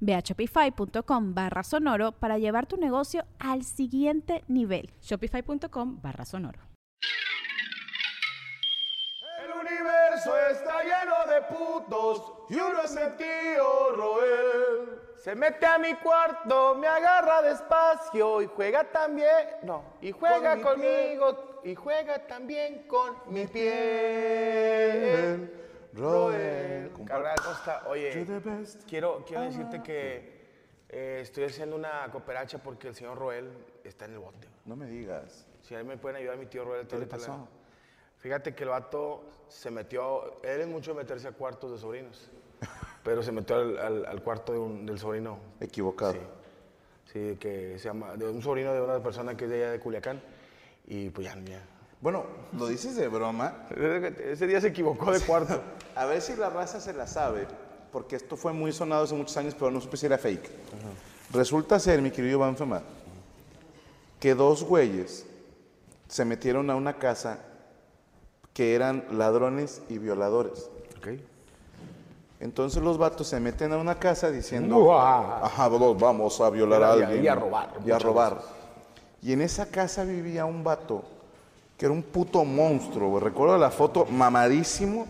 Ve a shopify.com barra sonoro para llevar tu negocio al siguiente nivel. Shopify.com barra sonoro. El universo está lleno de putos y uno es el tío Roel. Se mete a mi cuarto, me agarra despacio y juega también. No, y juega Con mi pie. conmigo y juega también con mi piel. Roel. Carnal Costa, oye, You're the best. quiero, Ah. quiero decirte que eh, estoy haciendo una cooperacha porque el señor Roel está en el bote. No me digas. Si a mí me pueden ayudar, mi tío Roel. ¿Qué le ahorita la- pasó? Fíjate que el vato se metió, él es mucho de meterse a cuartos de sobrinos, pero se metió al, al- al cuarto de un- del sobrino. Equivocado. Sí. Sí, que se llama, de un sobrino de una persona que es de allá de Culiacán, y pues ya, ya. Bueno, lo dices de broma. Ese día se equivocó de cuarto. A ver si la raza se la sabe, porque esto fue muy sonado hace muchos años, pero no supe si era fake. Resulta ser, mi querido Banfema, que dos güeyes se metieron a una casa que eran ladrones y violadores. ok. Entonces los vatos se meten a una casa diciendo, Uah. ajá, los vamos a violar a Y a- alguien. y a robar, Y a muchas robar. veces. Y en esa casa vivía un vato que era un puto monstruo, güey. Recuerdo la foto, mamadísimo,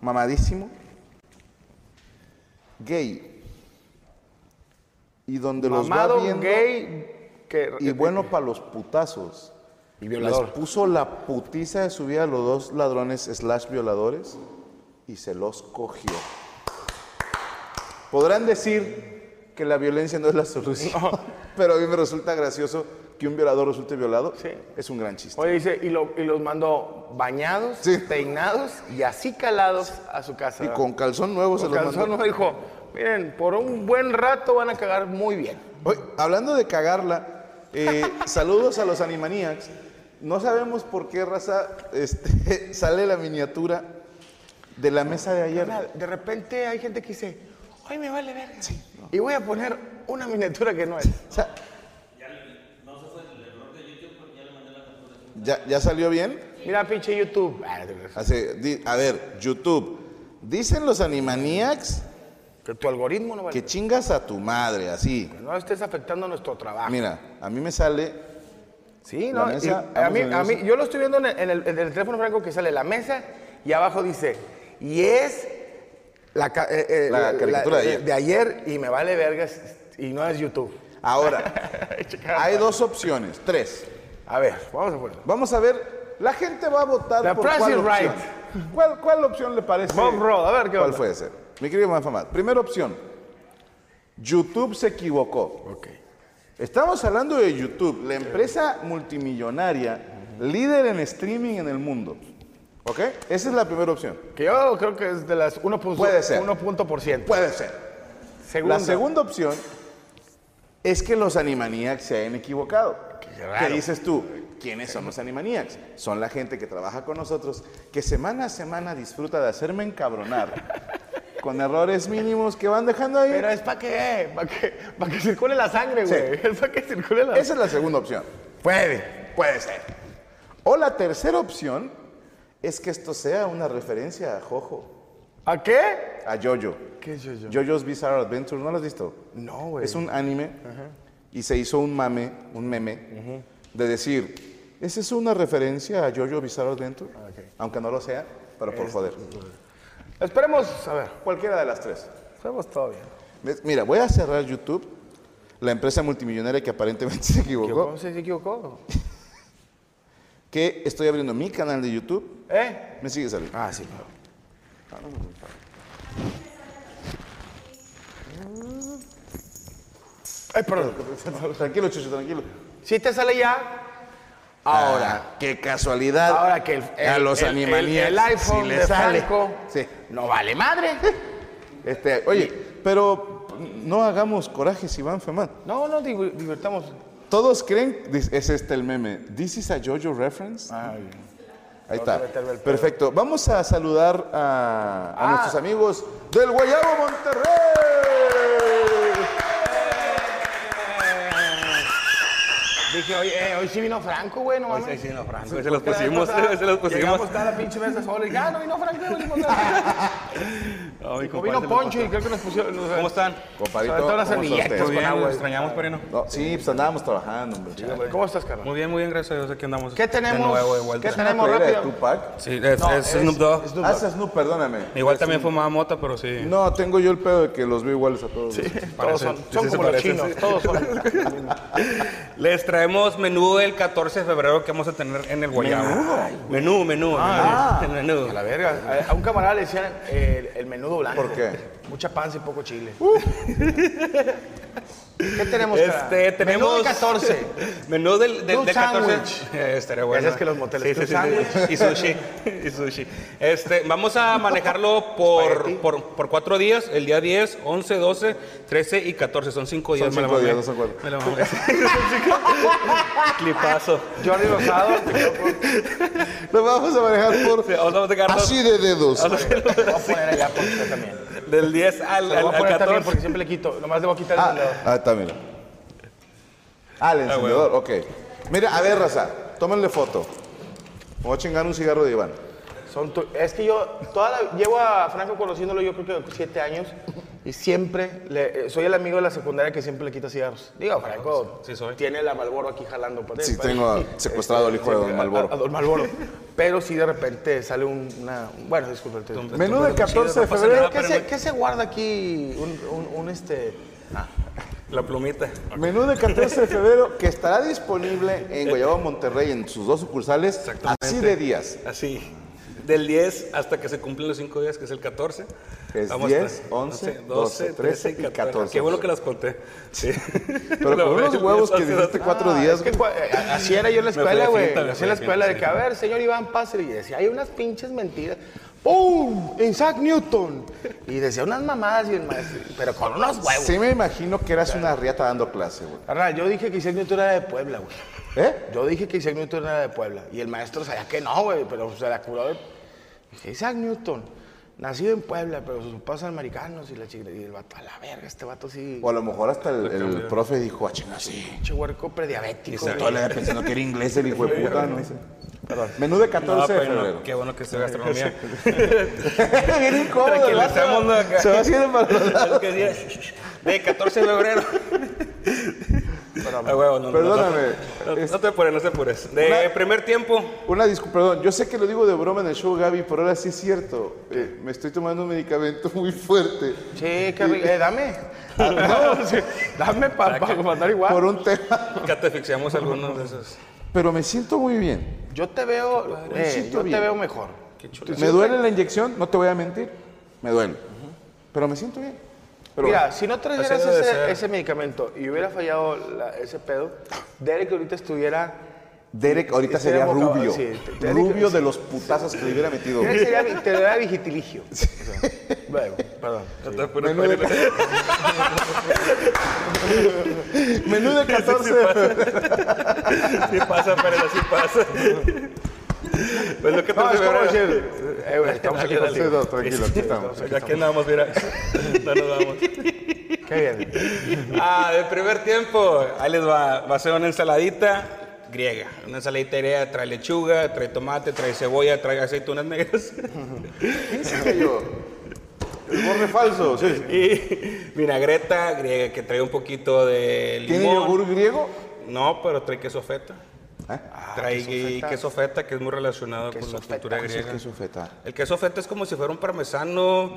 mamadísimo, gay. Y donde los Mamado, va viendo, gay, que, y bueno para los putazos. Y violador. Les puso la putiza de su vida a los dos ladrones slash violadores y se los cogió. Podrán decir que la violencia no es la solución, pero a mí me resulta gracioso que un violador resulte violado. Sí. Es un gran chiste. Oye, dice, y, lo- y los mandó bañados, Sí. peinados y así calados a su casa. y ¿verdad? con calzón nuevo se Con los calzón mandó. nos dijo, miren, por un buen rato van a cagar muy bien. Oye, hablando de cagarla, eh, saludos a los Animaniacs. No sabemos por qué raza este, sale la miniatura de la mesa de ayer. Carnal, De repente hay gente que dice, ay, me vale verga. Y voy a poner una miniatura que no es. O sea, ya, ya salió bien. Mira, pinche YouTube. Ah, Hace- di- a ver, YouTube. Dicen los Animaniacs Que tu algoritmo no vale. que chingas a tu madre, así. verga. no estés afectando nuestro trabajo. Mira, a mí me sale. sí, la no. y mesa, a vamos mí, a ver a mí- eso. yo lo estoy viendo en el, en el- en el teléfono franco que sale la mesa y abajo dice, y es la, ca- eh, eh, La caricatura de de, ayer. de ayer y me vale vergas y no es YouTube. Ahora, hay dos opciones, tres. A ver, vamos a ponerlo. Vamos a ver, la gente va a votar The por price cuál is opción. ¿Cuál, cuál opción le parece? Bob Ross, a ver qué ¿Cuál onda? puede ser? Mi querido Manfamad, primera opción. YouTube se equivocó. Ok. Estamos hablando de YouTube, la empresa multimillonaria, líder en streaming en el mundo. ¿Ok? Esa es la primera opción. Que yo creo que es de las 1. Puede ser. 1 punto por ciento. Puede ser. Segunda. La segunda opción es que los Animaniacs se hayan equivocado. Qué raro. ¿Qué dices tú? ¿Quiénes son los Animaniacs? Son la gente que trabaja con nosotros, que semana a semana disfruta de hacerme encabronar con errores mínimos que van dejando ahí. Pero es para que, para que, pa' que circule la sangre, Sí. güey. Es para que circule la Esa es la segunda opción. Puede, puede ser. O la tercera opción es que esto sea una referencia a Jojo, ¿A qué? a Jojo. ¿Qué es yo? Jojo's Bizarre Adventure, ¿no lo has visto? No, güey. Es un anime y se hizo un mame, un meme, de decir, ¿esa es una referencia a Jojo Bizarre Adventure? Ah, ok. Aunque no lo sea, pero por joder. Esperemos, a ver, Cualquiera de las tres. esperemos todo bien. Ves, Mira, voy a cerrar YouTube, la empresa multimillonaria que aparentemente se equivocó, ¿Equivocó? ¿Sí se equivocó? que que estoy abriendo mi canal de YouTube. ¿Eh? ¿Me sigues, Ale? Ah, sí. Ay, perdón. Tranquilo, Chucho, tranquilo. Si te sale ya, Ahora, qué casualidad. Ah. ahora que el, a el- los el- animaníacos el, el iPhone sí de les sale. Franco Sí. no vale madre. Este, oye, pero no hagamos corajes, Iván Femán. No, no, div- divirtamos. Todos creen, dis- es este el meme, this is a JoJo reference. Ah, Ahí está. meterme el pedo. Perfecto. Vamos a saludar a, a Ah. nuestros amigos del Guayabo Monterrey. Dije, oye, eh, hoy sí vino Franco, güey, no mames. sí, no, Franco. Se los Porque la vez pusimos, pasada se los pusimos. Llegamos cada pinche mesa solo y ya no vino Franco, no vino Franco. Ay, O compadre, vino se me Poncho pasó. y creo que nos pusieron. nos- ¿Cómo están? Compadrito, Sobre todo las ¿cómo está servilletas, usted? Muy bien, con agua, los eh. extrañamos, Perino. No, sí, pues andábamos trabajando, hombre. ¿Cómo estás, carnal? Muy bien, muy bien, gracias a Dios, aquí andamos. ¿Qué De tenemos? nuevo, de vuelta. ¿Qué tenemos Era de rápido? Tupac. Sí, es, No, es Snoop Dogg. Snoop Ah, Dogg. ese Snoop, perdóname. Igual también fumaba mota, pero sí. No, tengo yo el pedo de que los veo iguales a todos. Todos parece- son, sí son se como los parecen, chinos, sí. todos son. Les traemos menú el 14 de febrero que vamos a tener en el Guayabo. Menú, menú, menú. Ah. A Pues la verga. A- A un camarada le decían eh, el, el menudo blanco. ¿Por qué? Mucha panza y poco chile. Uh. ¿Qué tenemos, cara? Este, tenemos... Menudo de 14. Menú del, del, Un del 14. sándwich. Eh, Estaría bueno. Ya sabes que los moteles, Sí, sí, un sí, sí. Y sushi. Y sushi. Este, vamos a manejarlo por, por, por cuatro días. El día 10, 11, 12, 13 y 14. Son cinco días. me la cinco mamé. días, no son cuatro. Me la mamé. Son cinco. Clipazo. Jordi Rosado. te quiero poner- Lo vamos a manejar por Sí, vamos a manejarlo. Ah, así de dedos. Vamos a hacerlo Te voy a así. poner allá porque usted también. Del 10 Te al, lo al, voy a al poner también 14. porque siempre le quito. Nomás le voy a quitar el Ah, dedo. ah, está, mira. Ah, el Ah, encendedor, ok. Mira, a ver, raza, tómenle foto. Me voy a chingar un cigarro de Iván. Son tu- es que yo toda la- llevo a Franco conociéndolo yo creo que siete años y siempre le- eh, soy el amigo de la secundaria que siempre le quita cigarros. Digo, Franco Ah, Sí, soy. tiene la Malboro aquí jalando. por- Sí, por- tengo secuestrado al hijo de don a- Malboro. A, a don Malboro. Pero si de repente sale un- una... Bueno, disculpa. te- Pues Tum- Menú del 14 de No pasa febrero. nada, ¿Qué, se, espérame. qué se guarda aquí? Un, un- un, este... La plumita. Menú del 14 de febrero que estará disponible en Guayabo, Monterrey, en sus dos sucursales, Exactamente. así de días. Así. Del 10 hasta que se cumplen los 5 días, que es el 14. Que es a 10, estar- 11, 12, 13 y 14. Qué bueno que las conté. Sí. Pero La con unos verdad, huevos que entonces, dijiste cuatro Ah, días, es que güey. cua- eh, a- así era yo en la Me fui de escuela, güey. finta, me Así fui en la de escuela de finta, que, a ver, señor Iván, pase. Y decía, hay unas pinches mentiras. ¡Pum! Isaac Newton. Y decía unas mamadas y el maestro, pero con unos huevos. Sí me imagino que eras una riata dando clase, güey. Carnal, yo dije que Isaac Newton era de Puebla, güey. ¿Eh? Yo dije que Isaac Newton era de Puebla. Y el maestro sabía que no, güey, pero se la curó. de- Dije, Isaac Newton, nacido en Puebla, pero sus papás son americanos y la chica. Y el vato, a la verga, este vato sí. O a lo mejor hasta el, el profe dijo, ah, chinga, sí. Pinche huerco prediabético. Isaac. güey". Yo le había pensado que era inglés el hijo de puta, ¿no? Perdón. Menú de 14 No, de pero no, febrero. qué Ah, bueno que estoy gastronomía. Bien incómodo, el vato. Tranquilicémonos acá. Se va haciendo para los lados. Es que sí, de 14 de febrero. Ah, huevo, no, no, Perdóname. No, no, Es- no te apures, no te apures. De Una- primer tiempo, Una disculpa, perdón, yo sé que lo digo de broma en el show, Gaby, pero ahora sí es cierto. Eh, me estoy tomando un medicamento muy fuerte Sí, qué rico. Eh, dame. Ah, Sí, dame para mandar igual. por un tema, catefixiamos algunos de esos. pero me siento muy bien. Yo te veo, eh, siento yo te bien. veo mejor. Qué chulo. Me duele la inyección, no te voy a mentir, me duele, pero me siento bien. Pero Mira, bueno, si no trajeras debe de ser. ese, ese medicamento y hubiera fallado la- ese pedo, Derek ahorita estuviera. Derek ahorita Sí, sería boca- rubio, sí, te- te- rubio de los putazos que le hubiera metido. Derek sería, vi- te daría vigitiligio. O sea, bueno, perdón. No te apures, Menú de- Perino. Menú de 14 de Sí pasa, pero sí pasa. Pues lo que No, te es como veo, decir, eh, güey, estamos aquí Dale, contigo. febrero. Tranquilo, aquí estamos. Ya que andamos, mira. No nos vamos. Qué bien. Ah, el primer tiempo. Ahí les va. Va a ser una ensaladita griega. Una ensaladita griega. Trae lechuga, trae tomate, trae cebolla, trae aceitunas negras. ¿Quién se cayó? El borde falso, sí. Y vinagreta griega que trae un poquito de limón. ¿Tiene yogur griego? No, pero trae queso feta. trae queso feta. que es muy Pues relacionado con la cultura griega. ¿Qué es su feta? El queso feta es como si fuera un parmesano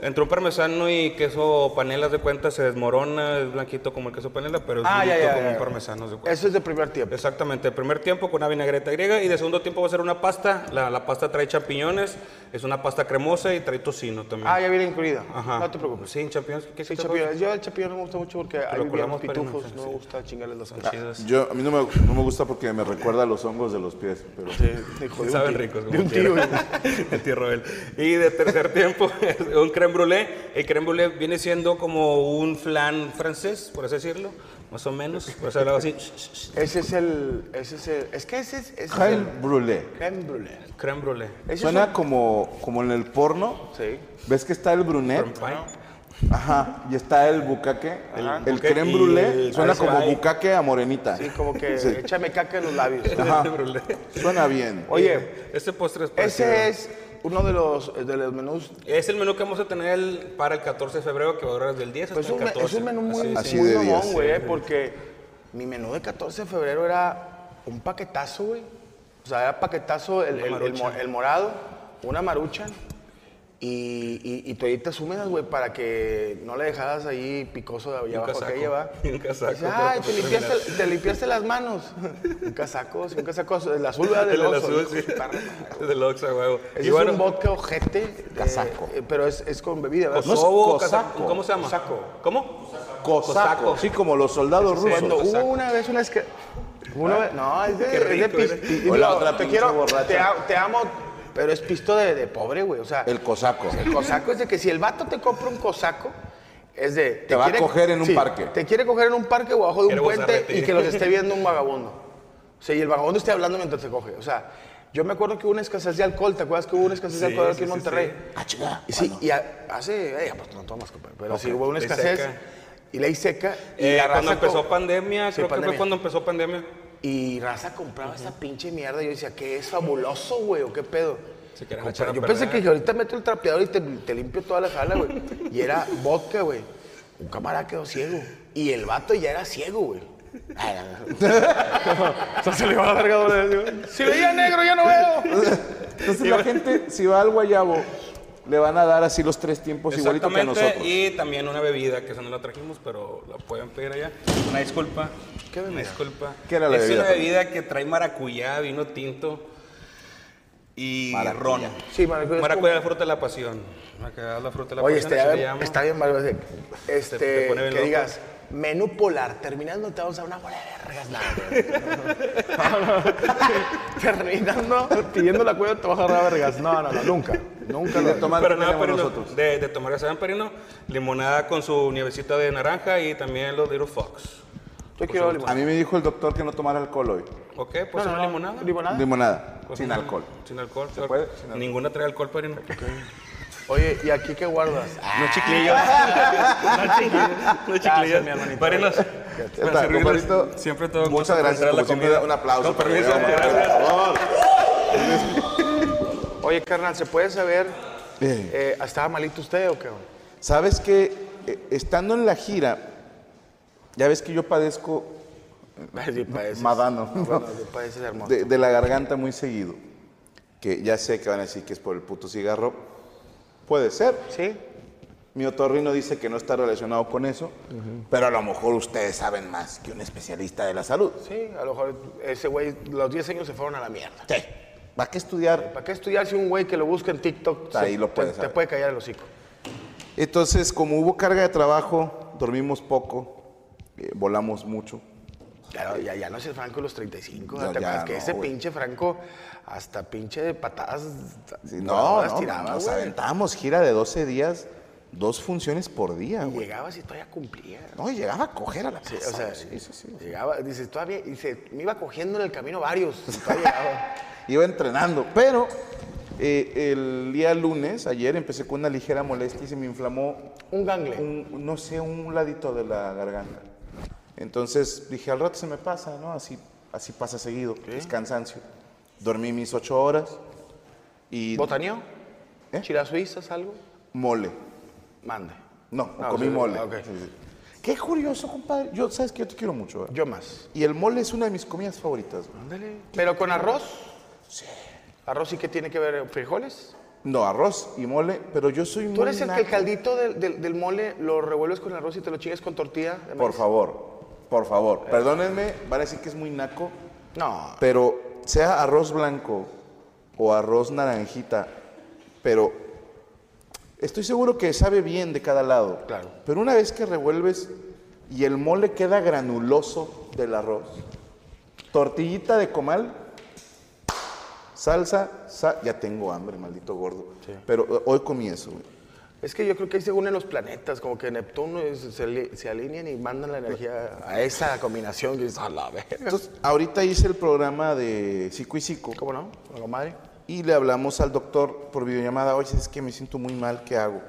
Entre un parmesano y queso panela de cuenta se desmorona, es blanquito como el queso panela, pero es Ah, ya, durito ya, como ya, un ya. parmesano haz de cuenta. Eso es de primer tiempo. Exactamente, el primer tiempo con una vinagreta griega y de segundo tiempo va a ser una pasta. La, la pasta trae champiñones, es una pasta cremosa y trae tocino también. Ah, ya viene incluida. Ajá. No te preocupes. Sí, champiñones, ¿qué Sí, es champiñón. Yo el champiñón no me gusta mucho porque hay lo bien colamos para pitufos. irnos, No me sí. gusta chingarles los Son cachos. chidos. Yo, a mí no me, no me gusta porque me recuerda a los hongos de los pies, pero Sí, hijo, de un Saben tío. ricos. De un tío. güey. el tío Robel. Y de tercer tiempo, un creme brûlée. El creme brûlée viene siendo como un flan francés, por así decirlo, más o menos. Por eso hablaba así. Ese es el. Ese es el. Es que ese es. Ese es crème el. brûlée. Creme brûlée. Creme brûlée. Ese Suena como, como en el porno. Sí. ¿Ves que está el ¿Eh? brunet? Creme pie. Ajá. Y está el bucaque. El, Ajá. el Bucaque creme y brûlée el suena ice como pie. bucaque a morenita. Sí, como que Sí. échame caca en los labios. Ajá. Creme brûlée. Suena bien. Oye, Este postre es parecido. ese es uno de los, de los menús. Es el menú que vamos a tener el- para el 14 de febrero, que va a durar desde el 10 hasta Pues es, el un, men- 14. es un menú muy, Así muy de mamón, días. güey, porque mi menú de 14 de febrero era un paquetazo, güey. O sea, era paquetazo el, el- el maruchan. mo- el morado, una marucha y, y, y toallitas húmedas, güey, para que no le dejaras ahí picoso de Y un allá abajo casaco. aquella, va. Y un casaco, Dice, Ay, pero te pues, limpiaste, mira. te limpiaste las manos. un casaco, sí, un casaco azul, el azul, ¿verdad? Del El Oxxo, azul, hijo de sí. su perra madre. Del Oxa, huevo. Ese Y es bueno, un vodka ojete. eh, Casaco. eh, pero es, es con bebida, Pues ¿verdad? Kosovo, No es Kazaj- cosaco. ¿Cómo se llama? Cosaco. ¿Cómo? Cosaco. Cosaco. Sí, como los soldados rusos. Cuando Casaco. hubo una vez una esca- una vez- no, es de, Qué es de rico, pis- era. pis- O la no, otra te pinche quiero, borracha. te, a- te amo, pero es pisto de, de pobre, güey. O sea, El cosaco. el cosaco es de que si el vato te compra un cosaco, es de. Te, va a coger en un parque. Te quiere coger en un parque o abajo de un Quiere puente bozarrete. y que los esté viendo un vagabundo. O sea, y el vagabundo esté hablando mientras te coge. O sea, yo me acuerdo que hubo una escasez de alcohol, ¿te acuerdas que hubo una escasez de Sí, alcohol aquí sí, en sí, Monterrey? Ah, chinga. Y sí, y a- hace, eh, pues no tomas, compadre, pero sí hubo una Ley escasez seca. y ley seca. Y Eh, la cuando raza co- empezó pandemia, Sí, creo que pandemia. fue cuando empezó pandemia. Y raza compraba esa pinche mierda y yo decía, ¿qué es fabuloso, güey? ¿O qué pedo? Se querían Compa- echar a yo pensé perder. que dije, ahorita meto el trapeador y te, te limpio toda la sala, güey. Y era vodka, güey. Un camarada quedó ciego. Y el vato ya era ciego, güey. o sea, se le va la verga doble, güey. Si veía negro, ya no veo. Entonces la gente, si va al guayabo, le van a dar así los tres tiempos Pues igualito que a Exactamente, nosotros. Y también una bebida, que esa no la trajimos, pero la pueden pedir allá. Una disculpa. ¿Qué bebida? Una disculpa. ¿Qué era la es bebida? una bebida que trae maracuyá, vino tinto y Maracuyá. ron. Sí, maracuyá es Maracuyá, como- la fruta de la pasión. Acá la fruta de la Oye, pasión. este, así a le ver, llamo. está bien mal. güey. Este, te pone bien que loco. digas, menú polar, terminando te vamos a dar una bola de vergas, nada, Terminando, pidiendo la cueva te vas a dar una vergas. No, no, no, nunca. Pues Nunca Y de lo tomar Pero que nada, tenemos Perino, nosotros. De, de tomar esa Perino, limonada con su nievecita de naranja y también los Little Fox. Yo quiero limón. A mí me dijo el doctor que no tomara alcohol hoy. ¿Ok? Pues una limonada. ¿Limonada? Limonada, Pues sin una- alcohol. Sin alcohol. claro. puede? Sin alcohol. Ninguna trae alcohol, Perino. Oye, ¿y aquí qué guardas? Ah. No chiclillos. no chiclillos. No chiclillos. mi hermanito. Parinos. Está, Para servirles, compadrito, Siempre todo. un gusto Muchas gracias, encontrar como siempre, la comida. un aplauso. Con para permiso, Diego, gracias. por favor. Oye, carnal, ¿se puede saber? Eh. eh, ¿Estaba malito usted o qué? güey? Sabes que eh, estando en la gira, ya ves que yo padezco Sí, padeces. Madano. Ah, Bueno, sí, padeces hermoso. de, de la garganta muy seguido. Que ya sé que van a decir que es por el puto cigarro. Puede ser. ¿Sí? Mi otorrino dice que no está relacionado con eso, pero a lo mejor ustedes saben más que un especialista de la salud. Sí, a lo mejor ese güey, los 10 años se fueron a la mierda. Sí. ¿Va a qué estudiar? ¿Para qué estudiar si un güey que lo busca en TikTok Ahí lo te- puedes te, saber. puede callar el hocico? Entonces, como hubo carga de trabajo, dormimos poco, eh, volamos mucho. Claro, ya, ya no es el Franco de los 35. ¿te No, ya acuerdas que no, ese güey. pinche Franco hasta pinche de patadas Sí, voladoras no, no, tiraba, nos güey? aventamos gira de 12 días, dos funciones por día, Y güey. llegabas y todavía cumplía. No, y llegaba a coger a la Sí, casa. o sea, güey. sí, sí, sí. llegaba, dice, todavía, dice, me iba cogiendo en el camino varios. y todavía llegaba. Iba entrenando, pero eh, el día lunes, ayer, empecé con una ligera molestia y se me inflamó Un gangle. un- no sé, un ladito de la garganta. Entonces dije, al rato se me pasa, ¿no? Así, así pasa seguido, es cansancio. Dormí mis ocho horas y ¿Botaneó? ¿Eh? ¿Chiras suizas, algo? mole. Mande. No, No, comí sí, mole. Ah, ok. Sí, sí. Qué curioso, compadre. Yo, sabes que yo te quiero mucho. ¿eh? Yo más. Y el mole es una de mis comidas favoritas. güey. Ándale. ¿Pero con arroz? Sí. ¿Arroz y qué tiene que ver? ¿Frijoles? No, arroz y mole, pero yo soy ¿Tú muy eres el que el naco. caldito del, del- del mole lo revuelves con arroz y te lo chingas con tortilla? de Por maíz? favor, por favor. Eh. Perdónenme, van a decir que es muy naco, No. pero sea arroz blanco o arroz naranjita, pero estoy seguro que sabe bien de cada lado. Claro. Pero una vez que revuelves y el mole queda granuloso del arroz, tortillita de comal, salsa, sa- ya tengo hambre, maldito gordo. Pero eh, hoy comí eso, güey. Es que yo creo que ahí se unen los planetas, como que Neptuno y se, se ali- se alinean y mandan la energía a esa combinación. Y dices, a la verga. Entonces, ahorita hice el programa de Cico y Cico. ¿Cómo no? Con la madre. Y le hablamos al doctor por videollamada, oye, es que me siento muy mal, ¿qué hago?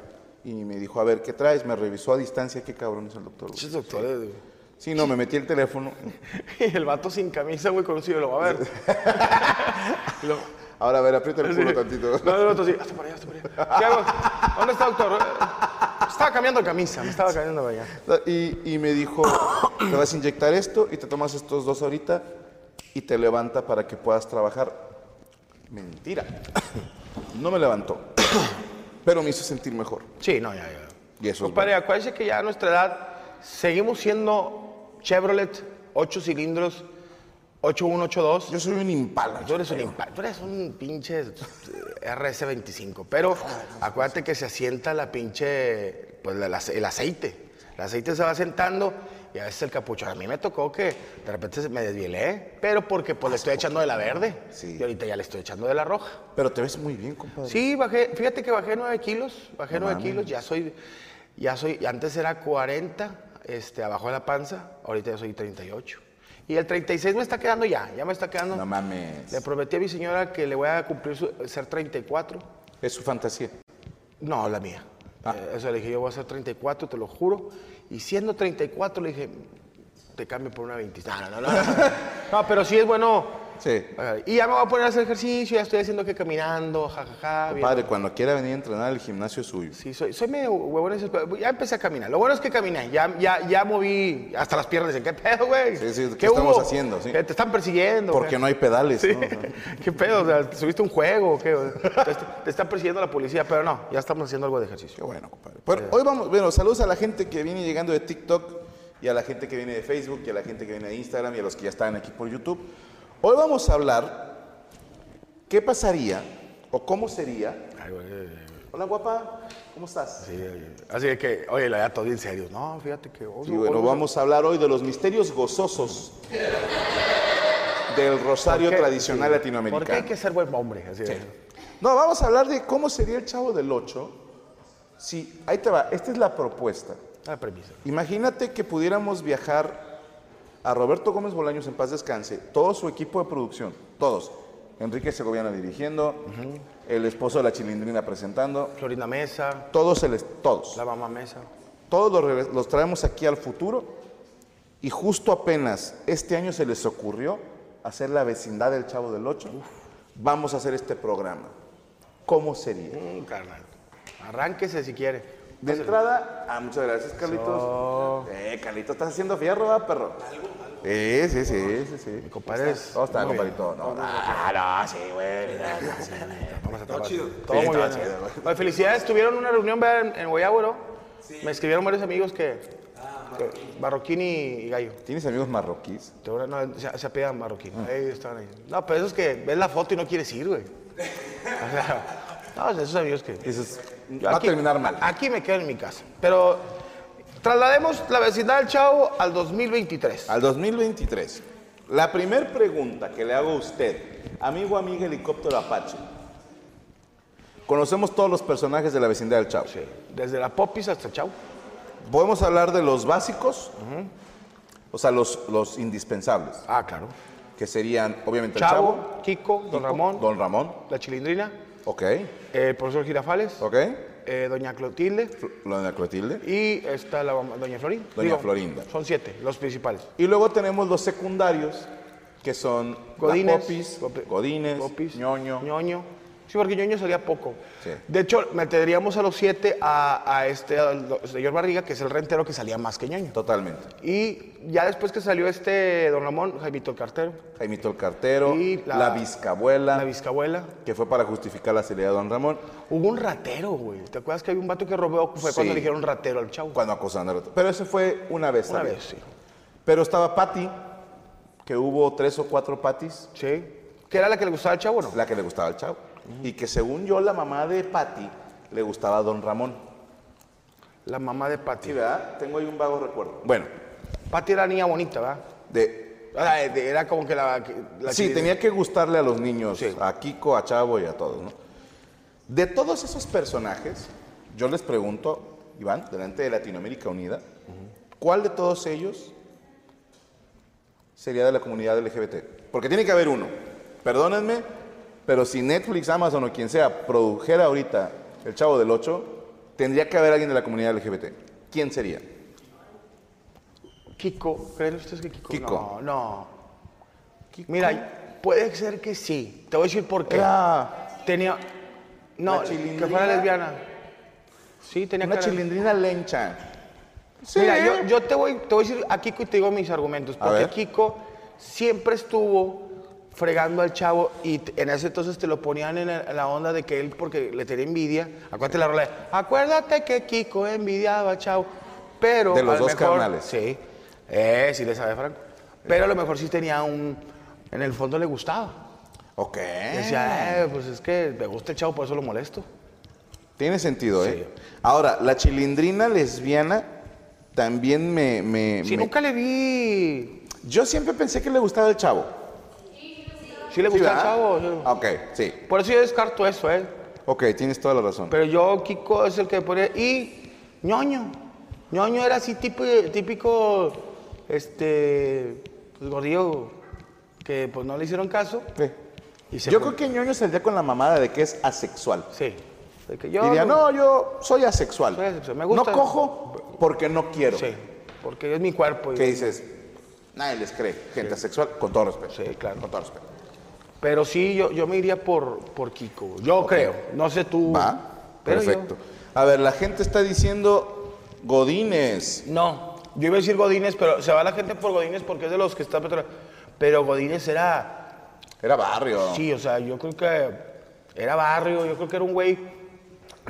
Y me dijo, a ver, ¿qué traes? Me revisó a distancia, qué cabrón es el doctor. güey. Muchos doctores, güey. Sí, no, me metí el teléfono. Y el vato sin camisa, güey, conocido, lo va a ver. Y luego, Ahora, a ver, aprieta el culo así, tantito. No, el vato así, hasta para allá, hasta para allá. ¿Qué hago? ¿Dónde está, doctor? Eh, Estaba cambiando de camisa, me estaba cambiando para allá. Y, y me dijo, te vas a inyectar esto y te tomas estos dos ahorita y te levanta para que puedas trabajar. Mentira. No me levantó, pero me hizo sentir mejor. Sí, no, ya, ya. Y eso es Compadre, acuérdese que ya a nuestra edad seguimos siendo Chevrolet, 8 cilindros, 8182. Yo soy un impala. Tú eres un impa- tú eres un pinche eh, RS25, pero acuérdate que se asienta la pinche, pues la- la- el aceite. El aceite se va sentando y a veces el capucho. A mí me tocó que de repente se- me desvielé, pero porque pues le estoy echando de la verde Sí. y ahorita ya le estoy echando de la roja. Pero te ves muy bien, compadre. Sí, bajé, fíjate que bajé 9 kilos, bajé 9 kilos, ya soy, ya soy, antes era 40, este, abajo de la panza, ahorita ya soy 38. Y el 36 me está quedando ya, ya me está quedando. No mames. Le prometí a mi señora que le voy a cumplir su- ser 34. Es su fantasía. No, la mía. Ah. Eh, o sea, le dije, yo voy a ser 34, te lo juro. Y siendo 34, le dije, te cambio por una 26. No, no, no. No, No, pero sí es bueno. Sí. Eh, Y ya me voy a poner a hacer ejercicio, ya estoy haciendo que caminando, jajaja. Compadre, cuando quiera venir a entrenar, el gimnasio es suyo. Ah, Sí, soy, soy medio huevón. en ese pe- Ya empecé a caminar. Lo bueno es que caminé. Ya, ya, ya moví hasta las piernas. Dicen, ¿qué pedo, güey? Sí, sí, ¿qué estamos haciendo? Sí. Eh, Te están persiguiendo. Porque güey. no hay pedales, ¿no? O sea, ¿Qué pedo? O sea, ¿Subiste un juego o qué? Te, te están persiguiendo la policía, pero no, ya estamos haciendo algo de Qué ejercicio. bueno, compadre. Bueno, hoy vamos, bueno, saludos a la gente que viene llegando de TikTok y a la gente que viene de Facebook y a la gente que viene de Instagram y a los que ya están aquí por YouTube. Hoy vamos a hablar qué pasaría o cómo sería. Ay, güey, eh, Hola, guapa, ¿cómo estás? sí, eh, Así que, oye, la verdad, todo bien serio. No, fíjate que. Y bueno, vamos a hablar hoy de los misterios gozosos del rosario tradicional latinoamericano. Porque hay que ser buen hombre. Así es. No, vamos a hablar de cómo sería el chavo del 8. Si, ahí te va, esta es la propuesta. La premisa. Imagínate que pudiéramos viajar a Roberto Gómez Bolaños en paz descanse, todo su equipo de producción, todos. Enrique Segoviana dirigiendo, el esposo de la chilindrina presentando, Florinda Mesa, todos, el, est- todos. la mamá Mesa. Todos los, regres- los traemos aquí al futuro y justo apenas este año se les ocurrió hacer la vecindad del Chavo del 8. Vamos a hacer este programa. ¿Cómo sería? Mm, carnal. Arránquese si quiere. De entrada, ah, muchas gracias, Carlitos. Eh, Carlitos, estás haciendo fierro, ¿verdad, perro? Sí, sí, sí, sí, sí. Mi compadre es. ¿Cómo está, muy bien. compadrito? No, ah, no, sí, güey. Vamos a trabajar. Todo Todo muy estaba bien. chido, güey. Oye, felicidades, tuvieron una reunión ¿verdad? en, en Guayabo, ¿no? Me escribieron varios amigos que. Ah, que- Marroquín y, y Gallo. ¿Tienes amigos marroquíes? Te voy a- No, se, se apellidan Marroquín. Ahí están ahí. No, pero esos que ves la foto y no quieres ir, güey. O sea, no, esos amigos que. Dices, Yo va a aquí- terminar mal. Aquí me quedo en mi casa. Pero traslademos la vecindad del Chavo al 2023. Al 2023. La primera pregunta que le hago a usted, amigo, amiga, helicóptero Apache. Conocemos todos los personajes de la vecindad del Chavo. Sí, Desde la Popis hasta el Chavo. Podemos hablar de los básicos, o sea, los, los indispensables, Ah, claro. que serían, obviamente, Chavo, el Chavo, Kiko, Don Kiko, Ramón, Don Ramón, la Chilindrina, ok, el profesor Girafales. ok, eh, Doña Clotilde Fl- Doña Clotilde. y está la mamá- Doña Florinda. Doña Florinda. Son siete, los principales. Y luego tenemos los secundarios, que son la Godínez, Popis, Popi- Godínez, Popis, Ñoño, Ñoño, Sí, porque ñoño sería poco. Sí. De hecho, meteríamos a los siete a, a este al señor Barriga, que es el rentero que salía más que ñoño. Totalmente. Y ya después que salió este don Ramón, Jaimito el Cartero, Jaimito el Cartero, Y la, la- Vizcabuela, la Vizcabuela. que fue para justificar la salida de Don Ramón, Hubo un ratero, güey. ¿Te acuerdas que había un vato que robó? Fue cuando Sí. le dijeron ratero al chavo. cuando acosaron al otro. Pero ese fue una vez. Una ¿sabes? vez, sí. Pero estaba Patty, que hubo tres o cuatro Patis, Sí. ¿Que era la que le gustaba al chavo, no? la que le gustaba al chavo. Y que según yo, la mamá de Patty le gustaba a Don Ramón. La mamá de Sí, Pati. ¿verdad? Tengo ahí un vago recuerdo. Bueno, Pati era niña bonita, ¿verdad? de... O sea, de- Era como que la. que- la sí, que- tenía que gustarle a los niños, Sí. a Kiko, a Chavo y a todos, ¿no? De todos esos personajes, yo les pregunto, Iván, delante de Latinoamérica Unida, ¿cuál de todos ellos sería de la comunidad LGBT? Porque tiene que haber uno. Perdónenme, pero si Netflix, Amazon o quien sea produjera ahorita El Chavo del 8, tendría que haber alguien de la comunidad LGBT. ¿Quién sería? Kiko. ¿Creen ustedes que Kiko? Kiko. No, no. Mira, puede ser que sí. Te voy a decir por qué. Era Tenía. No, La que chilindrina. fuera lesbiana. Sí, tenía una cara- chilindrina lencha. Mira, yo, yo te, voy, te voy a decir a Kiko y te digo mis argumentos. A Porque ver. Kiko siempre estuvo fregando al chavo y t- en ese entonces te lo ponían en el- la onda de que él, porque le tenía envidia. Acuérdate la rola de, acuérdate que Kiko envidiaba al chavo. Pero. De los a lo dos mejor- carnales. Sí. Eh, sí le sabe Franco. Pero a lo mejor sí tenía un. En el fondo le gustaba. Ok. Y decía, eh, pues es que me gusta el chavo, por eso lo molesto. Tiene sentido, ¿eh? Ahora, la chilindrina lesbiana también me... me- Sí, me- nunca le vi. Yo siempre pensé que le gustaba el chavo. Sí le ¿Sí, gusta el verdad? chavo. sí. Ah, Ok, sí. Por eso yo descarto eso, ¿eh? Ok, tienes toda la razón. Pero yo, Kiko es el que podría. Y ñoño. ñoño era así tipo, típico, este, pues, gordillo, que pues no le hicieron caso. Sí. Y se Yo fue. creo que ñoño saldría con la mamada de que es asexual. Sí. De que yo Diría, no, yo soy asexual. Soy asexual, me gusta. No cojo porque no quiero. Sí, porque es mi cuerpo. y- Que dices, nadie les cree. Gente asexual, con todo respeto. Sí, claro. Con todo respeto. Pero sí, yo, yo me iría por, por Kiko. Yo creo. No sé tú. Va, Uh, pero yo- perfecto. A ver, la gente está diciendo Godines. No, yo iba a decir Godínez, pero se va la gente por Godínez porque es de los que está petro- Pero Godínez era. Era barrio. Sí, o sea, yo creo que era barrio, yo creo que era un güey.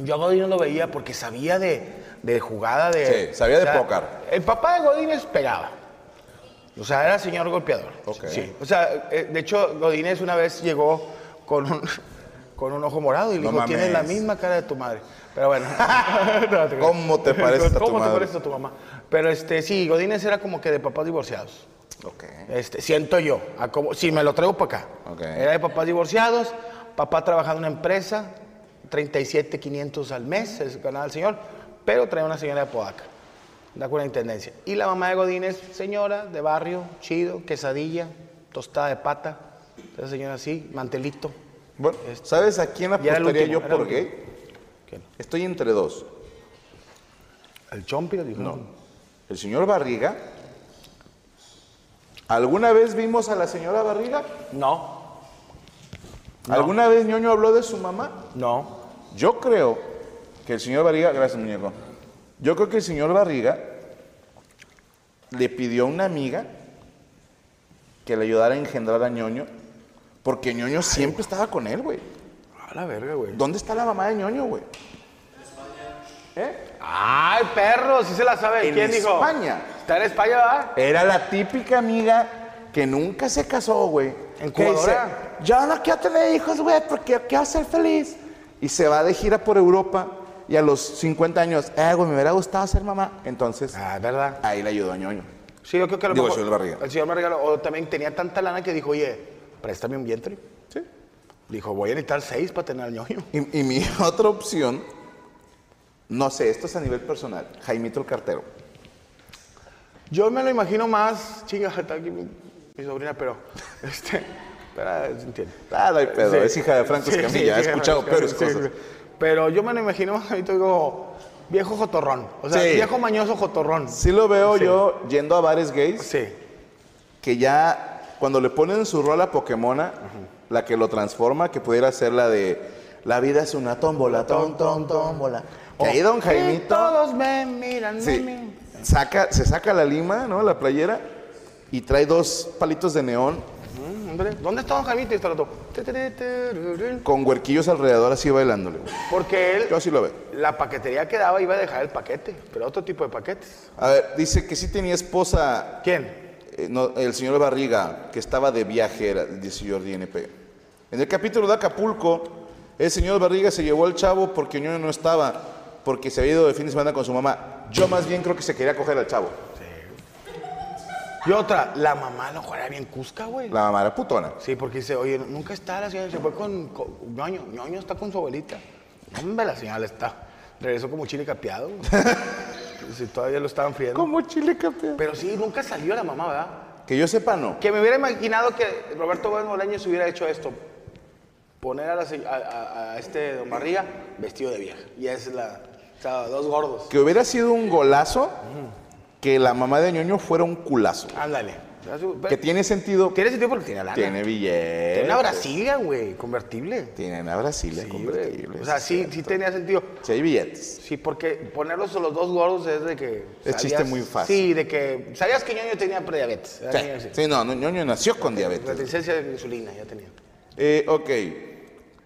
Yo a Godínez lo veía porque sabía de, de jugada de. Sí, sabía de o sea, póker. El papá de Godínez pegaba. O sea, era señor golpeador. Ok. Sí. O sea, eh, de hecho, Godínez una vez llegó con un, con un ojo morado y le No dijo: Tienes la mames. misma cara de tu madre. Pero bueno. No, te creas. ¿Cómo te pareces a tu ¿Cómo te madre? pareces a tu mamá? Pero este, sí, Godínez era como que de papás divorciados. Ok. Este, siento yo, a como, si me lo traigo para acá. Ok. Era de papás divorciados, papá trabajando en una empresa, 37,500 al mes es- ganaba el señor, pero traía una señora de Podaca, de acuerdo a la intendencia. Y la mamá de Godínez, señora de barrio, chido, quesadilla, tostada de pata, esa señora así, mantelito. Bueno, Este, ¿sabes a quién y era el apostaría yo último, era el por último. gay? ¿Quién? Estoy entre dos. ¿El chompi? le dijo? No. El señor Barriga. ¿Alguna vez vimos a la señora Barriga? No, No. ¿Alguna vez ñoño habló de su mamá? no. Yo creo que el señor Barriga, gracias muñeco, yo creo que el señor Barriga le pidió a una amiga que le ayudara a engendrar a ñoño, porque ñoño siempre estaba con él, güey. A la verga, güey. ¿Dónde está la mamá de ñoño, güey? ¿Eh? ¡Ay, perro! Sí se la sabe. En ¿Quién dijo? España. Está en España, ¿verdad? Era la típica amiga que nunca se casó, güey. Incubadora. Que dice, yo no quiero tener hijos, güey, porque quiero ser feliz. Y se va de gira por Europa y a los 50 años, eh, güey, me hubiera gustado ser mamá. Entonces, Ah, es verdad. ahí le ayudó a ñoño. Sí, yo creo que a lo Digo, el mejor. señor Barriga. El señor Barriga, o también tenía tanta lana que dijo, oye, préstame un vientre. Sí. Dijo, voy a necesitar seis para tener al ñoño. Y, y mi otra opción, no sé, esto es a nivel personal, Jaimito el Cartero. Yo me lo imagino más, chinga, está aquí mi, mi sobrina, pero. Este. Espera, se entiende. Ah, no hay pedo, Sí. es hija de Franco Sí, sí, Escamilla, hija he de Franco escuchado Escamilla, peores sí, cosas. sí. Pero yo me lo imagino más ahorita digo, viejo jotorrón. O sea, Sí. viejo mañoso jotorrón. Sí lo veo Sí. yo yendo a bares gays. Sí. que ya cuando le ponen su rola Pokémona, la que lo transforma, que pudiera ser la de la vida es una tómbola, tom, tom, tómbola. Que ahí don Y Jaimito todos me miran, sí, me miran. saca, se saca la lima, ¿no? La playera y trae dos palitos de neón Mm, hombre, ¿Dónde está Don Jaimito? Y está el otro, tu, tu, tu, tururún. con huerquillos alrededor así bailándole. güey. Porque él, Yo así lo veo. la paquetería que daba iba a dejar el paquete, pero otro tipo de paquetes. A ver, dice que sí tenía esposa ¿Quién? eh, no, el señor Barriga, que estaba de viaje, era, dice Jordi NP. En el capítulo de Acapulco, el señor Barriga se llevó al chavo porque Ñoño no estaba, porque se había ido de fin de semana con su mamá. Yo más bien creo que se quería coger al chavo. Y otra, la mamá lo jugará bien cusca, güey. La mamá era putona. Sí, porque dice, oye, nunca está la señora, se fue con, con ñoño, ñoño está con su abuelita. Hombre, la señora está. Regresó como chile capeado. güey. si todavía lo estaban friendo. chile campeón? Pero sí, nunca salió la mamá, ¿verdad? Que yo sepa, no. Que me hubiera imaginado que Roberto Gómez Bolaños hubiera hecho esto. Poner a, la se- a- a- a este Don Barriga vestido de vieja. Y es la... O sea, dos gordos. Que hubiera sido un golazo que la mamá de Ñoño fuera un culazo. Ándale. Que tiene sentido. Tiene sentido porque tiene lana. Tiene billete. Tiene una Brasilia, güey, convertible. Tiene una Brasilia Sí, convertible. güey. O sea, sí, sí tenía sentido. Sí hay billetes. Sí, porque ponerlos a los dos gordos es de que... Es chiste sabías- muy fácil. Sí, de que... Sabías que Ñoño tenía prediabetes. Era Sí, niño así. sí, no, no, Ñoño nació con diabetes. Reticencia de insulina ya tenía. Eh, ok.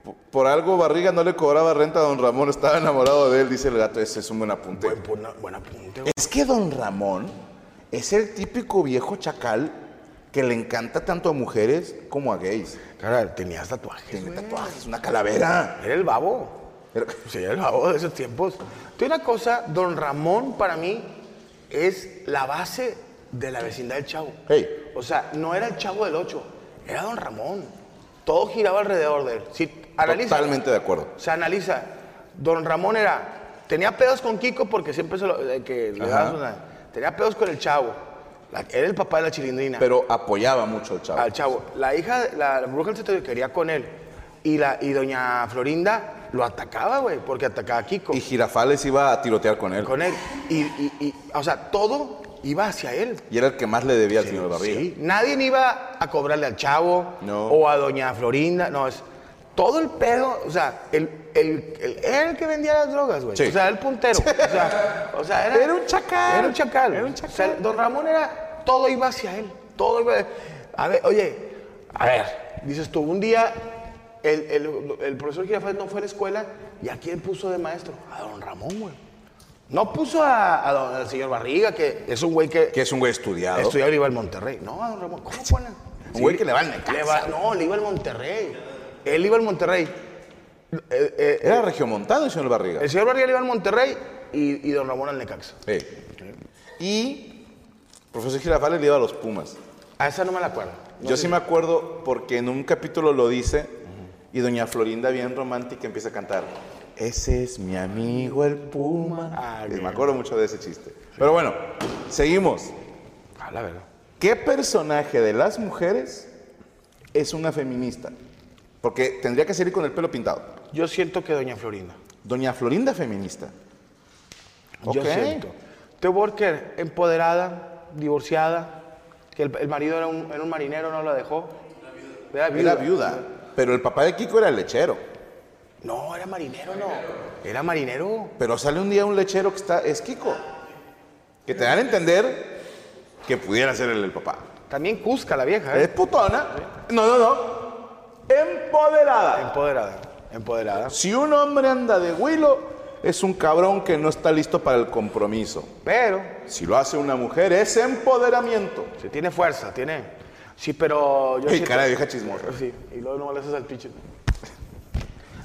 P- Por algo Barriga no le cobraba renta a don Ramón, estaba enamorado de él, dice el gato, ese es un buen apunte. Buen, buen, buen apunte, güey. Es que don Ramón es el típico viejo chacal que le encanta tanto a mujeres como a gays. Cara, tenías tatuajes, Tiene güey. tatuajes, una calavera. Era el babo. Era- Sí, era el babo de esos tiempos. Te digo una cosa, don Ramón para mí es la base de la vecindad del Chavo. Hey. O sea, no era el Chavo del 8, era don Ramón. Todo giraba alrededor de él. Si analiza, Totalmente de acuerdo. Se analiza. Don Ramón era, tenía pedos con Kiko porque siempre se lo, eh, que le Ajá. daban una- tenía pedos con el Chavo. La- era el papá de la chilindrina Pero apoyaba mucho al chavo. al chavo. La hija, la, la bruja del setenta quería con él. Y, la, y doña Florinda lo atacaba, güey, porque atacaba a Kiko. Y Girafales iba a tirotear con él. Con él. Y, y- y- o sea, todo iba hacia él. Y era el que más le debía al señor Barriga. Sí. Nadie iba a cobrarle al chavo No. o a doña Florinda. No, es todo el pedo. O sea, el, el, el- era el que vendía las drogas, güey. Sí. O sea, el puntero. O sea, o sea, era, Era un chacal. Era un chacal. Era un O sea, don Ramón era. Todo iba hacia él. Todo iba. A ver, oye, a ver. Dices tú, un día el, el- el profesor Girafales no fue a la escuela y a quién puso de maestro? A don Ramón, güey. No puso a, a don- al señor Barriga, que es un güey que Que es un güey estudiado. Estudiaba le iba al Monterrey. No, don Ramón, ¿cómo pone? Un güey que le va al Necaxa. Le va- no, le iba al Monterrey. Él iba al Monterrey. Eh, eh, Era regiomontado el señor Barriga. el señor Barriga le iba al Monterrey y, y don Ramón al Necaxa. Eh. Y profesor Girafales le iba a los Pumas. A esa no me la acuerdo. No Yo sé sí me acuerdo porque en un capítulo lo dice y doña Florinda, bien romántica, empieza a cantar. Ese es mi amigo el Puma. Ah, Eh, ok. me acuerdo mucho de ese chiste. Pero bueno, seguimos. si- Ah, la verdad. ¿Qué personaje de las mujeres es una feminista? Porque tendría que salir con el pelo pintado. Yo siento que doña Florinda. Doña Florinda feminista. Yo Ok. siento. Te Walker, empoderada, divorciada, que el, el marido era un, era un marinero, no la dejó. Era Era viuda, pero el papá de Kiko era lechero. No, era marinero, no. Era marinero. Pero sale un día un lechero que está, es Kiko. Que te dan a entender que pudiera ser el, el papá. También Cusca, la vieja. ¿eh? Es putona. No, no, no. Empoderada. Empoderada, empoderada. Si un hombre anda de huilo, es un cabrón que no está listo para el compromiso. Pero, Si lo hace una mujer, es empoderamiento. si tiene fuerza, tiene. Sí, pero yo. Ey, siento- cara de vieja chismosa. Sí, y luego no le haces al pinche.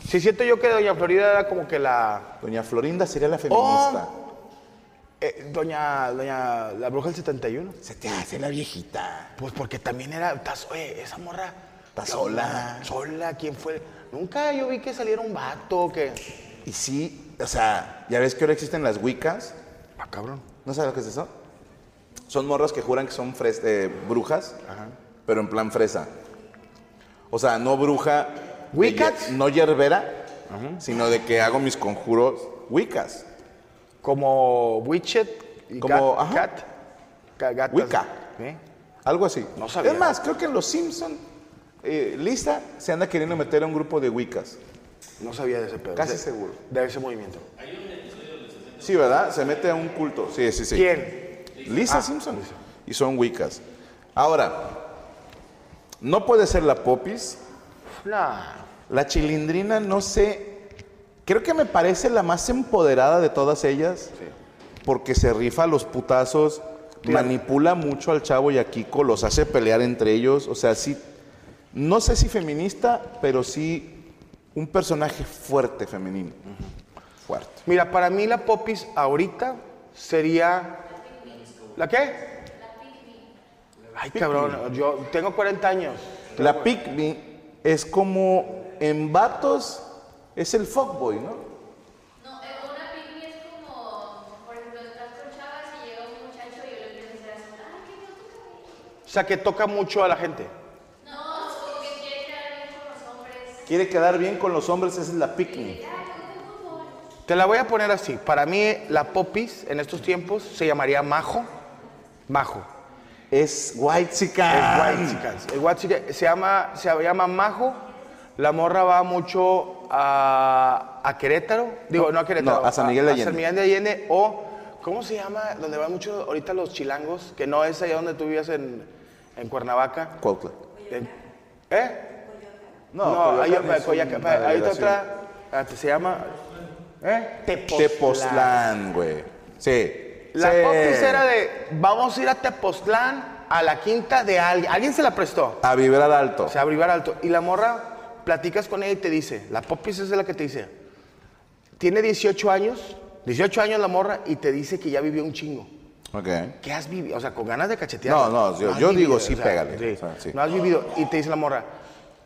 Sí, siento yo que Doña Florida era como que la. Doña Florinda sería la feminista. eh, doña, doña. La bruja del 71. Se te hace la viejita. Pues porque también era. estás- oye, esa morra. Está sola. Sola, ¿quién fue? Nunca yo vi que saliera un vato que. Y sí, o sea, ya ves que ahora existen las wiccas. Ah, cabrón. ¿No sabes lo que es eso? Son morras que juran que son fres- eh, brujas, pero en plan fresa. O sea, no bruja, de ¿Wiccas? hier- no yerbera, sino de que hago mis conjuros wiccas. Como Widget y Como, Cat. ajá. Cat. Ca- gatas. Wicca. ¿Eh? Algo así. No sabía. Es más, creo que en Los Simpson, eh, Lisa se anda queriendo meter a un grupo de wiccas. No sabía de ese pedo. Casi de- seguro. De ese movimiento. Sí, ¿verdad? Se mete a un culto. Sí, sí, sí. ¿Quién? Ah. Lisa Simpson. Y son wiccas. Ahora, no puede ser la popis. Nah. La chilindrina, no sé. Creo que me parece la más empoderada de todas ellas. Porque se rifa los putazos, manipula mucho al chavo y a Kiko, los hace pelear entre ellos. O sea, sí. No sé si feminista, pero sí un personaje fuerte femenino. Fuerte. Mira, para mí la popis ahorita sería. ¿La qué? Ay, cabrón, yo tengo 40 años. La pick me es como en vatos, es el fuckboy, ¿no? No, eh, una picnic es como, por ejemplo, estás con chavas y llega un muchacho y yo le empiezo a decir así, ay, qué gusto que O sea, que toca mucho a la gente. No, es como que quiere quedar bien con los hombres. Quiere quedar bien con los hombres, esa es la pick me. Te la voy a poner así. Para mí, la popis en estos tiempos se llamaría Majo. Majo. Es white chica. El Guachicans. El Guachica- se llama, se llama Majo. La morra va mucho a, a Querétaro. Digo, no a Querétaro. No, a San Miguel de A San Allende. Miguel de Allende. O, ¿cómo se llama? Donde van mucho ahorita los chilangos, que no es allá donde tú vivías en, en Cuernavaca. Cuautla. En- ¿Eh? No, hay, Coyoacán es Coyoacán, una hay ahorita delegación. otra. ah, Se llama. ¿Eh? Tepoztlán, güey. Sí. La sí. popis era de, vamos a ir a Tepoztlán a la quinta de alguien. Alguien se la prestó. A vibrar alto. O sea, vibrar alto. Y la morra, platicas con ella y te dice, la popis es la que te dice, tiene 18 años, 18 años la morra, y te dice que ya vivió un chingo. ok. ¿Qué has vivido? O sea, con ganas de cachetear. No, no, yo- has yo digo, sí, pégale. sí. O sea, sí. No has vivido. Y te dice la morra,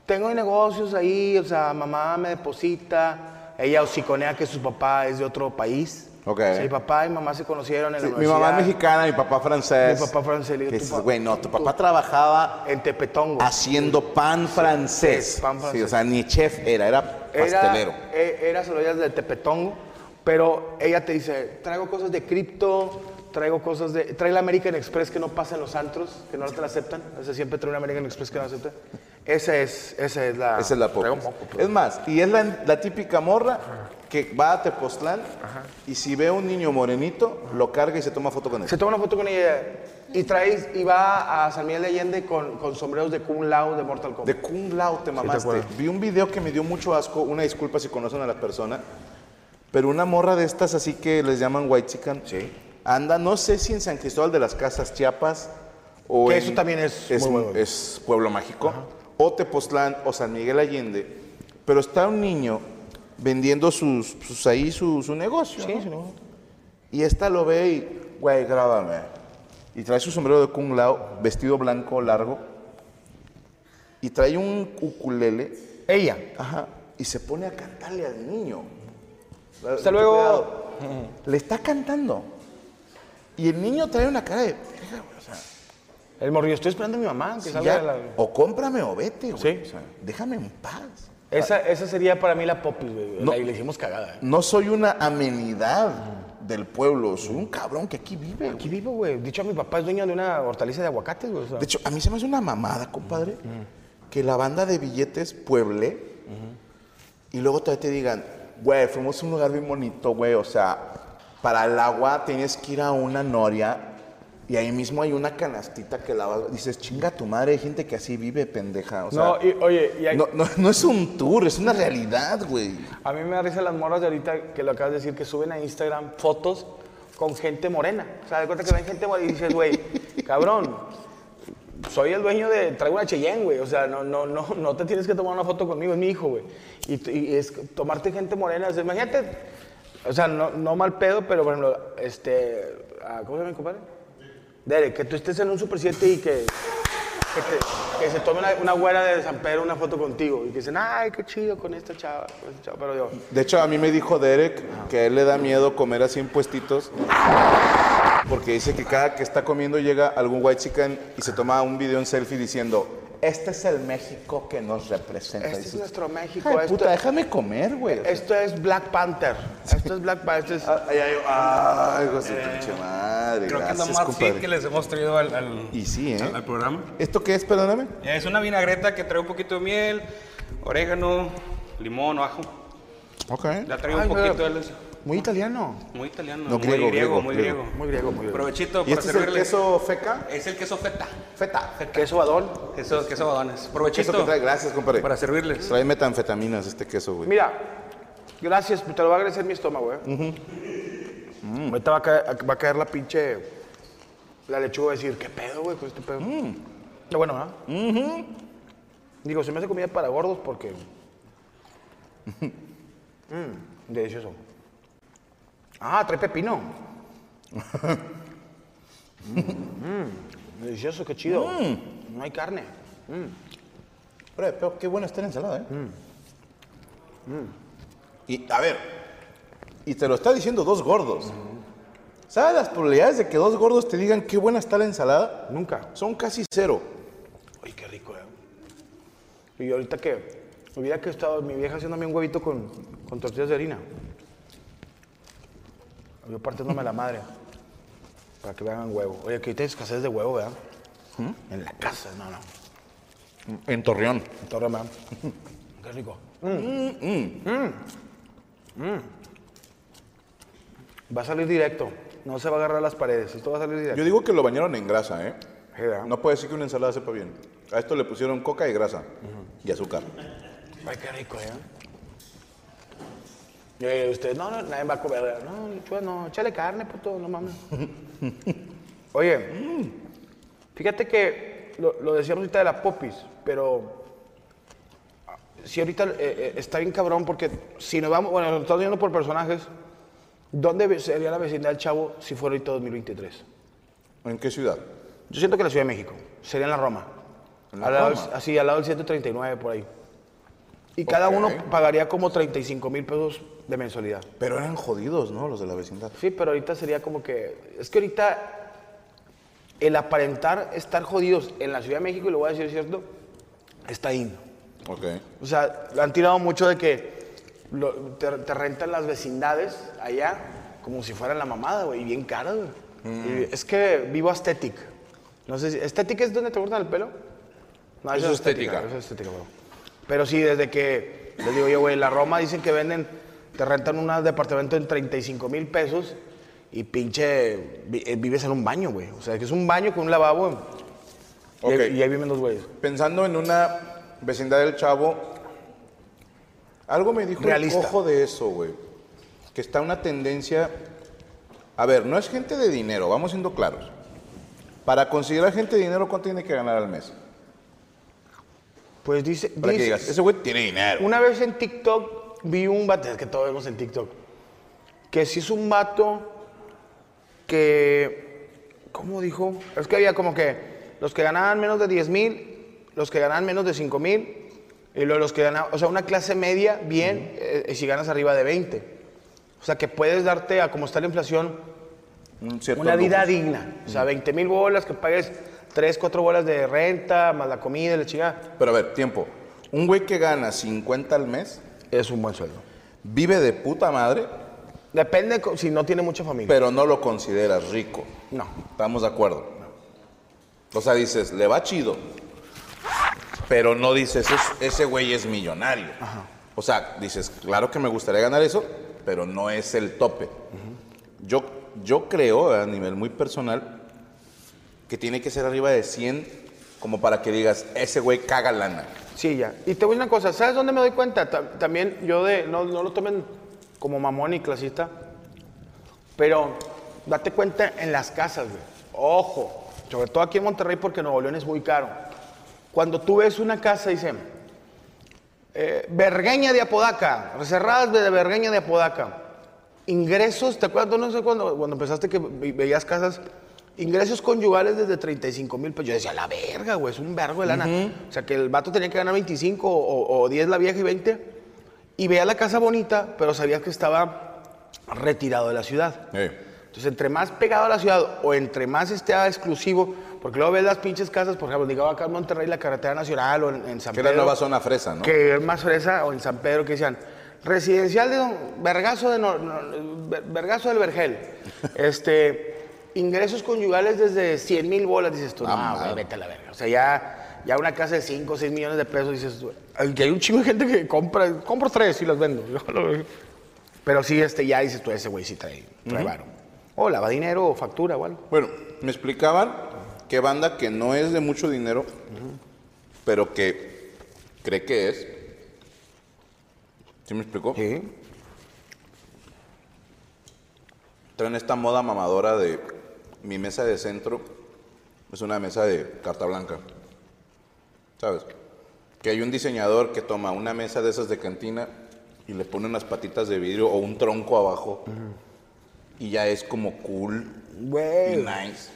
tengo negocios ahí, o sea, mamá me deposita. Ella hociconea que su papá es de otro país. Ok. O sea, mi papá y mamá se conocieron en Sí, la mi mamá es universidad, mexicana, mi papá francés. Mi papá francés, le digo, Que tu dices, pa- Güey, no, tu tu- papá trabajaba En Tepetongo. Ah, haciendo pan francés. Sí, pan o francés. sea, ni chef era, era pastelero. Era, e- era Soraya de Tepetongo, pero ella te dice, traigo cosas de cripto, traigo cosas de... Trae la American Express que no pasa en los antros, que no te la aceptan. O sea, siempre trae una American Express que no aceptan. Esa es, esa es la... Esa es la popis. Traigo Ah, moco, pues. pero- Es más, y es la, la típica morra que va a Tepoztlán y si ve a un niño morenito, lo carga y se toma foto con él. Se toma una foto con ella y trae, y va a San Miguel de Allende con, con sombreros de Kung Lao de Mortal Kombat. De Kung Lao te mamaste. acuerdas. Vi un video que me dio mucho asco, una disculpa si conocen a la persona, pero una morra de estas así que les llaman white chicken. Sí. Anda, no sé si en San Cristóbal de las Casas, Chiapas, o Que en- eso también es es, muy bueno. es Pueblo Mágico, o Tepoztlán, o San Miguel Allende, pero está un niño vendiendo sus, sus ahí su, su negocio. ¿no? Y esta lo ve y, güey, grábame. Y trae su sombrero de Kung Lao, vestido blanco, largo. Y trae un ukulele. Ella. Ajá. Y se pone a cantarle al niño. Hasta luego. Cuidado. Le está cantando. Y el niño trae una cara de. "Verga, güey, o sea, El morrillo, estoy esperando a mi mamá. Que si salga ya- de la- O cómprame o vete, güey. Sí. O sea, déjame en paz. esa, esa sería para mí la popis, güey. No. La- y le hicimos cagada. ¿eh? No soy una amenidad del pueblo. Soy un cabrón que aquí vive. güey. Aquí vivo, güey. ¿eh? Dicho a mi papá es dueño de una hortaliza de aguacates, güey. o sea. De hecho, a mí se me hace una mamada, compadre, que la banda de billetes pueble y luego todavía te digan, güey, fuimos a un lugar bien bonito, güey, o sea, para el agua tienes que ir a una noria y ahí mismo hay una canastita que la vas- dices, chinga tu madre, hay gente que así vive, pendeja, o sea, no, y, oye, y hay- no, no- no es un tour, es una realidad, güey. a mí me da risa las morras de ahorita que lo acabas de decir, que suben a Instagram fotos con gente morena. O sea, de cuenta que ven gente morena y dices, güey, cabrón, soy el dueño de, traigo una Cheyenne, güey. O sea, no, no, no, no te tienes que tomar una foto conmigo, es mi hijo, güey. Y, t- y es tomarte gente morena. O sea, imagínate, o sea, no, no mal pedo, pero por ejemplo, este, ah, ¿cómo se llama mi compadre? Derek, que tú estés en un Super 7 y que... que, te- que se tome una, una güera de San Pedro una foto contigo y que dicen, ay, qué chido con esta chava, con esta chava. Pero yo, De hecho, a mí me dijo Derek que a él le da miedo comer así en puestitos. Porque dice que cada que está comiendo llega algún white chicken y se toma un video en selfie diciendo, este es el México que nos representa. este es Dices, nuestro México, "Hija de esto, puta, déjame comer, güey. O sea, Este esto es Black Panther, esto es Black Panther, esto es... Ay, ay, ay, hijo de su pinche madre. Eh, Creo que es lo gracias, más compadre. fit que les hemos traído al, al- Y sí, ¿eh? al- al programa. ¿Esto qué es? Perdóname. Es una vinagreta que trae un poquito de miel, orégano, limón, ajo. Ok. La traigo Ay, un poquito pero- él es Muy italiano. muy italiano, No, muy griego, griego, griego, muy griego. griego. Muy griego, muy griego. Aprovechito ¿Y para este es el servirle. queso feca? Es el queso feta, Feta. Queso badol. queso, queso badones. Queso Aprovechito que trae, gracias, compadre. para servirles. Trae metanfetaminas este queso, güey. Mira, gracias, te lo va a agradecer mi estómago, ¿eh? Mm, Ahorita va a, caer, va a caer la pinche. La lechuga va a decir, ¿qué pedo, güey, con este pedo? Está bueno, ¿ah? Digo, se me hace comida para gordos porque. Mm, delicioso. Ah, trae pepino. Mm, mm, delicioso, qué chido. No hay carne. Pero, pero qué buena está la ensalada, ¿eh? Mm. Y, a ver, y te lo está diciendo dos gordos. ¿Sabes las probabilidades de que dos gordos te digan qué buena está la ensalada? Nunca. Son casi cero. Ay, qué rico, eh. Y ahorita que hubiera que estado mi vieja haciéndome un huevito con, con tortillas de harina. Yo partiéndome la madre. Para que me hagan huevo. Oye, que ahorita hay escasez de huevo, ¿verdad? En la casa, no, no. En Torreón. En Torre, ¿verdad? qué rico. Mm. Mm. Mm. Va a salir directo. No se va a agarrar las paredes. Esto va a salir directo. Yo digo que lo bañaron en grasa, ¿eh? Sí, ¿verdad? No puede decir que una ensalada sepa bien. A esto le pusieron coca y grasa. Y azúcar. Ay, qué rico, ¿eh? Eh, usted, no, no, nadie va a comer. ¿verdad? No, lechuga, no, échale carne, puto, no mames. Oye, fíjate que lo, lo decíamos ahorita de la popis, pero ah, si ahorita eh, eh, está bien cabrón, porque si nos vamos, bueno, nos estamos yendo por personajes, ¿dónde ve- sería la vecindad del chavo si fuera ahorita 2023? ¿En qué ciudad? Yo siento que la Ciudad de México, sería en la Roma. ¿En la Al lado del- Roma? así, al lado del 139, por ahí. Y cada Ok. uno pagaría como 35 mil pesos de mensualidad. Pero eran jodidos, ¿no? Los de la vecindad. Sí, pero ahorita sería como que. Es que ahorita el aparentar estar jodidos en la Ciudad de México, y lo voy a decir cierto, está in. Ok. O sea, le han tirado mucho de que lo- te, te rentan las vecindades allá como si fueran la mamada, güey, y bien caras, güey. Mm. Y Es que vivo aesthetic. No sé si. ¿Aesthetic es donde te cortan el pelo? No, Eso es estética. Eso es estética, güey. Pero sí, desde que. Les digo yo, güey, en la Roma dicen que venden. Te rentan un departamento en 35 mil pesos y pinche. vi- eh, Vives en un baño, güey. O sea, que es un baño con un lavabo. y- Ok. Y, ahí viven los güeyes. Pensando en una vecindad del Chavo, algo me dijo Realista. el cojo de eso, güey. Que está una tendencia. A ver, no es gente de dinero, vamos siendo claros. Para considerar gente de dinero, ¿cuánto tiene que ganar al mes? Pues dice. Para que dice- digas, ese güey tiene dinero. Una vez en TikTok vi un vato, es que todos vemos en TikTok, que sí es un vato que, ¿cómo dijo? Es que había como que los que ganaban menos de 10 mil, los que ganaban menos de 5 mil, y luego los que ganaban, o sea, una clase media bien, eh, y si ganas arriba de 20. O sea, que puedes darte, a como está la inflación, Un cierto una lujo. vida digna. O sea, 20 mil bolas, que pagues 3, 4 bolas de renta, más la comida, y la chingada. Pero a ver, tiempo. Un güey que gana 50 al mes, Es un buen sueldo. vive de puta madre, Depende co- si no tiene mucha familia. pero no lo consideras rico. No. Estamos de acuerdo. O sea, dices, le va chido. Pero no dices, "Es- ese güey es millonario. O sea, dices, claro que me gustaría ganar eso, pero no es el tope. yo, yo creo, a nivel muy personal, que tiene que ser arriba de 100 como para que digas, ese güey caga lana. Sí, ya. Y te voy a decir una cosa, ¿sabes dónde me doy cuenta? Ta- también yo de, no, no lo tomen como mamón y clasista, pero date cuenta en las casas, güey. Ojo, sobre todo aquí en Monterrey porque Nuevo León es muy caro. Cuando tú ves una casa, dicen, eh, Bergueña de Apodaca, reservadas de Bergueña de Apodaca. Ingresos, ¿te acuerdas? No sé cuando, cuando empezaste que ve- veías casas. Ingresos conyugales desde 35 mil pesos. Yo decía, la verga, güey, es un vergo de lana. O sea, que el vato tenía que ganar 25 o, o 10 la vieja y 20. Y veía la casa bonita, pero sabías que estaba retirado de la ciudad. Entonces, entre más pegado a la ciudad o entre más esté exclusivo, porque luego ves las pinches casas, por ejemplo, digamos acá en Monterrey, la carretera nacional o en, en San Que Pedro. era nueva zona fresa, ¿no? Que es más fresa o en San Pedro que decían residencial de don Vergazo de Nor- Nor- Ver- Vergazo del Vergel. este ingresos conyugales desde 100 mil bolas dices tú, Ah, no, madre. güey, vete a la verga. O sea, ya Ya una casa de 5 o 6 millones de pesos, dices, "Ay, que hay un chingo de gente que compra, compro tres y las vendo. Pero sí, este, ya dices tú, ese güey sí trae, trae varo. O lava dinero, o factura o algo. Bueno, me explicaban que banda que no es de mucho dinero, pero que cree que es. ¿Sí me explicó? Sí. Traen esta moda mamadora de mi mesa de centro es una mesa de carta blanca. ¿Sabes? Que hay un diseñador que toma una mesa de esas de cantina y le pone unas patitas de vidrio o un tronco abajo y ya es como cool y Güey. nice.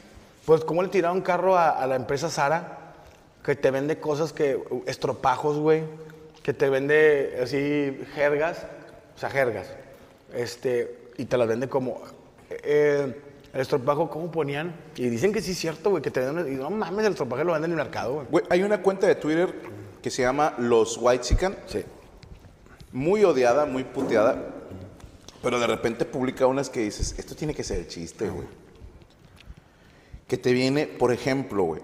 Pues, ¿cómo le tiraron carro a, a la empresa Sara? Que te vende cosas que. estropajos, güey. Que te vende así jergas. O sea, jergas. Este. Y te las vende como. eh, el estropajo, ¿cómo ponían? Y dicen que sí es cierto, güey. Que te venden. Y no mames, el estropajo lo venden en el mercado, güey. Güey, hay una cuenta de Twitter que se llama Los White Chicken. Sí. Muy odiada, muy puteada. Pero de repente publica unas que dices, esto tiene que ser el chiste, güey. Que te viene, por ejemplo, güey,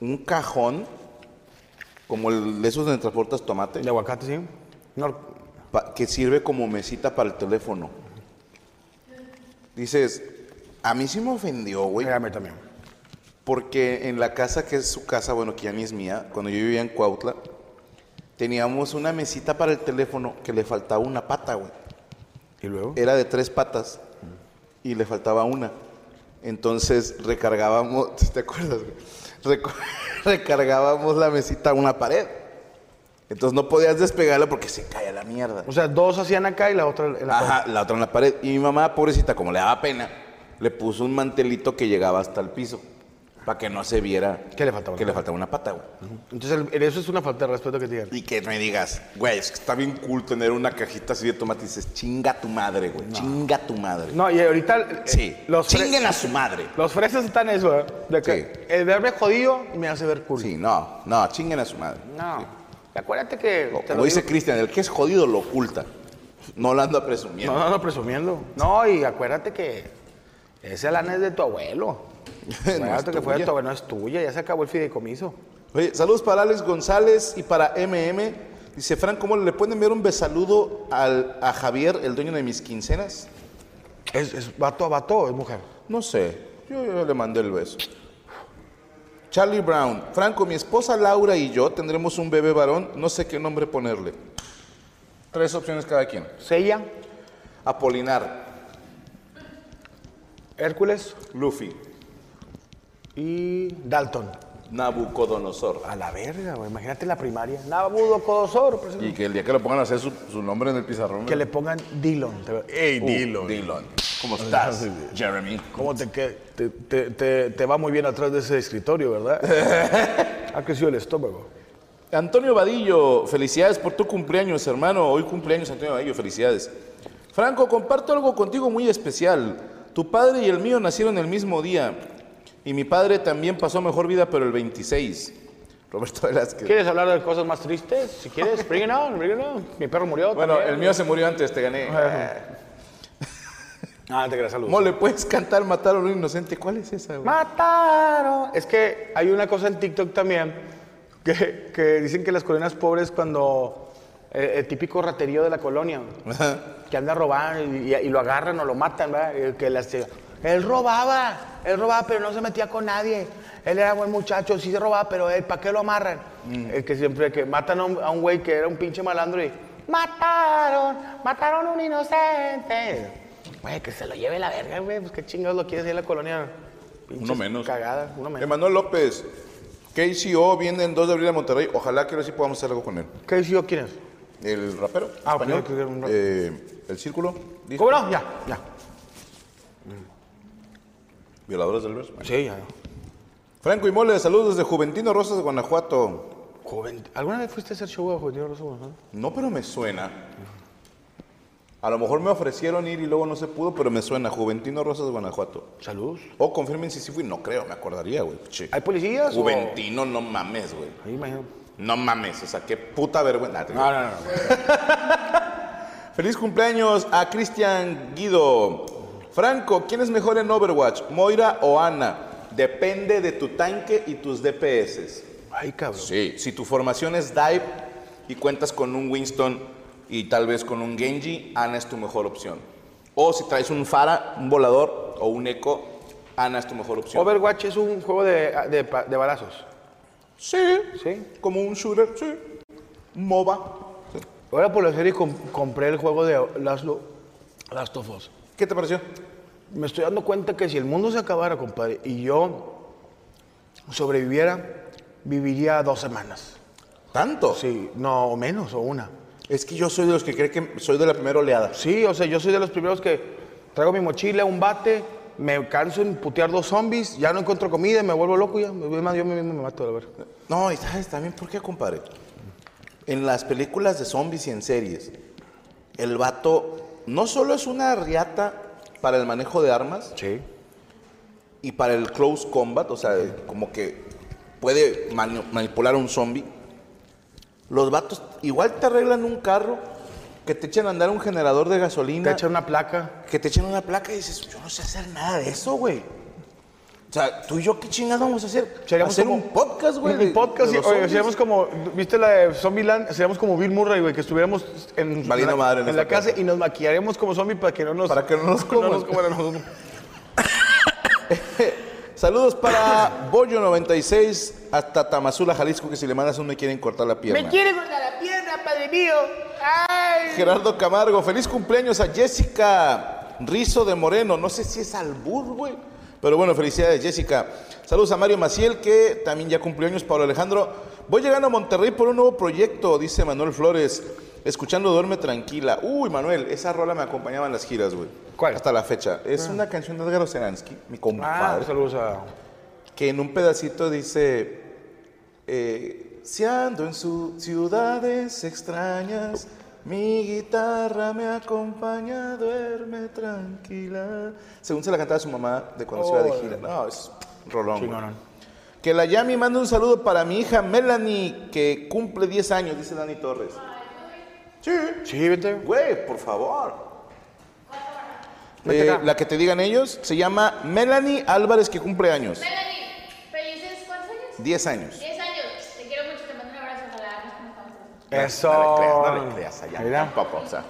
un cajón como el de esos donde transportas tomate, De aguacate, sí. No, pa- que sirve como mesita para el teléfono. Dices, a mí sí me ofendió, güey. mírame también. Porque en la casa, que es su casa, bueno, que ya ni es mía, cuando yo vivía en Cuautla, teníamos una mesita para el teléfono que le faltaba una pata, güey. ¿Y luego? Era de tres patas y le faltaba una. Entonces recargábamos, ¿sí ¿te acuerdas? güey? Recu- recargábamos la mesita a una pared. Entonces no podías despegarla porque se caía la mierda. O sea, dos hacían acá y la otra en la Ajá, la otra en la pared. Y mi mamá, pobrecita, como le daba pena, le puso un mantelito que llegaba hasta el piso. Para que no se viera ¿Qué le faltaba? que le faltaba una pata, güey. Entonces, el- eso es una falta de respeto que te digan. Y que me digas, güey, es que está bien cool tener una cajita así de tomate. Y dices, chinga tu madre, güey. Chinga tu madre. No, y ahorita. eh, sí. Los fre- Chinguen a su madre. Los fresas están eso, ¿eh? De que Sí. el verme jodido me hace ver cool. Sí, no, no, chinguen a su madre. No. Acuérdate que. O- te lo Como dice digo- Cristian, el que es jodido lo oculta. No lo anda presumiendo. No, no, no, presumiendo. No, y acuérdate que ese lana es de tu abuelo. No acuérdate es que fue de tuya. tu abuelo, no es tuya, ya se acabó el fideicomiso. Oye, saludos para Alex González y para MM. Dice, Fran, ¿cómo le pueden enviar un besaludo al, a Javier, el dueño de mis quincenas? ¿Es, es vato a vato o es mujer? No sé, yo, yo le mandé el beso. Charlie Brown, Franco, mi esposa Laura y yo tendremos un bebé varón, no sé qué nombre ponerle. Tres opciones cada quien. Sella, Apolinar, Hércules Luffy, y Dalton. Nabucodonosor. Ah, A la verga, güey. Imagínate la primaria. Nabudo Codosor. pues, Y que el día que lo pongan a hacer su, su nombre en el pizarrón. Que le pongan Dillon. te- Uh. Hey, Dylan. Uh, ¿Cómo estás, Jeremy? ¿Cómo te, que- te, te- te- te va muy bien atrás de ese escritorio, verdad? ha crecido el estómago. Antonio Vadillo, felicidades por tu cumpleaños, hermano. Hoy cumpleaños, Antonio Vadillo, felicidades. Franco, comparto algo contigo muy especial. Tu padre y el mío nacieron el mismo día. Y mi padre también pasó mejor vida, pero el 26. Roberto Velázquez. ¿Quieres hablar de cosas más tristes? Si quieres, bring it on, bring it on. Mi perro murió. Bueno, también. el mío se murió antes, te gané. Ah, te quería saludar. Mole, ¿puedes cantar Mataron a un inocente? ¿Cuál es esa? güey? Mataron. Es que hay una cosa en TikTok también que, que dicen que las colonias pobres cuando eh, el típico raterío de la colonia que anda robando y, y- y lo agarran o lo matan, ¿verdad? Y que las- él robaba, él robaba pero no se metía con nadie. Él era buen muchacho, sí se robaba, pero él, ¿para qué lo amarran? El que siempre que matan a un, a un güey que era un pinche malandro y mataron, mataron a un inocente. Güey, que se lo lleve la verga, güey, pues qué chingados lo quiere hacer la colonia. Uno Pinches menos. Cagada, uno menos. Emanuel López, KCO viene el 2 de abril a Monterrey. Ojalá que ahora sí podamos hacer algo con él. ¿Qué decidió quién es? El rapero. Ah, ok, español, creo que era un rap- eh, el círculo. disco, ¿Cómo no? Ya, ya. Violadores del verso. Sí, ya. Franco y Mole, saludos desde Juventino Rosas, Guanajuato. Joven, ¿Alguna vez fuiste a hacer show a Juventino Rosa Guanajuato? No, pero me suena. A lo mejor me ofrecieron ir y luego no se pudo, pero me suena. Juventino Rosas, Guanajuato. Saludos. O confirmen si sí fui, no creo, me acordaría, güey. Che. ¿Hay policías? o- Juventino, no mames, güey. Ahí, imagino. No mames, o sea, qué puta vergüenza. Nah, te digo. No, no, no. Feliz cumpleaños a Cristian Guido. Franco, ¿quién es mejor en Overwatch? ¿Moira o Ana? Depende de tu tanque y tus DPS. Ay, cabrón. Sí, si tu formación es dive y cuentas con un Winston y tal vez con un Genji, Ana es tu mejor opción. O si traes un Fara, un volador o un Echo, Ana es tu mejor opción. Overwatch es un juego de, de pa- de balazos. Sí, Sí. como un shooter, sí. MOBA. Ahora por la serie com- compré el juego de Last, Lo- Last of Us. ¿Qué te pareció? Me estoy dando cuenta que si el mundo se acabara, compadre, y yo sobreviviera, viviría dos semanas. ¿Tanto? Sí, no, o menos, o una. Es que yo soy de los que cree que soy de la primera oleada. Sí, o sea, yo soy de los primeros que traigo mi mochila, un bate, me canso en putear dos zombies, ya no encuentro comida, y me vuelvo loco y ya. me- es más, Yo mismo me mato, a ver. No, y sabes también por qué, compadre. En las películas de zombies y en series, el vato no solo es una riata para el manejo de armas, Sí. y para el close combat, o sea, como que puede mani- manipular a un zombie. Los vatos igual te arreglan un carro, que te echan a andar un generador de Te gasolina, echan una placa. que te echan una placa y dices, yo no sé hacer nada de eso, güey. O sea, tú y yo, ¿qué chingados vamos a hacer? Seríamos hacer como- un podcast, Pues, güey. de- Un podcast, de y- los oye, zombies. seríamos como, ¿viste la de Zombieland? Seríamos como Bill Murray, güey, que estuviéramos en, Valiendo la, madre en en esta la casa casa. y nos maquillaremos como zombies para que no nos... Para que no nos coman. coman a nosotros. Saludos para Bollo96 hasta Tamazula, Jalisco, que si le mandas uno me quieren cortar la pierna. cortar la pierna, padre mío. ¡Ay! Gerardo Camargo, feliz cumpleaños a Jessica Rizo de Moreno. No sé si es albur, güey. Pero bueno, felicidades, Jessica. Saludos a Mario Maciel, que también ya cumplió años. Pablo Alejandro, voy llegando a Monterrey por un nuevo proyecto, dice Manuel Flores. Escuchando Duerme Tranquila. Uy, Manuel, esa rola me acompañaba en las giras, güey. ¿Cuál? Hasta la fecha. Es una canción de Edgar Oceransky, mi Ah, compadre saludos a... que en un pedacito dice, eh, si ando en su- ciudades extrañas, mi guitarra me acompaña, duerme tranquila. Según se la cantaba su mamá de cuando se iba de gira. No, es rolón. güey. Que la Yami manda un saludo para mi hija Melanie, que cumple 10 años, dice Dani Torres. Sí. Sí, vete. Güey, por favor. Vete Eh, acá. la que te digan ellos se llama Melanie Álvarez, que cumple años. Melanie, felices, ¿cuántos años? 10 años. 10 años. Te quiero mucho, te mando un abrazo. Ojalá nos conozcamos. Eso. No le creas, no le creas allá. Mira. tampoco, o sea.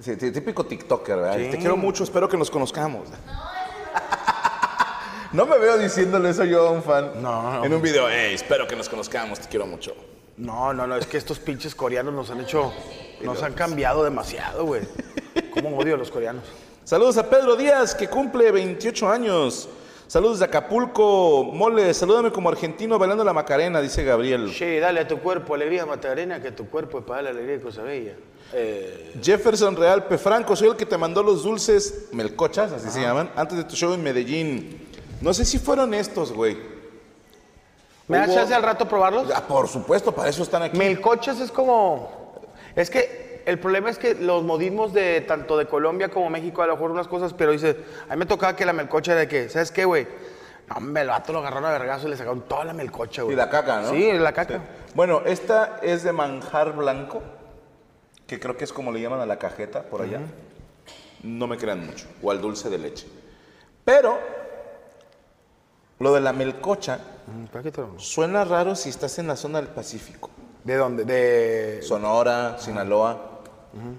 sí, sí, típico TikToker, ¿verdad? Sí. Te quiero mucho, espero que nos conozcamos. No me veo diciéndole eso yo a un fan. No, no. En un video, hey, espero que nos conozcamos, te quiero mucho. No, no, no, es que estos pinches coreanos nos han hecho... Nos han cambiado demasiado, güey. ¿Cómo odio a los coreanos? Saludos a Pedro Díaz, que cumple 28 años. Saludos de Acapulco, mole, salúdame como argentino bailando la Macarena, dice Gabriel. Sí, dale a tu cuerpo alegría, Matarena, que tu cuerpo es para la alegría y cosa bella. Eh, Jefferson Real P. Franco, soy el que te mandó los dulces melcochas, así se llaman, antes de tu show en Medellín. No sé si fueron estos, güey. ¿Me das Hubo- chance al rato probarlos? Ah, por supuesto, para eso están aquí. Melcochas es como. Es que el problema es que los modismos de tanto de Colombia como México, a lo mejor unas cosas, pero dice, a mí me tocaba que la melcocha era de que, ¿sabes qué, güey? No, hombre, el vato lo agarraron a vergazo y le sacaron toda la melcocha, güey. Y la caca, ¿no? Sí, la caca. Bueno, esta es de manjar blanco, que creo que es como le llaman a la cajeta por allá. No me crean mucho, o al dulce de leche. Pero lo de la melcocha Mm, páquetelo. suena raro si estás en la zona del Pacífico. ¿De dónde? De. Sonora, Sinaloa.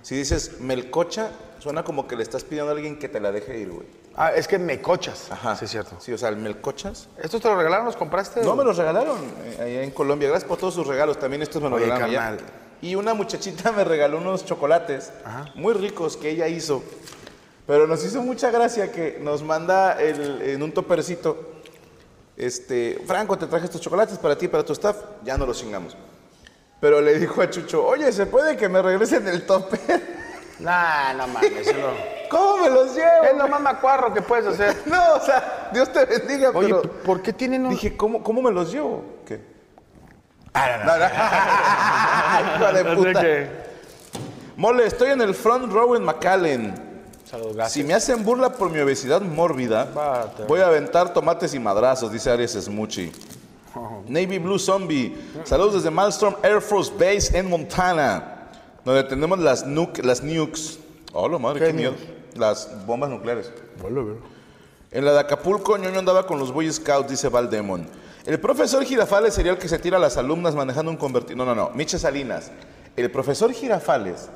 Si dices melcocha, suena como que le estás pidiendo a alguien que te la deje ir, güey. Ah, es que mecochas. Ajá. Sí, es cierto. Sí, o sea, el melcochas. ¿Estos te los regalaron? ¿Los compraste? No, me los regalaron eh, allá en Colombia. Gracias por todos sus regalos. También estos me los Oye, regalaron allá. carnal. Y una muchachita me regaló unos chocolates Ajá. muy ricos que ella hizo. Pero nos hizo mucha gracia que nos manda el- en un topercito. Este, Franco, te traje estos chocolates para ti y para tu staff. Ya no los chingamos. Pero le dijo a Chucho, oye, ¿se puede que me regresen el topper? Nah, no mames. eso no. ¿Cómo me los llevo? Es lo más macuarro que puedes hacer. No, o sea, Dios te bendiga, Oye, pero... ¿por qué tienen un.? Dije, ¿cómo, ¿cómo me los llevo? ¿Qué? Ah, no, no. Hijo de puta. Mole, estoy en el front row en McAllen. Saludos, gracias. Si me hacen burla por mi obesidad mórbida, Vate. voy a aventar tomates y madrazos, dice Arias Smuchy. Navy Blue Zombie, saludos desde Malmstrom Air Force Base en Montana, donde tenemos las, nuke, las nukes. Hola, madre, qué, ¿Qué miedo. nukes? Las bombas nucleares. En la de Acapulco, ñoño andaba con los Boy Scouts, dice Valdemon. El profesor Girafales sería el que se tira a las alumnas manejando un convertible. No, no, no. Miche Salinas. El profesor Girafales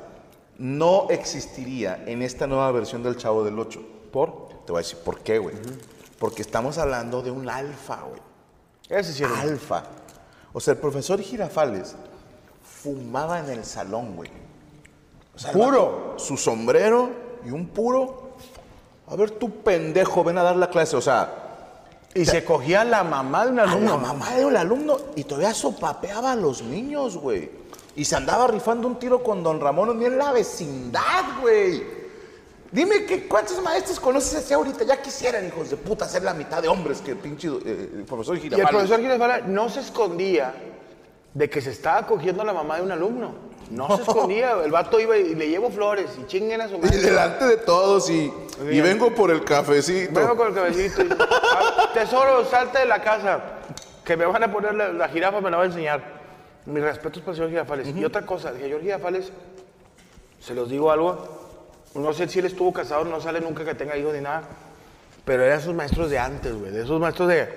no existiría en esta nueva versión del Chavo del Ocho. ¿Por? Te voy a decir por qué, güey. Porque estamos hablando de un alfa, güey. Ese sí era. Alfa. O sea, el profesor Girafales fumaba en el salón, güey. O sea, el vato, Su sombrero y un puro. A ver, tú pendejo, ven a dar la clase. O sea, Y se cogía a la mamá de un a la alumno. mamá del alumno y todavía sopapeaba a los niños, güey. Y se andaba rifando un tiro con don Ramón ni en la vecindad, güey. Dime que cuántos maestros conoces así ahorita. Ya quisieran, hijos de puta, ser la mitad de hombres que el pinche eh, el profesor Y el Girafales. profesor Girafales no se escondía de que se estaba cogiendo a la mamá de un alumno. No se escondía. El vato iba y le llevo flores y chinguen a su Y madre. delante de todos y, y vengo por el cafecito. Vengo con el cabecito. y- Ah, Tesoro, salte de la casa. Que me van a poner la, la jirafa, me la va a enseñar. Mis respetos para el señor Girafales. Y otra cosa, el señor Girafales, se los digo algo. No sé si él estuvo casado, no sale nunca que tenga hijos ni nada. Pero eran sus maestros de antes, güey. De esos maestros de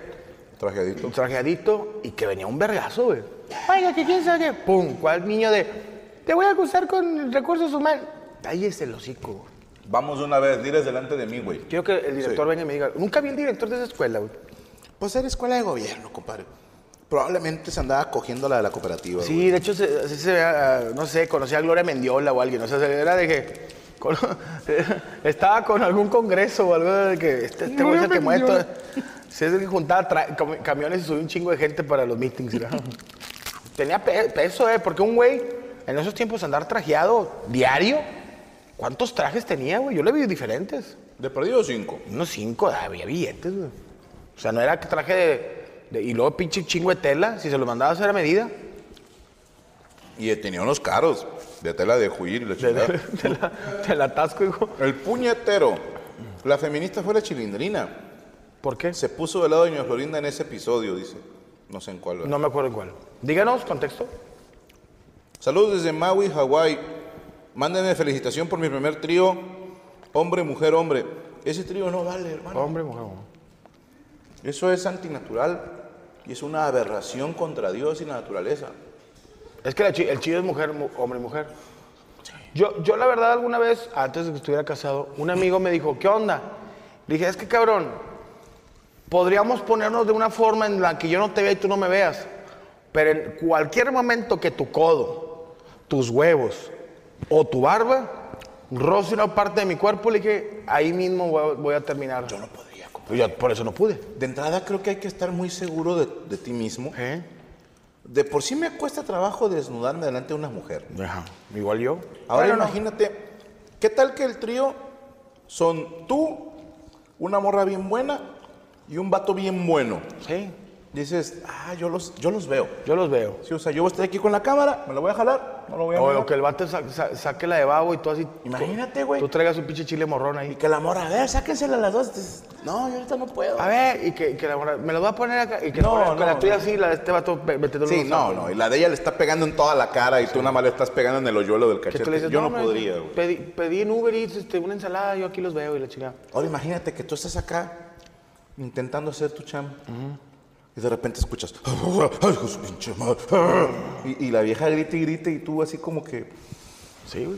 Trajeadito. trajeadito y que venía un vergazo, güey. Oiga, que quién sabe qué. Pum, ¿cuál niño de. Te voy a acusar con recursos humanos. Cállese el hocico, güey. Vamos de una vez, diles delante de mí, güey. Quiero que el director Sí. venga y me diga. Nunca vi el director de esa escuela, güey. Pues era escuela de gobierno, compadre. Probablemente se andaba cogiendo la de la cooperativa. Sí, de hecho, se, sí se ve, ah, no sé, conocía a Gloria Mendiola o alguien. O sea, se- era de que con- estaba con algún congreso o algo de que este, este güey es el que mueve todo. Sí, es el que juntaba tra- cam- camiones y subía un chingo de gente para los meetings. ¿no? Tenía pe- peso, ¿eh? Porque un güey, en esos tiempos, andar trajeado diario, ¿cuántos trajes tenía, güey? Yo le vi diferentes. De perdido cinco. Unos cinco, ah, había billetes, güey. O sea, no era que traje de, de- Y luego pinche chingo de tela, si se lo mandaba a hacer a medida. Y tenía unos caros de tela de juir y la chingada. Te la, te la atasco, hijo. El puñetero. La feminista fue la chilindrina. ¿Por qué? Se puso del lado de Doña Florinda en ese episodio, dice. No sé en cuál. ¿verdad? No me acuerdo cuál. Díganos, contexto. Saludos desde Maui, Hawái. Mándenme felicitación por mi primer trío. Hombre, mujer, hombre. Ese trío no vale, hermano. Hombre, mujer. Eso es antinatural y es una aberración contra Dios y la naturaleza. Es que la chi- el chido es mujer, mu- hombre y mujer. Yo, yo, la verdad, alguna vez, antes de que estuviera casado, un amigo me dijo, ¿qué onda? Le dije, es que cabrón, podríamos ponernos de una forma en la que yo no te vea y tú no me veas. Pero en cualquier momento que tu codo, tus huevos o tu barba roce una parte de mi cuerpo, le dije, ahí mismo voy a, voy a terminar. Yo no podría. Yo por eso no pude. De entrada creo que hay que estar muy seguro de, de ti mismo. ¿Eh? De por sí me cuesta trabajo desnudarme delante de una mujer. Igual yo. Ahora Bueno, no. imagínate, ¿qué tal que el trío son tú, una morra bien buena y un vato bien bueno? Sí, Dices, ah, yo los, yo los veo. yo los veo. Sí, o sea, yo voy a estar aquí con la cámara, me la voy a jalar, no lo voy a O mirar. lo que el vato sa- sa- saque la de babo y tú así. Imagínate, güey. Tú traigas un pinche chile morrón Y ahí. que la morra, a ver, sáquensela a las dos. Dices, no, yo ahorita no puedo. A ver, y que, que la morra- me lo voy a poner acá. Y que No, la, morra- con la no, tuya no. así, la de este vato pe- metiéndole Sí, unos no, sapos. no. Y la de ella le está pegando en toda la cara y tú nada más le estás pegando en el hoyuelo del Que cachete. tú le dices, yo no, hombre, podría, güey. Pedí, pedí en Uber Eats este, una ensalada, yo aquí los veo y la chingada. Ahora imagínate que tú estás acá intentando hacer tu chamba y de repente escuchas, "Ay, hijo de su pinche madre". Y, y la vieja grita y grita y tú así como que... Sí, güey.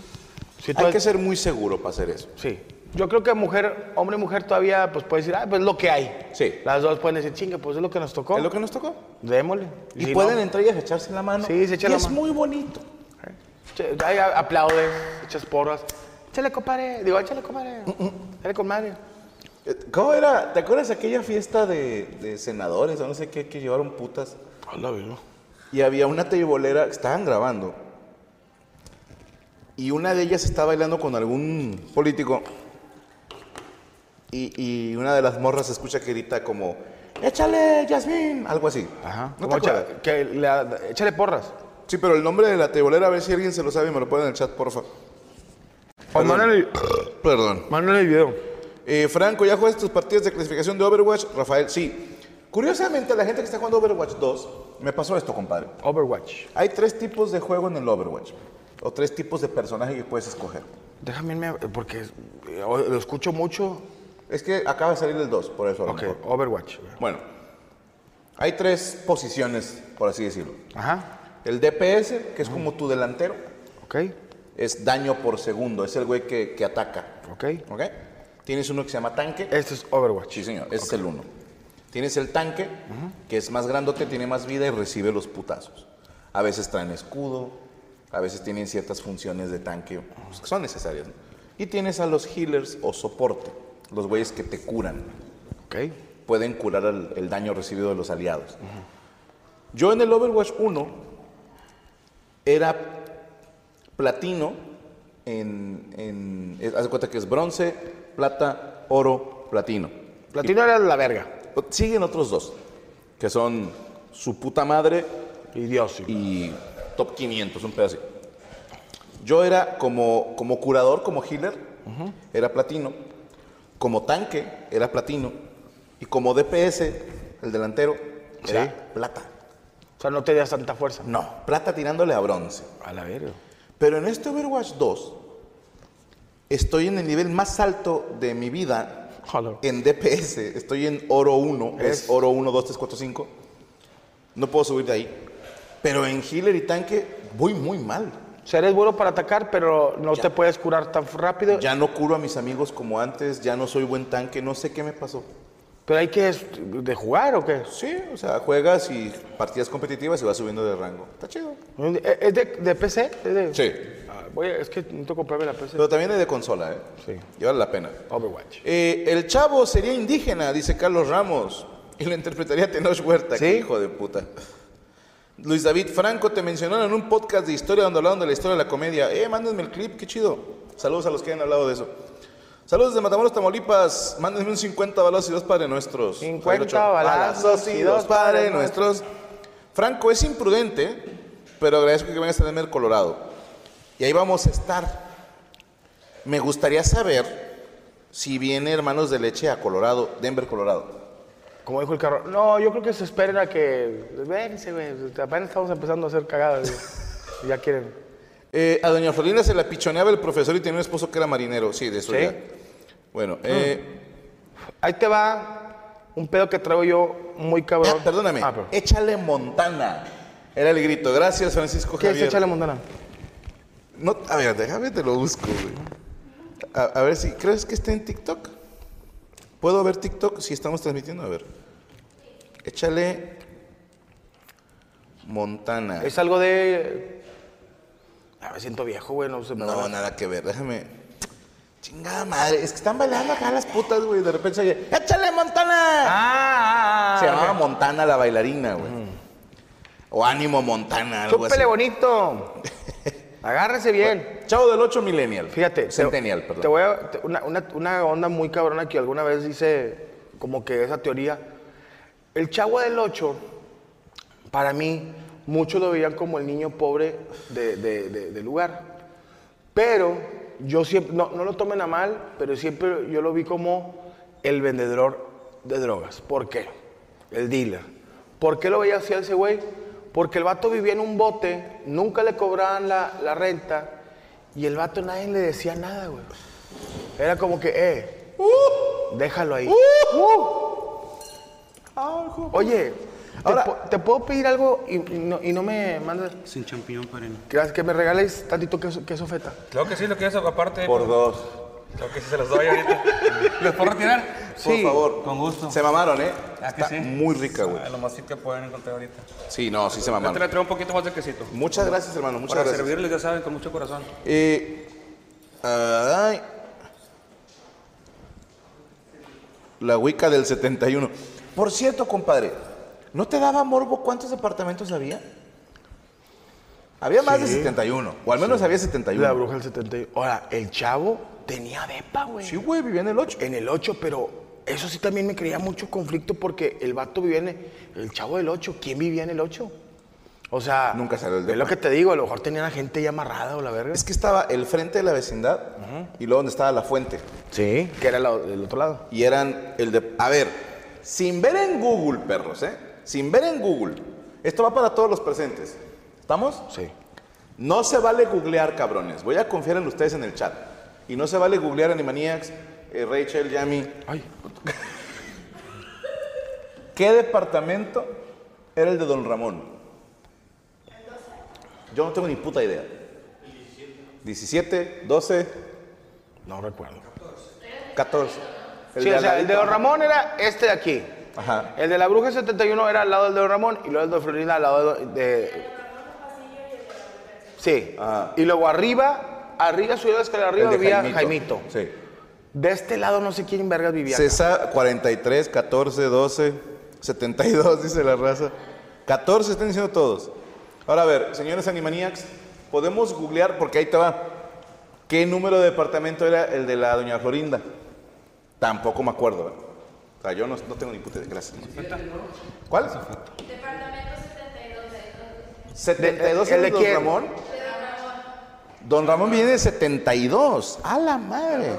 Sí, Hay todavía- que ser muy seguro para hacer eso. sí. Yo creo que mujer, hombre y mujer todavía pues puede decir, ah, pues es lo que hay. Sí. Las dos pueden decir, chinga, pues es lo que nos tocó. Es lo que nos tocó. Démosle. Y Si pueden no, entre ellas echarse la mano. Sí, se y echan la es mano. muy bonito. Che, ahí a- aplaudes, echas porras. Échale, compadre. Digo, échale, compadre. Mm, Échale, compadre. Eh, ¿Cómo era? ¿Te acuerdas de aquella fiesta de, de senadores o no sé qué que llevaron putas? Y había una teibolera, estaban grabando. Y una de ellas estaba bailando con algún político. Y, y una de las morras escucha que grita como, échale, Yasmín, algo así. ¿No te Como echa- acuerdas? que le- échale porras. Sí, pero el nombre de la teibolera, a ver si alguien se lo sabe y me lo pone en el chat, porfa. O mándale, Perdón. mándale el video. Eh, Franco, ¿ya juegas tus partidas de clasificación de Overwatch? Rafael, sí. Curiosamente, la gente que está jugando Overwatch 2, me pasó esto, compadre. Overwatch. Hay tres tipos de juego en el Overwatch. O tres tipos de personaje que puedes escoger. Déjame irme, a- porque eh, o- lo escucho mucho. Es que acaba de salir el 2, por eso. a lo Ok, mejor. Overwatch. Bueno. Hay tres posiciones, por así decirlo. Ajá. El DPS, que es como tu delantero, Ok. es daño por segundo, es el güey que, que ataca. Ok. ¿Ok? Tienes uno que se llama tanque. Esto es Overwatch. Sí, señor, ese es el uno. Tienes el tanque, que es más grandote, tiene más vida y recibe los putazos. A veces traen escudo, a veces tienen ciertas funciones de tanque pues, que son necesarias. ¿no? Y tienes a los healers o soporte, los güeyes que te curan. Ok. Pueden curar el, el daño recibido de los aliados. Yo en el Overwatch 1 era platino en... en es- haz de cuenta que es bronce, plata, oro, platino. Platino era la verga. Siguen otros dos, que son su puta madre Y Dios. sí. y top 500, un pedazo. Yo era como, como curador, como healer, era platino. Como tanque, era platino. Y como DPS, el delantero, era Sí. plata. O sea, no tenías tanta fuerza. No, plata tirándole a bronce. A la verga. Pero en este Overwatch 2, estoy en el nivel más alto de mi vida Hola. en DPS. Estoy en oro 1, es, Es- oro 1, 2, 3, 4, 5. No puedo subir de ahí. Pero en healer y tanque voy muy mal. O sea, eres bueno para atacar, pero no Ya. te puedes curar tan rápido. Ya no curo a mis amigos como antes, ya no soy buen tanque, no sé qué me pasó. Pero hay que es- de jugar o qué. Sí, o sea, juegas y partidas competitivas y vas subiendo de rango. Está chido. ¿Es es de, de PC? ¿Es de- Sí. Ah, voy a- es que necesito comprarme la PC. Pero también es de consola, ¿eh? Sí. Y vale la pena. Overwatch. Eh, el chavo sería indígena, dice Carlos Ramos. Y lo interpretaría Tenoch Huerta, qué ¿Sí? hijo de puta. Luis David Franco, te mencionaron en un podcast de historia donde hablaron de la historia de la comedia. Eh, mándenme el clip, qué chido. Saludos a los que han hablado de eso. Saludos desde Matamoros, Tamaulipas. Mándenme un 50 balazos y dos padres nuestros. 50 Javier Ochoa. balazos y dos padres Padre nuestros. Franco, es imprudente, pero agradezco que vengas a tener Colorado. Y ahí vamos a estar. Me gustaría saber si viene Hermanos de Leche a Colorado, Denver, Colorado. Como dijo el carro. No, yo creo que se esperen a que. Vénganse, güey. Apenas estamos empezando a hacer cagadas. güey. ya quieren. Eh, a Doña Florinda se la pichoneaba el profesor y tenía un esposo que era marinero. Sí, de eso ¿Sí? Mm. ya. Bueno, eh, Ahí te va un pedo que traigo yo muy cabrón. ah, perdóname. Ah, pero- Échale Montana. Era el grito. Gracias, Francisco ¿Qué es Javier. Échale Montana? No, a ver, déjame te lo busco, güey. A, a ver si crees que está en TikTok. ¿Puedo ver TikTok si estamos transmitiendo? A ver. Échale Montana. Es algo de. Ah, me siento viejo, güey. No sé. me No, va- nada que ver, déjame. Chingada madre, es que están bailando acá las putas, güey. De repente se oye, ¡échale Montana! Ah, ah, ah, se llamaba ok. Montana la bailarina, güey. O Ánimo Montana, algo Chúpele así. bonito. Agárrese bien. Chavo del 8 Millennial. Fíjate. Centennial, te, perdón. Te voy a. te- una, una- una onda muy cabrona que alguna vez hice como que esa teoría. El chavo del 8, para mí, muchos lo veían como el niño pobre de, de- de- del lugar. Pero yo siempre, no, no lo tomen a mal, pero siempre yo lo vi como el vendedor de drogas. ¿Por qué? El dealer. ¿Por qué lo veía así a ese güey? Porque el vato vivía en un bote, nunca le cobraban la, la renta y el vato nadie le decía nada, güey. Era como que, eh, déjalo ahí. Oye, ¿te, Ahora- po- te puedo pedir algo y, y no, y no me mandas? Sin champiñón, pareno. Que, que me regales tantito queso, queso feta. Claro que sí, lo que es aparte. Por dos. Claro que sí, se los doy ahorita. ¿Los puedo retirar? Por favor. Con gusto. Se mamaron, ¿eh? ¿A que Está sí? muy rica, güey. Ah, Lo más que pueden encontrar ahorita. Sí, no, sí se Yo te le mamaron. traigo un poquito más de quesito. Muchas gracias, hermano. Muchas Para gracias. servirles, ya saben, con mucho corazón. Eh, ay. La Wicca del 71. Por cierto, compadre, ¿no te daba morbo cuántos departamentos había? Había más de 71, o al menos había 71. La bruja del 71. Ahora, el chavo tenía depa, güey. Sí, güey, vivía en el 8. En el 8, pero eso sí también me creía mucho conflicto porque el vato vivía en el, el chavo del 8. ¿Quién vivía en el 8? O sea, Nunca salió el Es depa. lo que te digo, a lo mejor tenían a gente ya amarrada o la verga. Es que estaba el frente de la vecindad y luego donde estaba la fuente. Sí. Que era la- del otro lado. Y eran el de... A ver, sin ver en Google, perros, ¿eh? Sin ver en Google. Esto va para todos los presentes. ¿Estamos? Sí. No se vale googlear, cabrones. Voy a confiar en ustedes en el chat. Y no se vale googlear Animaniacs, eh, Rachel, Yami. Ay. ¿Qué departamento Era el de Don Ramón. Yo no tengo ni puta idea. 17, 12, No recuerdo. 14. sí, o al sea, el ladito. de Don Ramón era este de aquí. Ajá. El de la Bruja 71 era al lado del de Don Ramón y luego el de Florinda al lado de. de- Sí. Ajá. Y luego arriba, arriba subió la escalera arriba, El de vivía Ah. Jaimito. Jaimito. Sí. De este lado no sé quién vergas vivía. César, 43, 14, 12, 72, dice la raza. 14 están diciendo todos. Ahora a ver, señores Animaniacs, podemos googlear, porque ahí te va. ¿Qué número de departamento era el de la doña Florinda? Tampoco me acuerdo. ¿verdad? O sea, yo no, no tengo ni puta idea. Gracias. ¿Cuál? Departamento 72. ¿72 ¿El el de de quién? Don Ramón? Don Ramón viene de 72. ¡A la madre!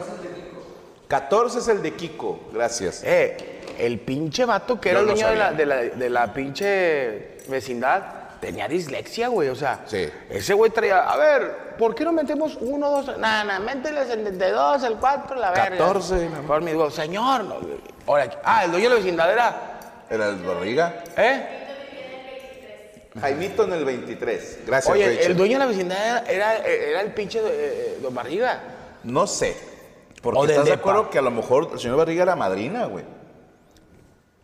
14 es el de Kiko. Gracias. Eh, el pinche vato Yo que era el no dueño de la, sabía. de, la, de la pinche vecindad tenía dislexia, güey. O sea, Sí. ese güey traía. A ver, ¿por qué no metemos uno, dos? Nada, nada, métele el 72, el 4, la verga. 14, mamá. Por mi digo, señor. no, güey. Ahora, ah, el dueño de la vecindad era. Era el Barriga. ¿Eh? Jaimito en el 23. Gracias, Oye, Rachel. el dueño de la vecindad era, era, era el pinche eh, eh, don Barriga. No sé. Porque O del estás de depa. acuerdo que a lo mejor el señor Barriga era madrina, güey.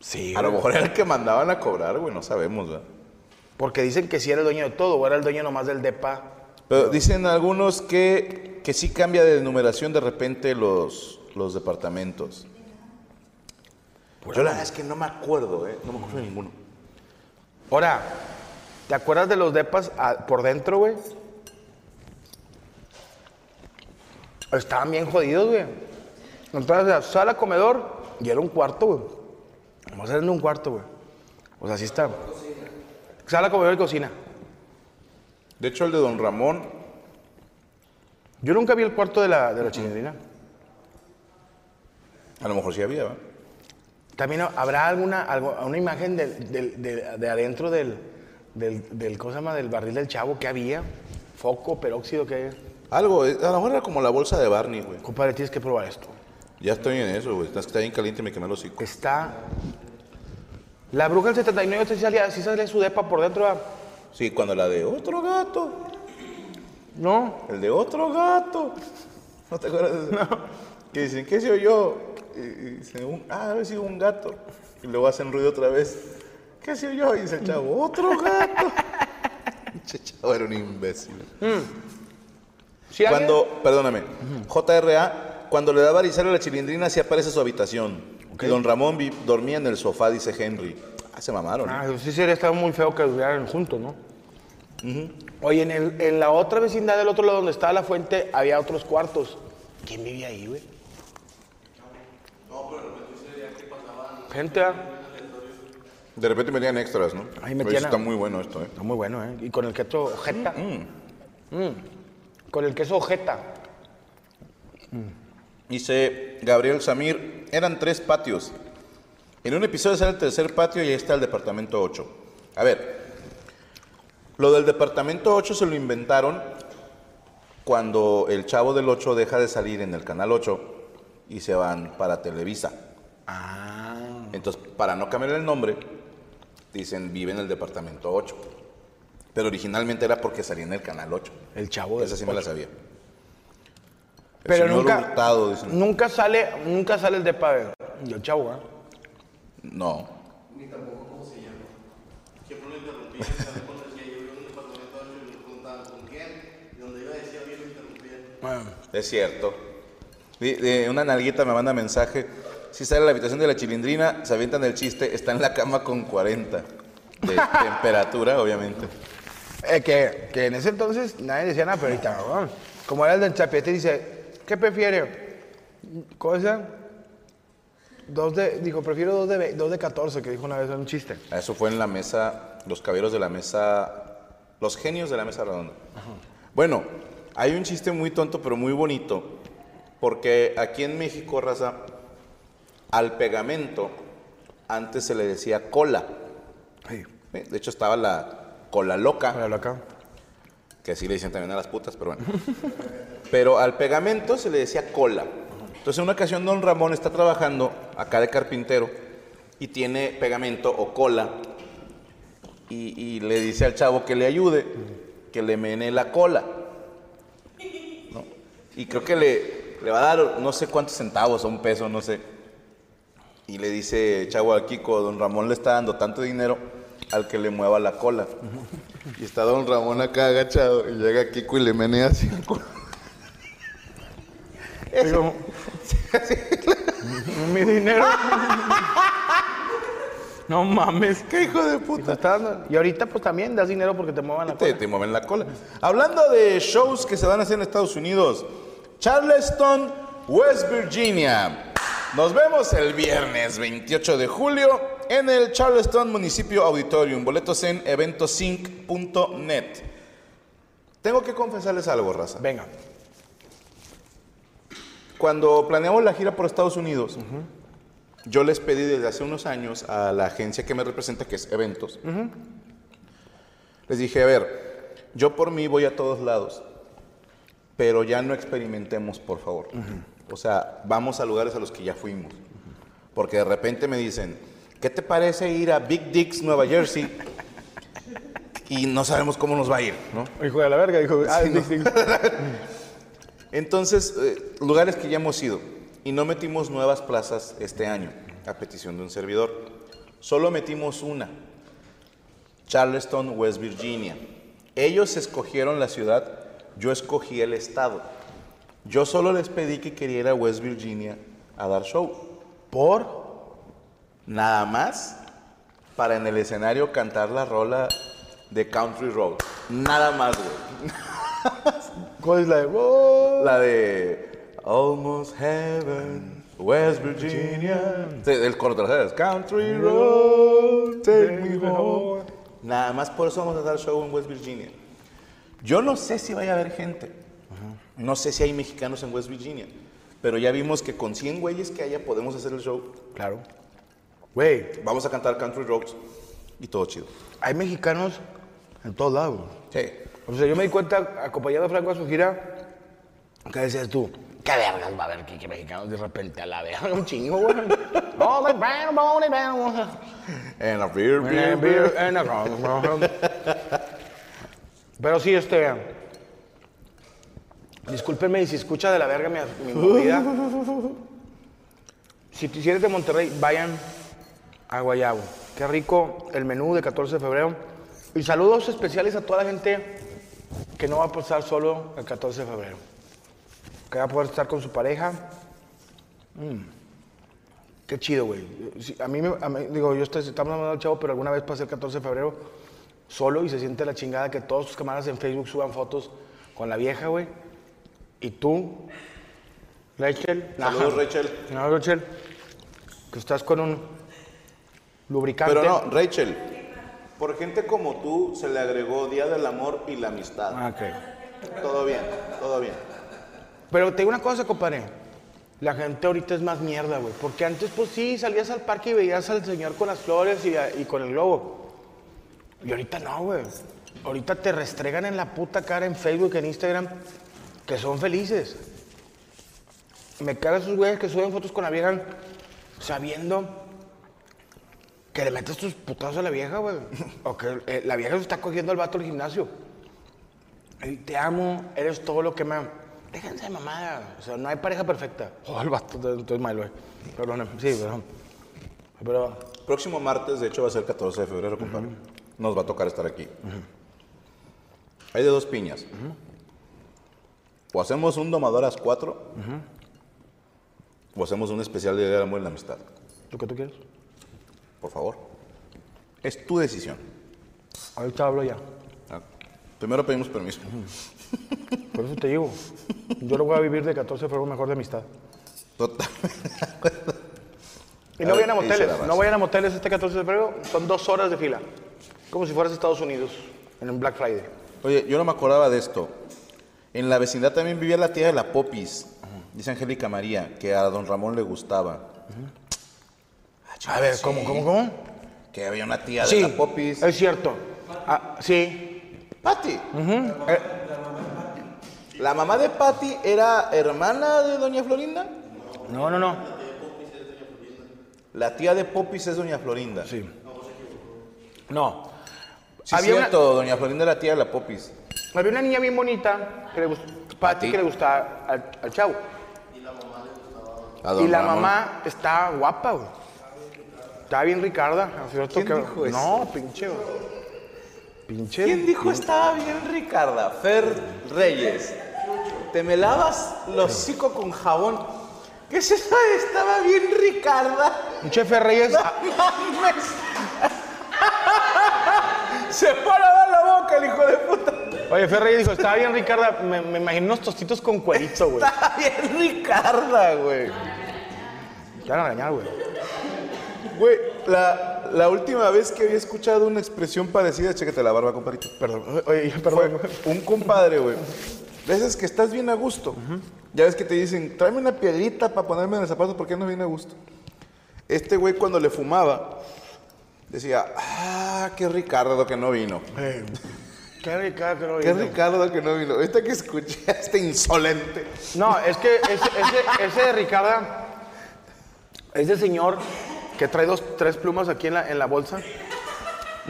Sí. A lo mejor era el que mandaban a cobrar, güey. No sabemos, ¿verdad? Porque dicen que sí era el dueño de todo, o era el dueño nomás del DEPA. Pero dicen algunos que, que sí cambia de numeración de repente los, los departamentos. Pues Yo la verdad es que no me acuerdo, ¿eh? No me acuerdo de ninguno. Ahora, ¿te acuerdas de los depas ah, por dentro, güey? Estaban bien jodidos, güey. Entonces, la sala, comedor, y era un cuarto, güey. Vamos a hacer un cuarto, güey. O sea, así está. Sala, comedor y cocina. De hecho, el de Don Ramón, Yo nunca vi el cuarto de la, de la chingadera. a lo mejor sí había, ¿verdad? También habrá alguna, algo- una imagen del- del- del- de adentro del, del, del, ¿cómo se llama? del barril del chavo que había. Foco, peróxido, que Algo, eh, a lo mejor era como la bolsa de Barney, güey. Compadre, tienes que probar esto. Ya estoy en eso, güey. Estás que está bien caliente y me quemé los hocico. Está. La bruja del 79 sí salía, sí salía su depa por dentro. ¿verdad? Sí, cuando la de otro gato, No. el de otro gato. ¿No te acuerdas? de eso? Que dicen, ¿qué se oyó? Y, y dicen, un- ah, ha sido un gato. Y luego hacen ruido otra vez. ¿Qué se oyó? Y dice el chavo, otro gato. Che, chavo era un imbécil. Sí, alguien- Cuando, perdóname, JRA, cuando le da varicela a la chilindrina, sí aparece su habitación. Y don Ramón vi- dormía en el sofá, dice Henry. Ah, se mamaron. ¿eh? Ah, sí, sí, estaba muy feo que estuvieran juntos, ¿no? Oye, en, el- en la otra vecindad del otro lado donde estaba la fuente había otros cuartos. ¿Quién vivía ahí, güey? Gente, ah. ¿verdad? De repente metían extras, ¿no? Oye, Ahí metían Mm. sí a- Está muy bueno esto, ¿eh? está muy bueno, ¿eh? Y con el queso ojeta. Mm. Con el queso ojeta. Dice Gabriel Samir, eran tres patios. En un episodio sale el tercer patio y ahí está el departamento 8. A ver, lo del departamento 8 se lo inventaron cuando el chavo del 8 deja de salir en el canal 8 y se van para Televisa. Entonces, para no cambiar el nombre, dicen vive en el departamento 8. Pero originalmente era porque salía en el canal 8. El chavo del Esa sí me la sabía. El Pero señor nunca, Hurtado, dicen. nunca sale, nunca sale el de Pavel. Yo, chavo, ¿eh? No. Es cierto. Di- de una nalguita me manda mensaje. Si sale a la habitación de la chilindrina, se avientan el chiste, está en la cama con 40. De temperatura, obviamente. Eh, que, que en ese entonces nadie decía nada, pero ahorita, ¿no? como era el del chapete, dice, ¿qué prefiere? ¿Cosa? Dos de, dijo, prefiero dos de, ve- dos de 14, que dijo una vez en un chiste. Eso fue en la mesa, los caballeros de la mesa, los genios de la mesa redonda. Bueno, hay un chiste muy tonto, pero muy bonito, porque aquí en México, raza, al pegamento antes se le decía cola. Sí, De hecho, estaba la cola loca. Míralo acá. que así le dicen también a las putas, pero bueno. Pero al pegamento se le decía cola. Entonces, en una ocasión, don Ramón está trabajando acá de carpintero y tiene pegamento o cola y, y le dice al chavo que le ayude, que le mene la cola. ¿no? Y creo que le, le va a dar no sé cuántos centavos o un peso, no sé. Y le dice Chavo al Kiko, don Ramón le está dando tanto dinero al que le mueva la cola. Y está don Ramón acá agachado y llega Kiko y le menea así la cola. Mi dinero. no mames. ¿Qué hijo de puta? Está dando- Y ahorita pues también das dinero porque te muevan la Te, cola. te mueven la cola. Hablando de shows que se van a hacer en Estados Unidos, Charleston, West Virginia. Nos vemos el viernes 28 de julio en el Charleston Municipio Auditorium. Boletos en eventosync.net. Tengo que confesarles algo, raza. Venga. Cuando planeamos la gira por Estados Unidos, yo les pedí desde hace unos años a la agencia que me representa, que es Eventos, les dije, a ver, yo por mí voy a todos lados, pero ya no experimentemos, por favor. O sea, vamos a lugares a los que ya fuimos. Porque de repente me dicen, ¿qué te parece ir a Big Dicks, Nueva Jersey? Y no sabemos cómo nos va a ir, ¿no? Hijo de la verga, hijo. de- Ah, Sí, sí, no. sí. Entonces, eh, lugares que ya hemos ido y no metimos nuevas plazas este año, a petición de un servidor. Solo metimos una, Charleston, West Virginia. Ellos escogieron la ciudad, yo escogí el estado. Yo solo les pedí que quería ir a West Virginia a dar show. Por nada más para en el escenario cantar la rola de Country Road. Nada más, güey. ¿Cuál es la de? "Wow"? La de Almost Heaven, West Virginia. Sí, El coro, ¿te la sabes? Country Road, take me home. Nada más por eso vamos a dar show en West Virginia. Yo no sé si vaya a haber gente. No sé si hay mexicanos en West Virginia. Pero ya vimos que con 100 güeyes que haya podemos hacer el show. Claro. Güey, Vamos a cantar Country Roads y todo chido. hay mexicanos en todos lados. Sí. O sea, yo me di cuenta, acompañando a Franco a su gira, ¿qué decías tú? ¿Qué vergas va a haber aquí que mexicanos de repente a la verga? Un chingo, güey. No, like, brown, brown, brown. And a beer, beer, Beer, beer. beer, and a brown, brown. Pero sí, este... Discúlpenme si escucha de la verga mi, mi movida. Si te- si eres de Monterrey, vayan a Guayabo. Qué rico el menú de 14 de febrero. Y saludos especiales a toda la gente que no va a pasar solo el 14 de febrero. Que va a poder estar con su pareja. Mm. Qué chido, güey. Sí, A mí, me- a mí- digo, yo estoy, estamos hablando chavo, pero alguna vez pasé el 14 de febrero solo y se siente la chingada que todos sus camaradas en Facebook suban fotos con la vieja, güey. Y tú, Rachel. Saludos, ajá. Rachel. No, Rachel, que estás con un lubricante. Pero no, Rachel, por gente como tú se le agregó Día del Amor y la Amistad. Ah, ok. Todo bien, todo bien. Pero te digo una cosa, compadre. La gente ahorita es más mierda, güey. Porque antes, pues sí, salías al parque y veías al señor con las flores y, a- y con el globo. Y ahorita no, güey. Ahorita te restregan en la puta cara en Facebook, en Instagram, que son felices. Me cagan esos güeyes que suben fotos con la vieja sabiendo que le metes tus putazos a la vieja, güey. O que eh, la vieja se está cogiendo al vato del gimnasio. Ey, te amo, eres todo lo que me am- Déjense de mamada. O sea, no hay pareja perfecta. Oh, el vato, entonces malo, güey. Perdón, sí, perdón. Pero Próximo martes, de hecho, va a ser 14 de febrero, compadre. Nos va a tocar estar aquí. Hay de dos piñas. O hacemos un Domadoras 4, o hacemos un especial de Día del Amor y la Amistad. lo que tú quieres. Por favor. Es tu decisión. Ahorita hablo ya. Ah, Primero pedimos permiso. Por eso te digo. Yo lo voy a vivir de 14 de febrero mejor de amistad. Total. Y no vayan a Ahí se la moteles. raza. No vayan a moteles este 14 de febrero. Son dos horas de fila. Como si fueras a Estados Unidos en un Black Friday. Oye, yo no me acordaba de esto. En la vecindad también vivía la tía de la Popis, dice Angélica María, que a don Ramón le gustaba. A ver, ¿cómo, cómo, cómo? Que había una tía de Sí, Eh. la Popis. es cierto. Ah, sí. Patty. Eh. La mamá de Patty era hermana de doña Florinda. No, no, no. La tía de Popis es doña Florinda. Sí. No. Sí, Había una- cierto, doña Florinda la tía de la popis. Había una niña bien bonita, que le gust- Pati, que le gustaba al, al chavo. A don Y la Ramón. mamá está guapa, güey. Está bien Ricarda. a cierto ¿Quién que- dijo eso? No, pinche. güey. Pinche. ¿Quién dijo estaba bien Ricarda? Fer Reyes. Te me lavas los hocico con jabón. ¿Qué es eso de estaba bien Ricarda? Pinche Ferreyes. a- ¡Mames! Se fue a lavar la boca el hijo de puta. Oye, Ferreyes dijo, estaba bien Ricarda. Me, me imagino unos tostitos con cuerito, güey. Estaba bien Ricarda, güey. Te van a regañar, güey. Güey, la, la última vez que había escuchado una expresión parecida, chécate la barba, compadrito. Perdón. Oye, Fue perdón. un compadre, güey. De esas que estás bien a gusto. Ya ves que te dicen, tráeme una piedrita para ponerme en el zapato porque no viene a gusto. Este güey cuando le fumaba, decía, ah, qué Ricardo que no vino. Qué Ricarda que lo Qué dijo. Ricardo que no vino. Esta que escuché, este insolente. No, es que ese, ese, ese de Ricarda, ese señor que trae dos, tres plumas aquí en la, en la bolsa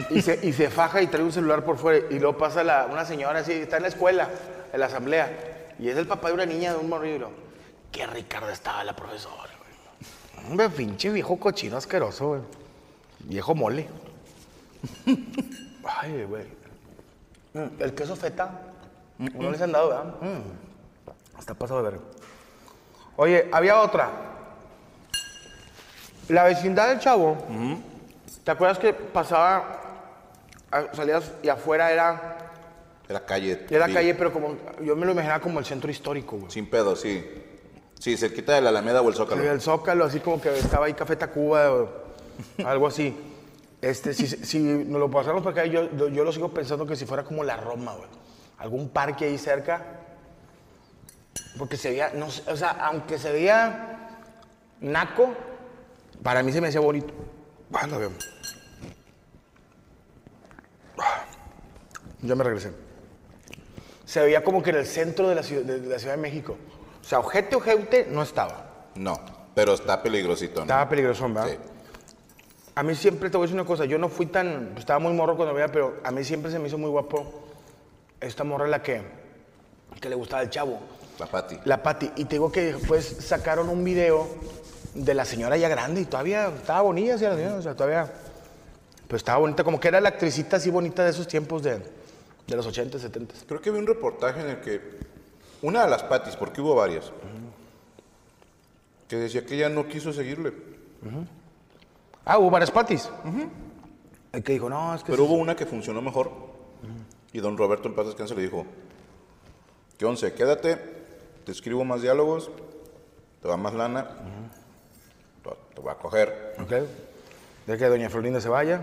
y se, y se faja y trae un celular por fuera y luego pasa la, una señora así, está en la escuela, en la asamblea, y es el papá de una niña de un morrillo. Qué Ricarda estaba la profesora, güey. Hombre, pinche viejo cochino asqueroso, güey. Viejo mole. Ay, güey. Mm, El queso feta. No les han dado, ¿verdad? Hasta pasado de verga. Oye, había otra. La vecindad del chavo. ¿Te acuerdas que pasaba, a- salías y afuera era, Era calle. era sí. calle, pero como yo me lo imaginaba como el centro histórico, güey. Sin pedo, sí. Sí, cerquita de la Alameda o el Se Zócalo. veía el Zócalo, así como que estaba ahí Café Tacuba o algo así. Este, si, si nos lo pasamos para acá, yo, yo lo sigo pensando que si fuera como la Roma, güey. Algún parque ahí cerca. Porque se veía, no sé, o sea, aunque se veía naco, para mí se me hacía bonito. Ah, la veo. Ah, Ya me regresé. Se veía como que en el centro de la ciudad de, de la Ciudad de México. O sea, ojete, ojete, no estaba. No, pero está peligrosito, ¿no? Estaba peligroso, ¿verdad? Sí. A mí siempre te voy a decir una cosa, yo no fui tan, pues, estaba muy morro cuando veía, pero a mí siempre se me hizo muy guapo esta morra la que, que le gustaba el chavo, La Pati. la Patti. Y te digo que después sacaron un video de la señora ya grande y todavía estaba bonita, sí, la señora, o sea, todavía, pues estaba bonita, como que era la actricita así bonita de esos tiempos de, de los 80, 70. Creo que vi un reportaje en el que una de las patis, porque hubo varias, que decía que ella no quiso seguirle. Ah, hubo varias patis. El que dijo, no, es que... Pero hubo una que funcionó mejor. Y don Roberto en paz descanse le dijo, que once, quédate, te escribo más diálogos, te va más lana, te- te voy a coger. Ok. De que doña Florinda se vaya.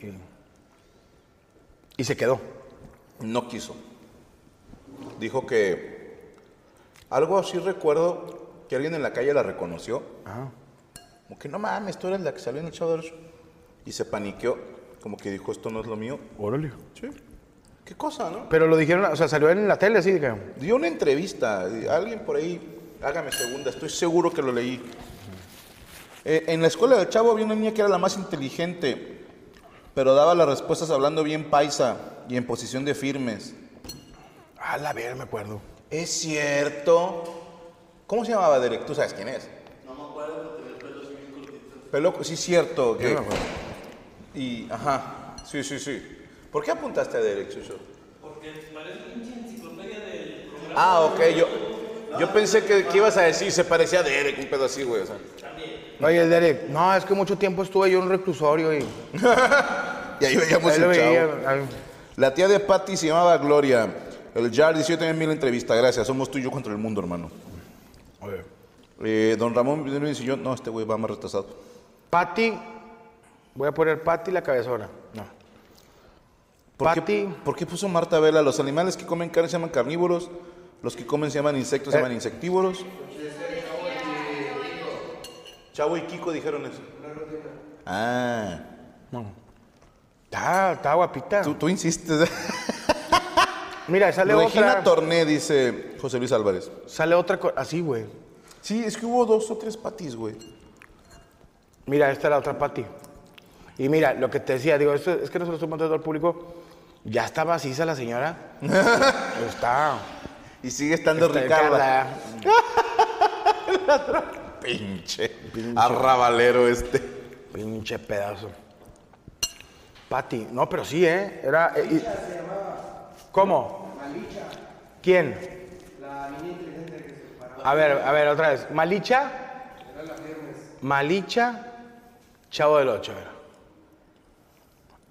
y, y se quedó. No quiso. Dijo que algo así recuerdo que alguien en la calle la reconoció. Como que no mames, tú eres la que salió en el show Y se paniqueó, como que dijo, esto no es lo mío. Órale. Sí. ¿Qué cosa, no? Pero lo dijeron, o sea, salió en la tele, así de que. Dio una entrevista, y alguien por ahí, hágame segunda, estoy seguro que lo leí. Eh, en la escuela del chavo había una niña que era la más inteligente, pero daba las respuestas hablando bien paisa y en posición de firmes. A la ver, me acuerdo. Es cierto. ¿Cómo se llamaba Derek? ¿Tú sabes quién es? No me acuerdo, pero tenía el pelo así bien cortito. Pelo, sí, cierto. que- Y, ajá, sí, sí, sí. ¿Por qué apuntaste a Derek, Chucho? Porque parece una enciclopedia del programa. Ah, ok, yo, yo pensé que, que ibas a decir, se parecía a Derek, un pedo así, güey. O sea. Oye, el Derek, no, es que mucho tiempo estuve yo en un reclusorio y. Y ahí veíamos ahí lo el chavo. veía, ay, La tía de Patty se llamaba Gloria. El Jar 17 también vi la entrevista, gracias. Somos tú y yo contra el mundo, hermano. Eh, don Ramón me dice yo, no, este güey va más retrasado. Patty. Voy a poner Patty la cabezona. No. ¿Por Patty. Qué, por qué puso Marta Vela? Los animales que comen carne se llaman carnívoros, los que comen se llaman insectos, se Eh. llaman insectívoros. Chavo y Kiko dijeron eso. Ah, Está, está guapita. tú, tú insistes. Mira, sale Regina otra. Torné, dice José Luis Álvarez. sale otra co- así, güey. Sí, es que hubo dos o tres patis, güey. Mira, esta es la otra Patty. Y mira, lo que te decía, digo, esto, es que nosotros somos todo el público. Ya está maciza la señora. está. Y sigue estando Está Ricarda. Ricarda. Pinche, arrabalero este. Pinche pedazo. Pati, no, pero sí, ¿eh? Era. eh, y- ¿Cómo? ¿Quién? La niña inteligente que se A ver, a ver, otra vez. Malicha. Malicha. Chavo del 8, a ver.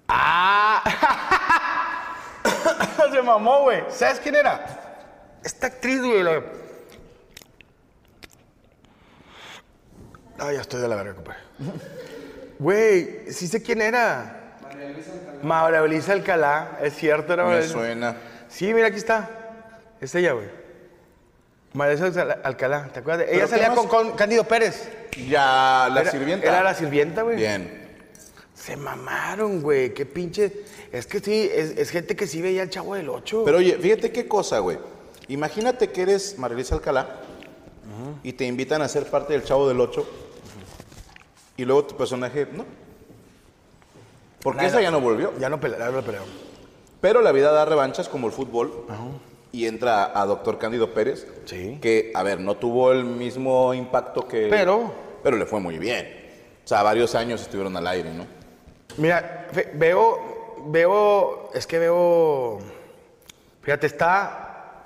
¡Ah! se mamó, güey. ¿Sabes quién era? Esta actriz, güey. la- Ah, ya estoy de la verga, compadre. Güey, sí sé quién era. María Belisa Alcalá, es cierto, era María Me Belisa. suena. Sí, mira, aquí está. Es ella, güey. María Belisa Alcalá- Alcalá, ¿te acuerdas? Ella ¿Pero salía qué con, más? con Cándido Pérez. Ya, la Era- sirvienta. Era la sirvienta, güey. Bien. Se mamaron, güey. Qué pinche. Es que sí, es, es gente que sí veía al chavo del 8. Pero oye, fíjate qué cosa, güey. Imagínate que eres Marilisa Alcalá y te invitan a ser parte del Chavo del Ocho y luego tu personaje, ¿no? Porque esa ya no volvió. ya no pelearon, no pelearon. Pero la vida da revanchas como el fútbol. Y entra a Doctor Cándido Pérez. Sí. Que, a ver, no tuvo el mismo impacto que. Pero- Pero le fue muy bien. O sea, varios años estuvieron al aire, ¿no? Mira, fe- veo, veo, es que veo, fíjate, está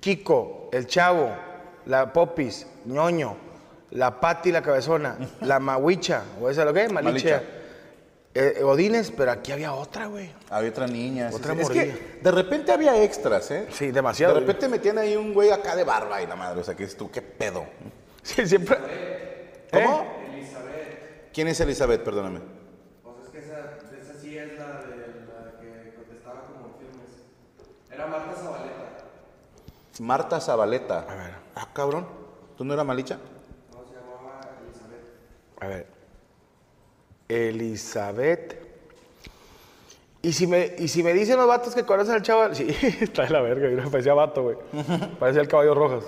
Kiko, el Chavo, la Popis, Ñoño, la Pati, la Cabezona, la Mahuicha, o esa lo que es, Malicha. Malicha. Eh, Odines, pero aquí había otra, güey. Había otra niña. sí, Otra sí. Es morrilla. que de repente había extras, ¿eh? Sí, demasiado. De repente metían ahí un güey acá de barba y la madre. O sea, que es tú, qué pedo. Sí, siempre. ¿Cómo? Elizabeth. ¿Quién es Elizabeth? Perdóname. Pues es que esa, sí es la, de, la que contestaba como filmes. Era Marta Zabaleta. Marta Zabaleta. A ver. Ah, cabrón. ¿Tú no eras malicha? A ver. Elizabeth. Y si, me, y si me dicen los vatos que conocen al chaval. Sí, está de la verga, mira, parecía vato, güey. Parecía el caballo rojas.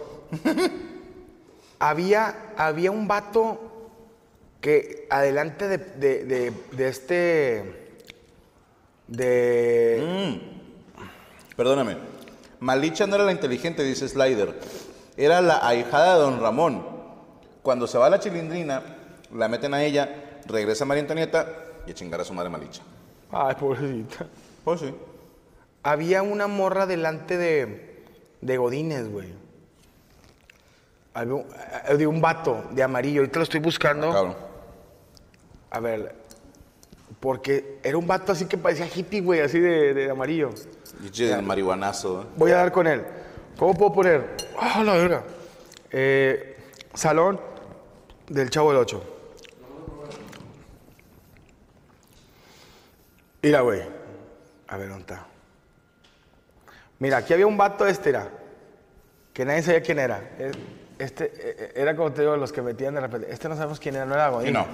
había, había un vato que adelante de, de- de- de este. Mm. De. Perdóname. Malicha no era la inteligente, dice Slider. Era la ahijada de Don Ramón. Cuando se va la chilindrina, la meten a ella, regresa María Antonieta y a chingar a su madre Malicha. Ay, pobrecita. Pues sí. Había una morra delante de, de Godínez, güey. Había un- eh, De un vato de amarillo, ahorita lo estoy buscando. Ah, Cabrón. A ver, porque era un vato así que parecía hippie, güey, así de, de amarillo. Y che, el marihuanazo. ¿eh? Voy a dar con él. ¿Cómo puedo poner? ¡Ah, la verga! Eh, salón del Chavo del 8. Mira, güey. A ver, ¿dónde está? Mira, aquí había un vato este, era. Que nadie sabía quién era. Eh, Este eh, eh, era como te digo, los que metían de repente. Este no sabemos quién era, no era Godín. Y no.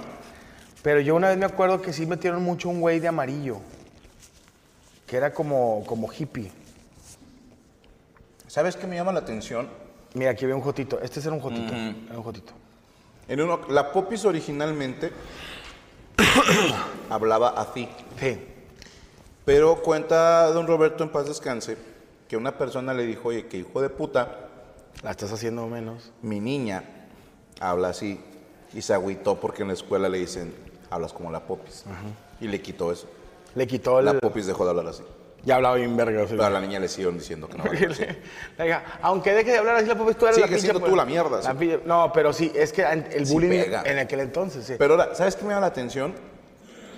Pero yo una vez me acuerdo que sí metieron mucho un güey de amarillo. Que era como, como hippie. ¿Sabes qué me llama la atención? Mira, aquí había un jotito. Este era un jotito. Era un jotito. En uno, la popis originalmente hablaba así. Sí. Pero cuenta don Roberto en paz descanse que una persona le dijo, oye, que hijo de puta, La estás haciendo menos. mi niña habla así y se agüitó porque en la escuela le dicen, hablas como la popis. Y le quitó eso. Le quitó el... La popis dejó de hablar así. Ya hablaba bien verga. sí. Pero a la niña le siguieron diciendo que no. hablaba así. La hija, aunque deje de hablar así la popis, tú eres Sigue la pinche siendo tú pol- la mierda, sí. pinche- No, pero sí, es que an- el Sí bullying pega. en aquel entonces, sí. Pero ahora, ¿sabes qué me llama la atención?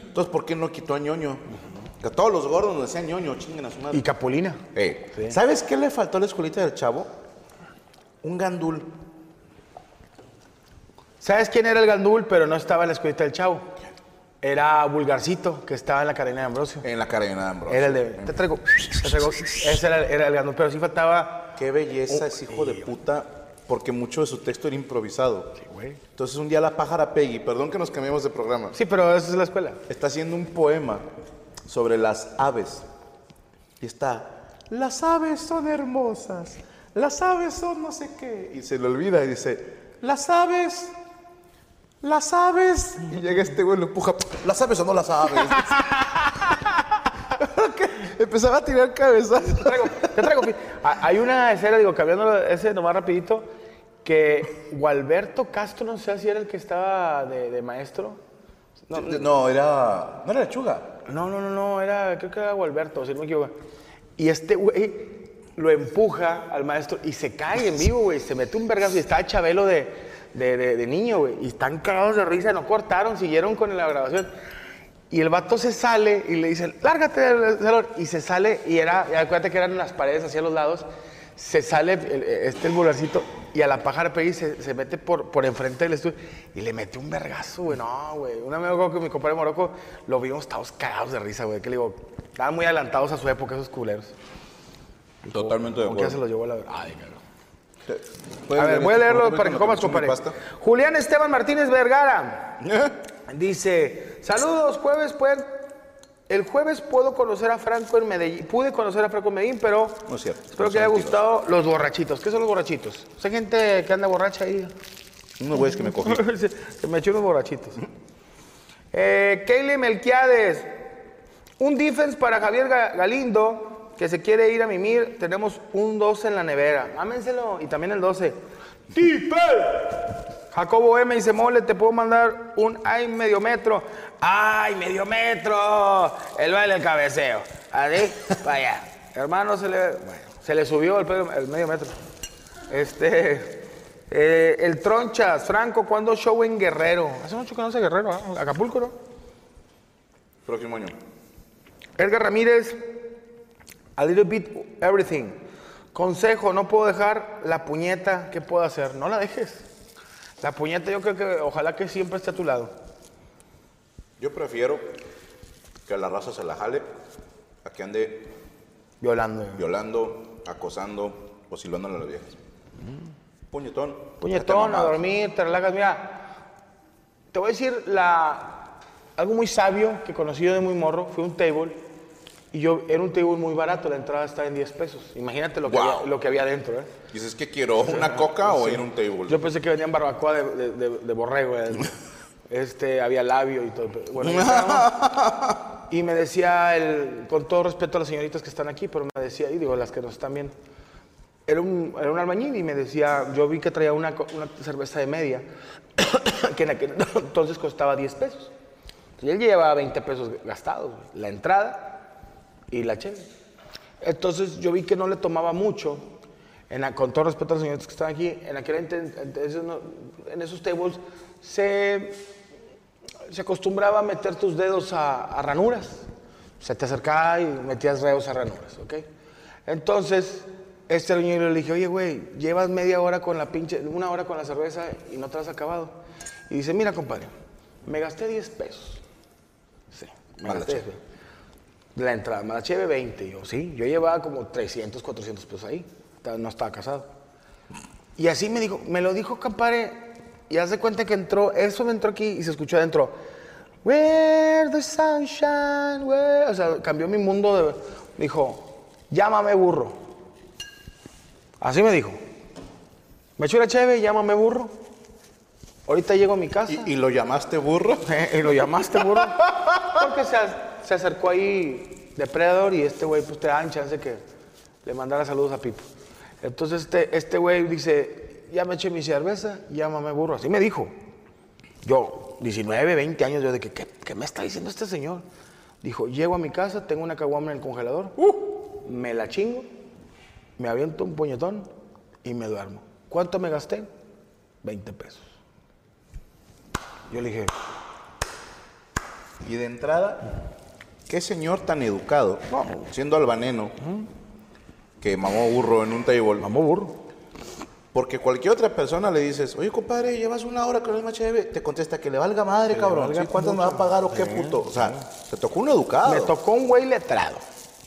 Entonces, ¿por qué no quitó a ñoño? Que a todos los gordos nos decían ñoño, chinguen a su madre. Y Capulina. Eh, Sí. ¿Sabes qué le faltó a la escuelita del chavo? Un gandul. ¿Sabes quién era el gandul? Pero no estaba en la escuelita del chavo. Era Vulgarcito, que estaba en la Carolina de Ambrosio. En la Carolina de Ambrosio. Era el de... Te traigo... Te traigo... Ese era, era el gandul, pero sí faltaba... Qué belleza es hijo de puta, porque mucho de su texto era improvisado. Entonces un día la pájara Peggy, perdón que nos cambiamos de programa, Sí, pero esa es la escuela. está haciendo un poema sobre las aves. Y está, las aves son hermosas, las aves son no sé qué. Y se le olvida y dice, las aves ¿La sabes? Y llega este güey y lo empuja. ¿La sabes o no la sabes? Empezaba a tirar cabezazos. Te traigo, te traigo. pi- Ah, Hay una escena, digo, cambiando ese nomás rapidito, que Gualberto Castro, no sé si era el que estaba de, de maestro. No, no, era. No era lechuga. No, no, no, no, era, creo que era Gualberto, si no me equivoco. Y este güey lo empuja al maestro y se cae en vivo, güey. Se mete un vergazo y está Chabelo de, de, de- de niño, güey. Y están cagados de risa, no cortaron, siguieron con la grabación. Y el vato se sale y le dicen, lárgate del salón. Y se sale, y era, y acuérdate que eran las paredes hacia los lados. Se sale el- este el vulgarcito y a la pájara Peggy se, se mete por, por enfrente del estudio y le mete un vergazo, güey. No, güey. Una vez me acuerdo que mi compadre Morocco lo vimos, estábamos cagados de risa, güey. Que le digo, estaban muy adelantados a su época esos culeros. Totalmente de ¿O quién se acuerdo. los llevó a la verdad? Ay, cabrón. Puedes A ver, leer este voy a esto, leerlo porque para que cuando comas, te compadre. consumes Julián Esteban Martínez Vergara pasta. dice, saludos, jueves, pues, el jueves puedo conocer a Franco en Medellín, pude conocer a Franco en Medellín, pero No es cierto. espero que le haya gustado los borrachitos. ¿Qué son los borrachitos? O sea, gente que anda borracha ahí. Unos güeyes que me cogí. se, se me echó unos borrachitos. Eh, Keile Melquiades, un defense para Javier Ga- Galindo, que se quiere ir a mimir. Tenemos un 12 en la nevera. Ámenselo. Y también el 12. ¡Tipe! Jacobo M dice, mole, te puedo mandar un ay medio metro. ¡Ay, medio metro! El baile del cabeceo. Así, para allá. Hermano, se le, bueno, se le subió el, pedo- el medio metro. Este, eh, el Tronchas, Franco, ¿cuándo show en Guerrero? Hace mucho que no hace Guerrero, ¿ah? Acapulco, ¿no? Próximo año. Edgar Ramírez, a little bit everything. Consejo, no puedo dejar la puñeta, ¿qué puedo hacer? No la dejes. La puñeta yo creo que ojalá que siempre esté a tu lado. Yo prefiero que la raza se la jale a que ande Violando. violando, acosando o silbándole a las viejas. Puñetón. Puñetón, a Mamadas. dormir, te relajas. Mira, te voy a decir la, algo muy sabio que conocí yo de muy morro. Fue un table y yo era un table muy barato. La entrada estaba en 10 pesos. Imagínate lo que, Wow. había, lo que había dentro. ¿eh? Dices que quiero una coca o ir a un table. Yo pensé que vendían barbacoa de, de- de- de borrego. ¿eh? Este, había labio y todo. pero Bueno, ahí estábamos. y me decía, el, con todo respeto a las señoritas que están aquí, pero me decía, y digo, las que nos están viendo, era un, era un albañil y me decía, yo vi que traía una, co- una cerveza de media, que en aquel entonces costaba 10 pesos. Y él llevaba 20 pesos gastados, güey, la entrada y la chela. Entonces yo vi que no le tomaba mucho. En la- con todo respeto a los señores que están aquí, en aquel enten- entonces no- en esos tables se, se acostumbraba a meter tus dedos a, a ranuras. Se te acercaba y metías dedos a ranuras, ¿ok? Entonces, este niño le dije, oye, güey, llevas media hora con la pinche, una hora con la cerveza y no te la has acabado. Y dice, mira, compadre, me gasté 10 pesos. Sí, me Mala gasté cheve. 10 pesos. La entrada, me la llevé 20. Yo, sí, yo llevaba como 300, 400 pesos ahí. Ta- No estaba casado. Y así me dijo, me lo dijo Campare. Y hace cuenta que entró, eso me entró aquí y se escuchó adentro. Where the sunshine, where-" O sea, cambió mi mundo. de- dijo, llámame burro. Así me dijo. Me echó la cheve, llámame burro. Ahorita llego a mi casa. ¿Y, y lo llamaste burro? Eh, y lo llamaste burro. Porque se, a- se acercó ahí Depredador y este güey, pues te dan chance que le mandara saludos a Pipo. Entonces este este güey dice, ya me eché mi cerveza, llámame burro. Así me dijo. Yo, 19, 20 años, yo de que, ¿qué, qué me está diciendo este señor? Dijo, llego a mi casa, tengo una caguama en el congelador, me la chingo, me aviento un puñetón y me duermo. ¿Cuánto me gasté? 20 pesos. Yo le dije, Y de entrada, qué señor tan educado, siendo albaneno, que mamó burro en un table. mamó burro. Porque cualquier otra persona le dices, oye compadre, llevas una hora con el machete, te contesta que le valga madre, cabrón. valga ¿Sí? ¿Cuánto me va a pagar o qué puto? O sea, te tocó un educado. Me tocó un güey letrado.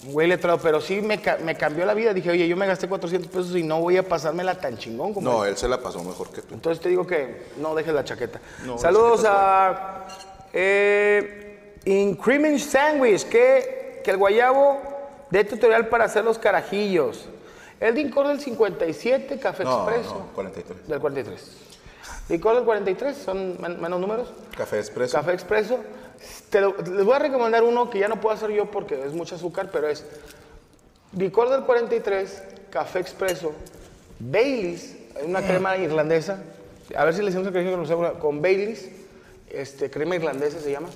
Un güey letrado, pero sí me, ca- me cambió la vida. Dije, oye, yo me gasté 400 pesos y no voy a pasármela tan chingón como No, eh. él. él se la pasó mejor que tú. Entonces te digo que no dejes la chaqueta. No, Saludos la a eh, Increment Sandwich, que, que el guayabo dé tutorial para hacer los carajillos. El Dincor del 57, Café No, Expreso. no, 43. Del 43. Licor del 43, son men- menos números. Café expreso. Café expreso. Te lo- les voy a recomendar uno que ya no puedo hacer yo porque es mucho azúcar, pero es licor del 43, café expreso, Baileys, hay una crema irlandesa. A ver si le hacemos el cariño con nosotros, con Baileys, este, crema irlandesa se llama.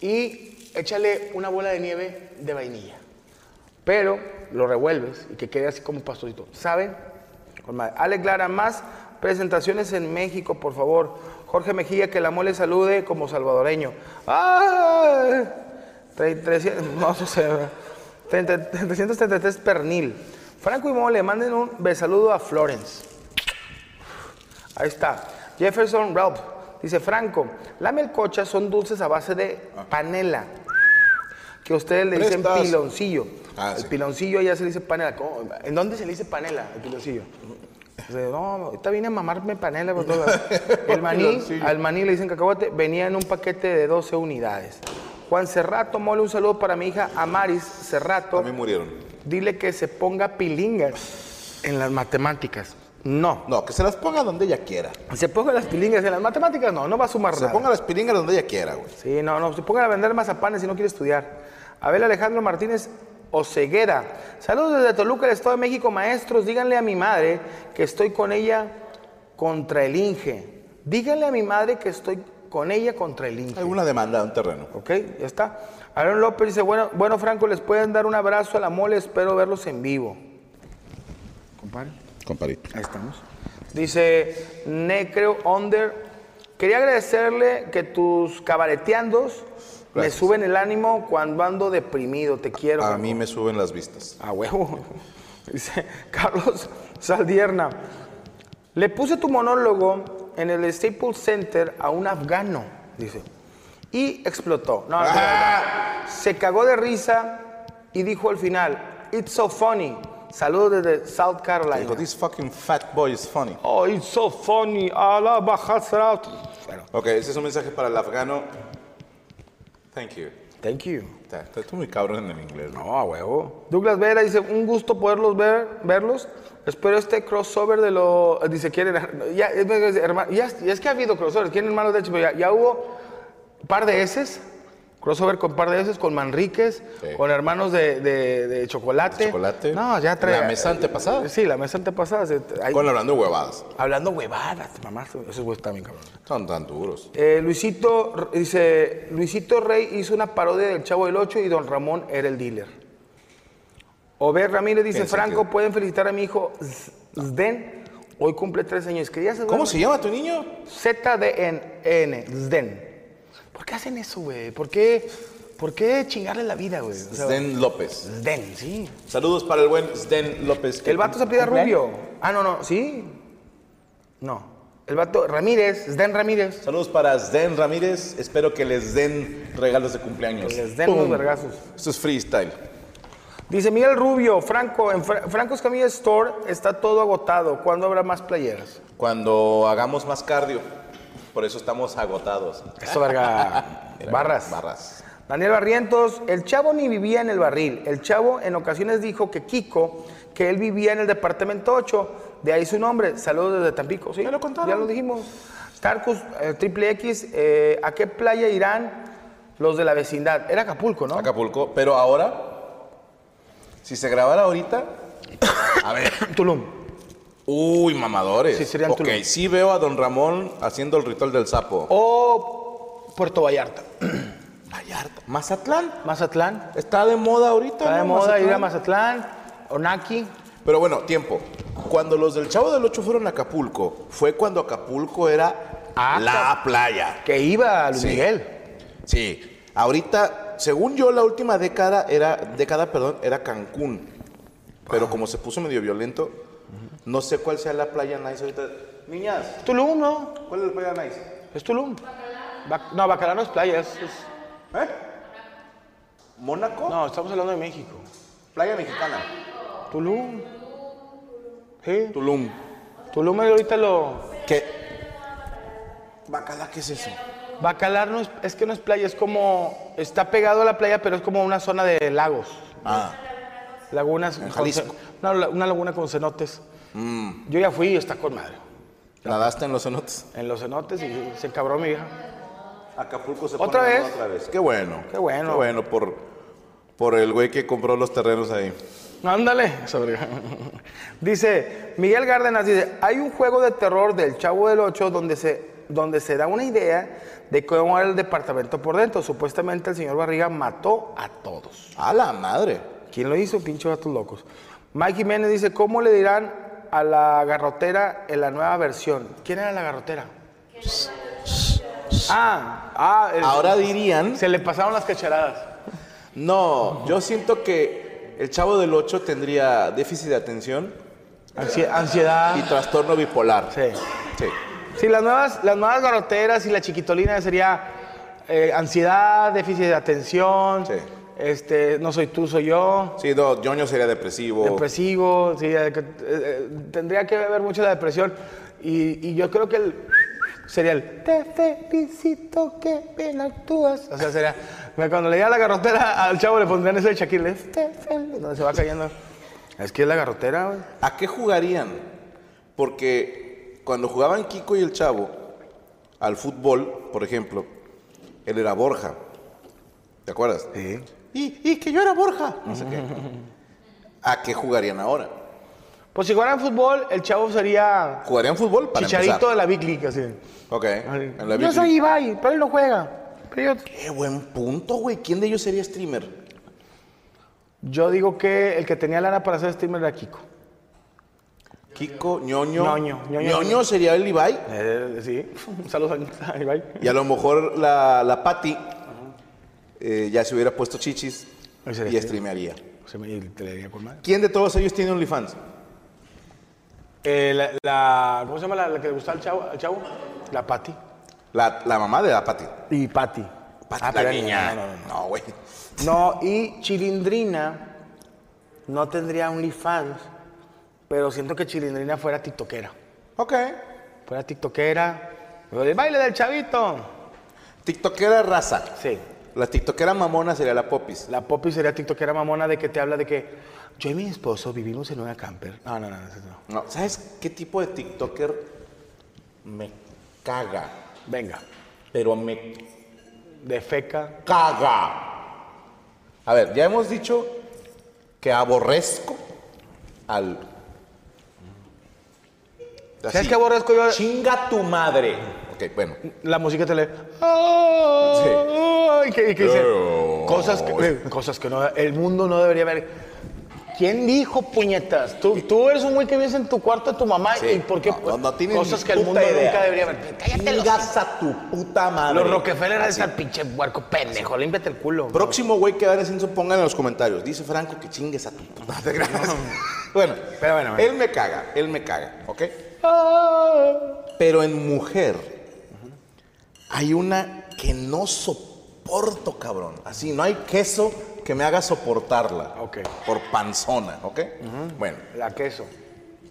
Y échale una bola de nieve de vainilla. Pero lo revuelves y que quede así como pastorito. ¿Sabe? Con madre. Ale Clara, más presentaciones en México, por favor. Jorge Mejía, que la mole salude como salvadoreño. ¡Ah! Tre- 300, no, no sé, ¿verdad? 30 333 pernil. Franco y Mole, manden un besaludo a Florence. Ahí está. Jefferson Ralph dice: Franco, la melcocha son dulces a base de panela. Que ustedes le dicen Prestas. piloncillo. Ah, el sí. piloncillo allá se le dice panela. ¿Cómo? ¿En dónde se le dice panela al piloncillo? O sea, no, ahorita viene a mamarme panela por todas El maní, Piloncillo. al maní le dicen cacahuate, venía en un paquete de 12 unidades. Juan Cerrato, mole, un saludo para mi hija Amaris Cerrato. También murieron. Dile que se ponga pilingas en las matemáticas. No. No, que se las ponga donde ella quiera. Se ponga las pilingas en las matemáticas, no, no va a sumar Se nada. ponga las piringas donde ella quiera, güey. Sí, no, no, se pongan a vender mazapanes si no quiere estudiar. Abel Alejandro Martínez Oceguera. Saludos desde Toluca, el Estado de México, maestros. Díganle a mi madre que estoy con ella contra el Inge. Díganle a mi madre que estoy con ella contra el Inge. Alguna demanda de un terreno. Ok, ya está. Aaron López dice, bueno, bueno, Franco, les pueden dar un abrazo a la mole, espero verlos en vivo. Compadre. Comparito. Ahí estamos. Dice Necreo Under. Quería agradecerle que tus cabareteandos me Gracias. suben el ánimo cuando ando deprimido. Te quiero. A mí me suben las vistas. A huevo. Dice Carlos Saldierna. Le puse tu monólogo en el Staples Center a un afgano, dice. Y explotó. No, no, no, no. Ah. Se cagó de risa y dijo al final, It's so funny. Saludos desde South Te Carolina. Dijo, this fucking fat boy is funny. Oh, it's so funny. Allah Bahasrat. Bueno, Ok, ese es un mensaje para el afgano. Thank you. thank you. Estás estás tú muy cabrón en el inglés, ¿no? No, a huevo. Douglas Vera dice, un gusto poderlos ver, verlos. Espero este crossover de lo... Dice, quieren... Ya, es- es- herma- ya, es- ya es que ha habido crossovers. Quieren hermanos de hecho, pero ya, ya hubo par de eses. Crossover con par de eses, con Manríquez, Sí. con hermanos de, de- de chocolate. De chocolate. No, ya trae... La mesa antepasada. Sí, la mesa antepasada. se- hay- Con hablando de huevadas. Hablando huevadas, mamá. Esos güeyes están bien cabrón. Son tan duros. Eh, Luisito R- dice, Luisito Rey hizo una parodia del Chavo del 8 y Don Ramón era el dealer. Ober Ramírez dice, Tiene Franco, sentido. pueden felicitar a mi hijo Z- Zden. Hoy cumple tres años. ¿Qué ya se ¿Cómo se llama tu niño? Z-D-N, Zden. ¿Por qué hacen eso, güey? ¿Por qué, ¿Por qué chingarle la vida, güey? O sea, Zden López. Zden, sí. Saludos para el buen Zden López. El vato se pide Rubio. Ah, no, no, sí. No. El vato Ramírez, Zden Ramírez. Saludos para Zden Ramírez. Espero que les den regalos de cumpleaños. Les den los Pum. vergazos. Esto es freestyle. Dice Miguel Rubio, Franco, en Fra- Franco Escamilla Store está todo agotado. ¿Cuándo habrá más playeras? Cuando hagamos más cardio. Por eso estamos agotados. Eso, verga. Mira, Barras. Barras. Daniel Barrientos, el chavo ni vivía en el barril. El chavo en ocasiones dijo que Kiko, que él vivía en el departamento 8, de ahí su nombre. Saludos desde Tampico. Sí, Ya lo contaron. Ya lo dijimos. Tarkus, eh, Triple X, eh, ¿a qué playa irán los de la vecindad? Era Acapulco, ¿no? Acapulco. Pero ahora, si se grabara ahorita. A ver. Tulum. Uy, mamadores. Sí, serían ok, Tulum. Oh. sí veo a don Ramón haciendo el ritual del sapo. O Puerto Vallarta. Vallarta. Mazatlán. Mazatlán. Está de moda ahorita. Está de ¿no? moda ir a Mazatlán. Mazatlán, Onaki. Pero bueno, tiempo. Cuando los del Chavo del Ocho fueron a Acapulco, fue cuando Acapulco era Ah, la playa. Que iba Luis Sí. Miguel. Sí. Ahorita, según yo, la última década era, década, perdón, era Cancún. Pero como se puso medio violento, no sé cuál sea la playa nice ahorita. Niñas, Tulum, ¿no? ¿cuál es la playa nice? Es Tulum. Bac- no, Bacalar no es playa. es- es- ¿Eh? ¿Mónaco? no, estamos hablando de México. Playa mexicana. Tulum. Sí. Tulum. Tulum es ahorita lo... ¿Qué? Bacala, ¿qué es eso? Bacalar no es, es que no es playa, es como... Está pegado a la playa, pero es como una zona de lagos. Ah, Lagunas. En con Jalisco. Mm. ce- Una, la- una laguna con cenotes. Yo ya fui y está con madre. Nadaste en los cenotes. En los cenotes y se cabró mi vieja. Acapulco se ¿Otra pone de vez? moda otra vez. Qué bueno. Qué bueno. Qué bueno por, por el güey que compró los terrenos ahí. Ándale. sobre- dice, Miguel Gárdenas dice, hay un juego de terror del Chavo del Ocho donde se, donde se da una idea de cómo era el departamento por dentro. Supuestamente el señor Barriga mató a todos. A la madre. ¿Quién lo hizo? Pinche gatos locos. Mike Jiménez dice, ¿cómo le dirán a la garrotera en la nueva versión? ¿Quién era la garrotera? ah, ah, el- Ahora dirían. se le pasaron las cacharadas. No, yo siento que el chavo del 8 tendría déficit de atención Ansie- ansiedad. y trastorno bipolar. Sí. Sí. Sí, las nuevas, las nuevas garroteras y la chiquitolina sería eh, ansiedad, déficit de atención, Sí. este, no soy tú, soy yo, Sí, no, Joño sería depresivo. depresivo, sí, eh, que- eh, eh, tendría que ver mucho la depresión y, y yo creo que el sería el te felicito que bien actúas, o sea, sería me- cuando le diga la garrotera al chavo le pondrían ese de Shakira, le- te fel- donde se va cayendo. Es que es la garrotera, güey. ¿A qué jugarían? Porque cuando jugaban Kiko y el Chavo al fútbol, por ejemplo, él era Borja. ¿Te acuerdas? Sí. Y, y que yo era Borja. No sé qué. ¿A qué jugarían ahora? Pues si jugaran fútbol, el chavo sería ¿Jugarían fútbol para chicharito empezar? de la Big League, así. Ok. en la yo Big soy League. Ibai, pero él no juega. Pero yo, Qué buen punto, güey. ¿Quién de ellos sería streamer? yo digo que el que tenía lana para ser streamer era Kiko. Kiko, ñoño. Ñoño, Ñoño. Ñoño sería el Ibai. Eh, sí, saludos a Ibai. Y a lo mejor la, la Patti eh, ya se hubiera puesto chichis Ahí sería y streamer. streamearía. Se me- y te le diría con madre. ¿Quién de todos ellos tiene OnlyFans? Eh, la, la- ¿Cómo se llama la, la que le gustaba al chavo? al chavo? La Patti. La, la mamá de la Pati. Y Patti. Pati, Ah, la pero niña. no, no, no, No, güey. No, y Chilindrina no tendría OnlyFans, pero siento que Chilindrina fuera tiktokera. Ok. Fuera tiktokera. Lo del baile del chavito. TikTokera raza. Sí. La TikTokera mamona sería la Popis. La Poppy sería tiktokera mamona de que te habla de que yo y mi esposo vivimos en una camper. No, no, no, no. no. No, ¿Sabes qué tipo de TikToker me caga? Venga, Pero me de feca. caga. A ver, ya hemos dicho que aborrezco al. ¿Sabes qué aborrezco yo? Chinga tu madre. Ok, bueno. La música te lee. "Ah", Y que, y que dice Ay. cosas que, eh, cosas que no, el mundo no debería ver. ¿Quién dijo puñetas? Tú, tú eres un güey que vives en tu cuarto de tu mamá Sí. y por qué No, no, no tienes cosas ni que el puta mundo idea. nunca debería ver. Cállate los, Chingas a tu puta madre. los Rockefeller eres al pinche huerco pendejo, límpiate el culo. Próximo güey que va a decir, pongan en los comentarios. Dice Franco que chingues a tu puta madre. bueno, Pero bueno, Ah. bueno. él me caga, él me caga, ¿ok? Pero en mujer hay una que no soporto, cabrón. Así, no hay queso que me haga soportarla. Ok. Por panzona, ¿ok? Bueno, La queso.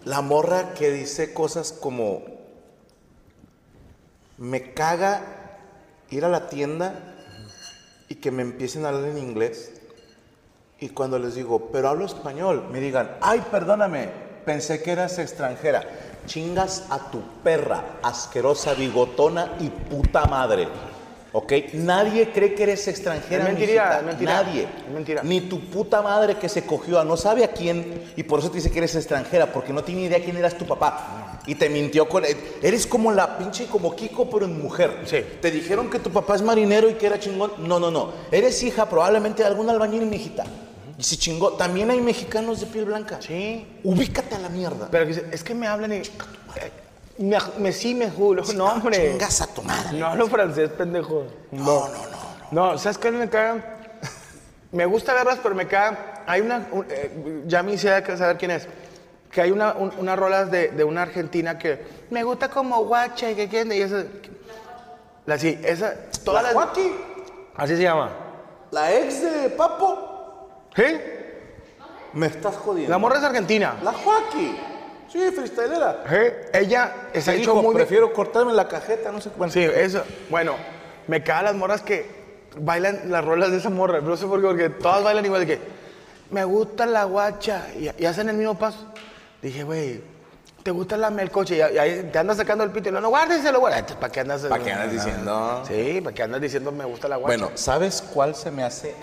la morra que dice cosas como, me caga ir a la tienda y que me empiecen a hablar en inglés. Y cuando les digo, pero hablo español, me digan, ay, perdóname, pensé que eras extranjera. Chingas a tu perra, asquerosa, bigotona y puta madre. ¿Ok? Nadie cree que eres extranjera. Es mentira, mijita. es mentira, Nadie. es mentira. Ni tu puta madre que se cogió a no sabe a quién y por eso te dice que eres extranjera, porque no tiene idea quién eras tu papá. Y te mintió con. Eres como la pinche, como Kiko, pero en mujer. Sí. Te dijeron que tu papá es marinero y que era chingón. No, no, no. Eres hija probablemente de algún albañil, mijita. Y si chingó, también hay mexicanos de piel blanca. Sí. Ubícate a la mierda. Pero que dice, es que me hablan y. eh, Me, me sí, me juro. Sí, No, hombre. Chingas a tu madre. No hablo francés, pendejo. no, no. no. No, ¿sabes qué me caga? Me gusta verlas, pero me caga. Hay una. un- eh, ya me hice de saber quién es. Que hay una, un- unas rolas de, de una argentina que. Me gusta como guacha y que quién. Y esa. La sí, esa. Todas La las. Joaquín, Así se llama. la ex de Papo, ¿Sí? me estás jodiendo. La morra es argentina. La Joaquín. Sí, freestylera. ¿Sí? Ella se ha hecho Dijo, muy. prefiero cortarme la cajeta, no sé cuánto. Sí, eso. Bueno, me cagan las morras que bailan las rolas de esa morra. No sé por qué, porque todas bailan igual de que me gusta la guacha y, y hacen el mismo paso. Dije, güey, ¿Te gusta la el coche? Y ahí te andas sacando el pito y no, no, guárdenselo, güey. pues, ¿Para qué andas? ¿Para qué andas diciendo? Sí, ¿para qué andas diciendo me gusta la guacha? Bueno, ¿sabes cuál se me hace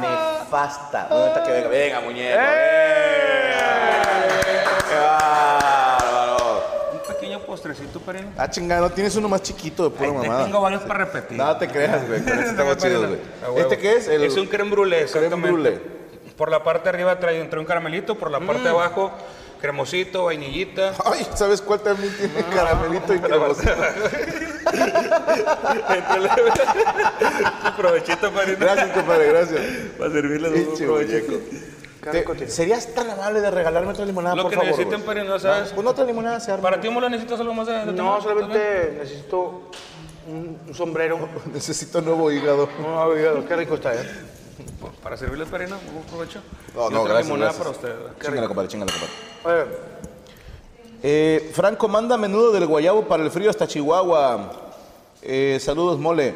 Ah. nefasta? ¿Dónde está que venga? Venga, muñeco. ¡Eh! venga. ¡Qué bárbaro! Un pequeño postrecito para él. Ah, chingada, ¿no tienes uno más chiquito de pura Ahí te mamada? tengo varios para repetir. No te creas, güey. Con este estamos chidos, güey. A huevo. ¿Este qué es? El- Es un creme brûlée, exactamente. brûlée. Por la parte de arriba trae entre un caramelito, por la parte de abajo cremosito, vainillita. Ay, ¿sabes cuál también tiene caramelito y cremosito? Un provechito para Gracias, compadre, gracias. Para servirle un Pinche provechito. muñeco. Carlos Te- Cotillo. ¿Serías tan amable de regalarme otra limonada, Lo por que favor? necesiten, güey? Pari, no sabes. Pues no otra limonada se arma. Para ti, Molo, necesitas algo más de de No, tomar? ¿Estás solamente necesito un, un sombrero. Necesito nuevo hígado. No, oiga, qué rico está, ¿eh? bien? Por- Para servirle para no, un provecho. No, Y no, otra gracias, limonada gracias. para usted. Chingale, compadre, chingale, compadre. Oye, Eh, Franco, manda menudo del guayabo para el frío hasta Chihuahua. Eh, saludos, mole.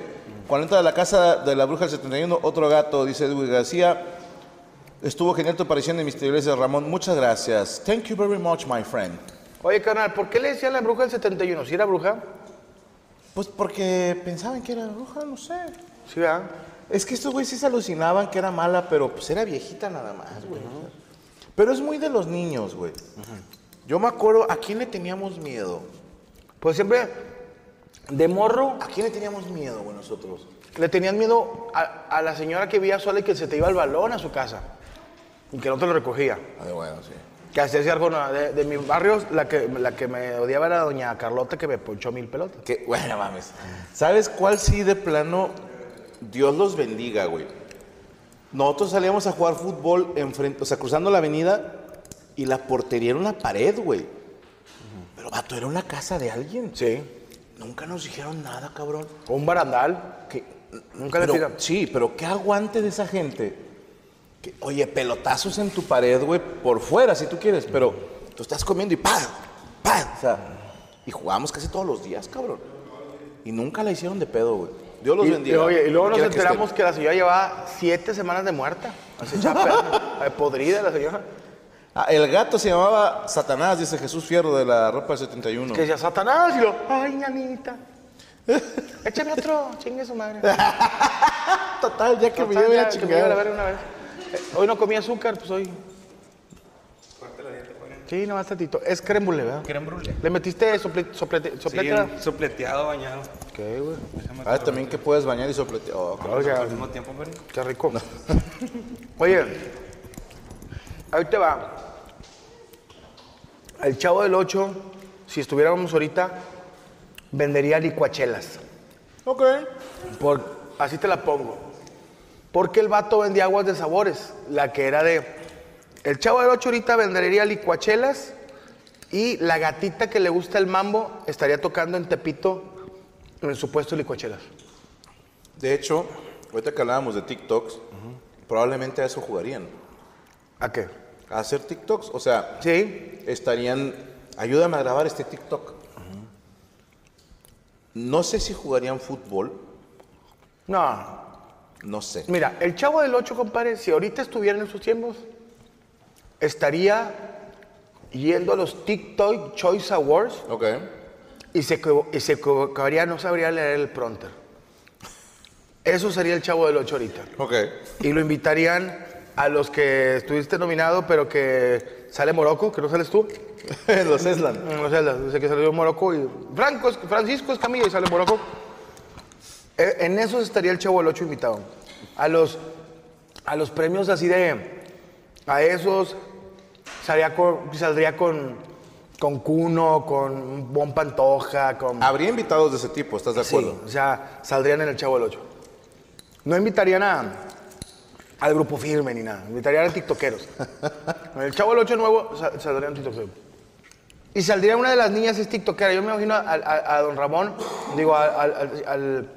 Cuando entra a la casa de la bruja del 71, otro gato, dice Edwin García. Estuvo genial tu aparición en mis teorías de Ramón. Muchas gracias. Thank you very much, my friend. Oye, carnal, ¿por qué le decían la bruja del 71? ¿Si era bruja? Pues porque pensaban que era bruja, no sé. Sí, ¿verdad? Es que estos güeyes sí se alucinaban que era mala, pero pues era viejita nada más, güey. Pero es muy de los niños, güey. Yo me acuerdo, ¿a quién le teníamos miedo? Pues siempre, de morro, ¿A quién le teníamos miedo, güey, nosotros? le tenían miedo a, a la señora que vivía sola y que se te iba el balón a su casa. Y que no te lo recogía. Ah, bueno, sí. Que hacía así algo no, de, de mis barrios, la que, la que me odiaba era doña Carlota, que me ponchó mil pelotas. Que, bueno, mames. ¿Sabes cuál sí de plano? Dios los bendiga, güey. Nosotros salíamos a jugar fútbol enfrente, o sea, cruzando la avenida y la portería era una pared, güey. Pero, vato, era una casa de alguien. Sí. Nunca nos dijeron nada, cabrón. O un barandal. Que- Nunca le pero- tiran. Sí, pero qué aguante de esa gente. Que, oye, pelotazos en tu pared, güey, por fuera, si tú quieres, pero tú estás comiendo y ¡pam! ¡pam! O sea, y jugábamos casi todos los días, cabrón. Y nunca la hicieron de pedo, güey. Dios los Y, bendiga. y oye, y luego nos donde quiera que enteramos estén. que, la señora llevaba siete semanas de muerta. Así echaba perna. Eh, podrida la señora. Ah, el gato se llamaba Satanás, dice Jesús Fierro de la ropa del 71. Que decía Satanás y lo, ay, nanita. Échame otro, chingue su madre. Total, ya que me Total, lleve la ya, que me lleve la chingada. verga una vez. Eh, hoy no comí azúcar, pues hoy. Sí, nomás tantito. Es creme brulee, ¿verdad? Creme brûlée. ¿Le metiste sople, soplete, Sí, sopleta? un sopleteado bañado. ¿Qué, güey? Déjame Ah, también que puedes bañar y sopletear. Oh, cabrón. Oiga, Al mismo tiempo, Pari. qué rico. Oye, ahí te va. El Chavo del 8, si estuviéramos ahorita, vendería licuachelas. Ok. Por, así te la pongo. Porque el vato vendía aguas de sabores, la que era de... El chavo del 8 ahorita vendería licuachelas y la gatita que le gusta el mambo estaría tocando en Tepito en su puesto de licuachelas. De hecho, ahorita que hablábamos de TikToks, probablemente a eso jugarían. ¿A qué? a hacer TikToks. O sea, Sí. estarían, ayúdame a grabar este TikTok. No sé si jugarían fútbol, No. no sé. Mira, el chavo del 8, compadre, si ahorita estuviera en esos tiempos, estaría yendo a los TikTok Choice Awards Ok. y se, equivo- y se equivocaría, no sabría leer el pronter. Eso sería el chavo del 8 ahorita. Ok. Y lo invitarían a los que estuviste nominado, pero que sale Morocco, que no sales tú. Mm, Los Eslan. No sé, la- sé que salió Morocco y Franco, es- Francisco Escamilla y sale Morocco. Eh, en esos estaría el Chavo del Ocho invitado. A los, a los premios así de... A esos saldría con, saldría con, con Cuno, con Bon Pantoja, con... Habría invitados de ese tipo, ¿estás de Sí, acuerdo? o sea, saldrían en el Chavo del 8. No invitarían a, al grupo firme ni nada. Invitarían a tiktokeros. En el Chavo del 8 nuevo sa- saldrían tiktokeros. Y saldría una de las niñas es tiktokera. Yo me imagino a, a- a don Ramón, digo, al, al- al- al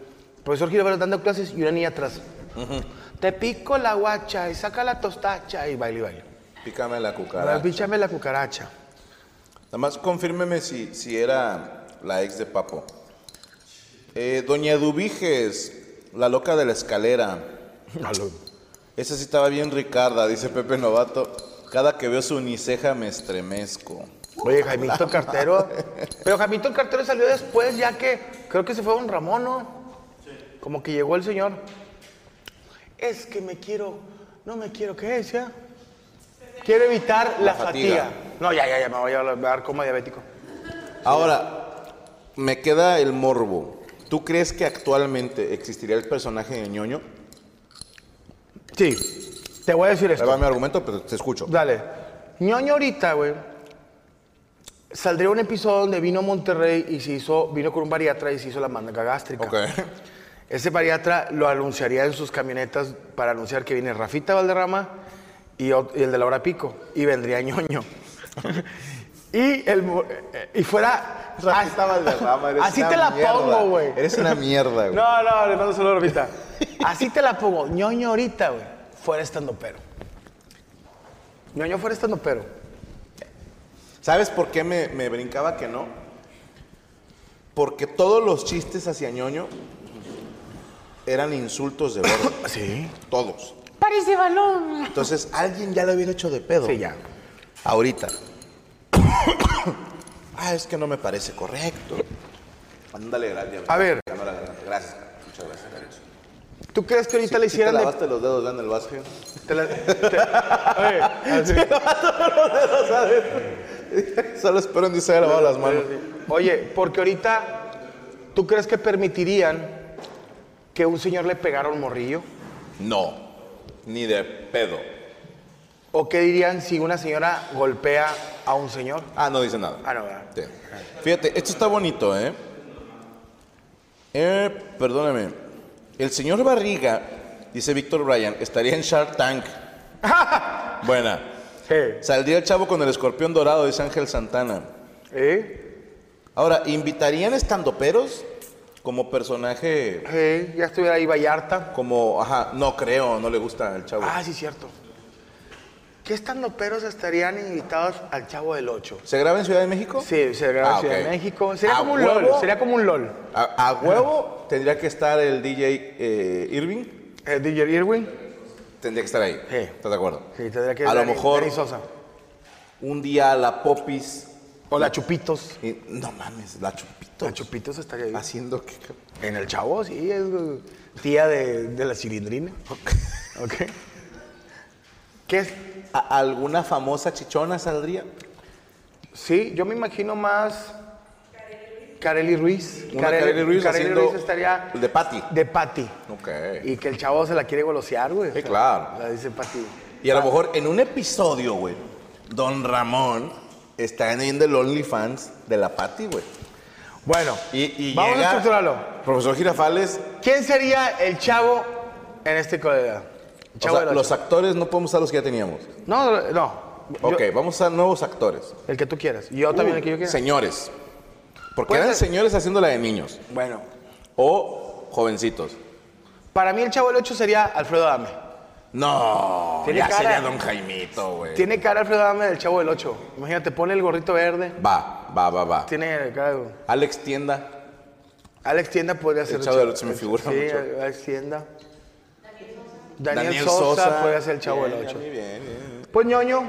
profesor Gilberto dando clases y una niña atrás. Te pico la guacha y saca la tostacha y baile y baile. Pícame la cucaracha. Píchame la cucaracha. Nada más confírmeme si, si era la ex de Papo. Eh, Doña Dubiges, la loca de la escalera. Esa sí estaba bien Ricarda, dice Pepe Novato. Cada que veo su uniceja me estremezco. Oye, Jaimito el Cartero. Pero Jaimito el Cartero salió después, ya que creo que se fue Don Ramón, ¿no? Como que llegó el señor. Es que me quiero, no me quiero, ¿qué decía? Quiero evitar la, La fatiga. fatiga. No, ya, ya, ya, me voy a dar como diabético. Ahora, me queda el morbo. ¿Tú crees que actualmente existiría el personaje de ñoño? Sí, te voy a decir Ahí va esto. mi argumento, pero te escucho. Dale. Ñoño ahorita, güey. Saldría un episodio donde vino a Monterrey y se hizo, vino con un bariatra y se hizo la mandaca gástrica. Ok. Ese bariatra lo anunciaría en sus camionetas para anunciar que viene Rafita Valderrama y, ot- y el de la hora pico. Y vendría ñoño. y, el, mo- eh, y fuera. Rafita Valderrama, eres Así una te la mierda. pongo, güey. Eres una mierda, güey. No, no, le mando un saludo a Rafita. Así te la pongo. ñoño ahorita, güey. Fuera estando pero. ñoño fuera estando pero. ¿Sabes por qué me, me brincaba que no? Porque todos los chistes hacia ñoño eran insultos de gordo. Sí. todos. Parece balón. Entonces, alguien ya lo hubiera hecho de pedo. Sí, ya. Ahorita. ah, es que no me parece correcto. Ándale, gracias. A ver. Gracias. Muchas gracias, Carlos. ¿Tú crees que ahorita Sí, sí le te hicieran de... lavaste los dedos ya en el básquet? te la- te- Oye, así. Solo espero en dice lavado las manos. Oye, porque ahorita, ¿tú crees que permitirían que un señor le pegara un morrillo? No, ni de pedo. ¿O qué dirían si una señora golpea a un señor? Ah, no dice nada. Ah, no, ¿verdad? Sí. Fíjate, esto está bonito, ¿eh? Eh, perdóname. El señor Barriga, dice Víctor Bryan, estaría en Shark Tank. Buena. Sí. Saldría el chavo con el escorpión dorado, dice Ángel Santana. ¿Eh? Ahora, ¿invitarían estandoperos como personaje? Sí, ya estuviera ahí Vallarta. Como, ajá, no creo, no le gusta al chavo. Ah, sí, cierto. ¿Qué estandoperos estarían invitados al Chavo del Ocho? ¿Se graba en Ciudad de México? Sí, se graba en Ah, Ciudad ok. de México. Sería ¿A como un huevo? LOL, sería como un LOL. A, a huevo tendría que estar el DJ eh, Irving, Eh, DJ Irwin. tendría que estar ahí. Sí. ¿Estás de acuerdo? Sí, tendría que A lo Dani- mejor Dani Sosa. un día la Popis. O la Chupitos. y- no mames, la Chupito. La Chupitos estaría ahí. Haciendo que. En el Chavo, sí, es eh, tía de, de la cilindrina. ok. ¿Qué es? ¿A- ¿Alguna famosa chichona saldría? Sí, yo me imagino más. Kareli Ruiz. Una Kareli Ruiz haciendo estaría. el de Patty. De Patty. Ok. Y que el chavo se la quiere golosear, güey. Sí, claro. La dice Patty. Y a lo mejor en un episodio, güey, Don Ramón está en el OnlyFans de la Patty, güey. Bueno, Y, y vamos llega a estructurarlo. Profesor Girafales. ¿Quién sería el chavo en este colega? O sea, los actores no podemos usar los que ya teníamos. No, no. Yo- ok, vamos a usar nuevos actores. el que tú quieras. Yo también el que yo quiera. Señores. Porque Puede eran ser. señores haciéndola de niños. Bueno, O jovencitos. para mí el chavo del 8 sería Alfredo Adame. No, Tiene ya cara- sería Don Jaimito, güey. Tiene cara Alfredo Adame del Chavo del 8. Imagínate, pone el gorrito verde. Va, va, va, va. Tiene cara de... Alex Tienda. Alex Tienda podría ser Chavo del Ocho se me figura Sí, mucho. Alex Tienda. Daniel, Sosa. podría ser el Chavo del 8. Muy bien, bien. Pues ñoño.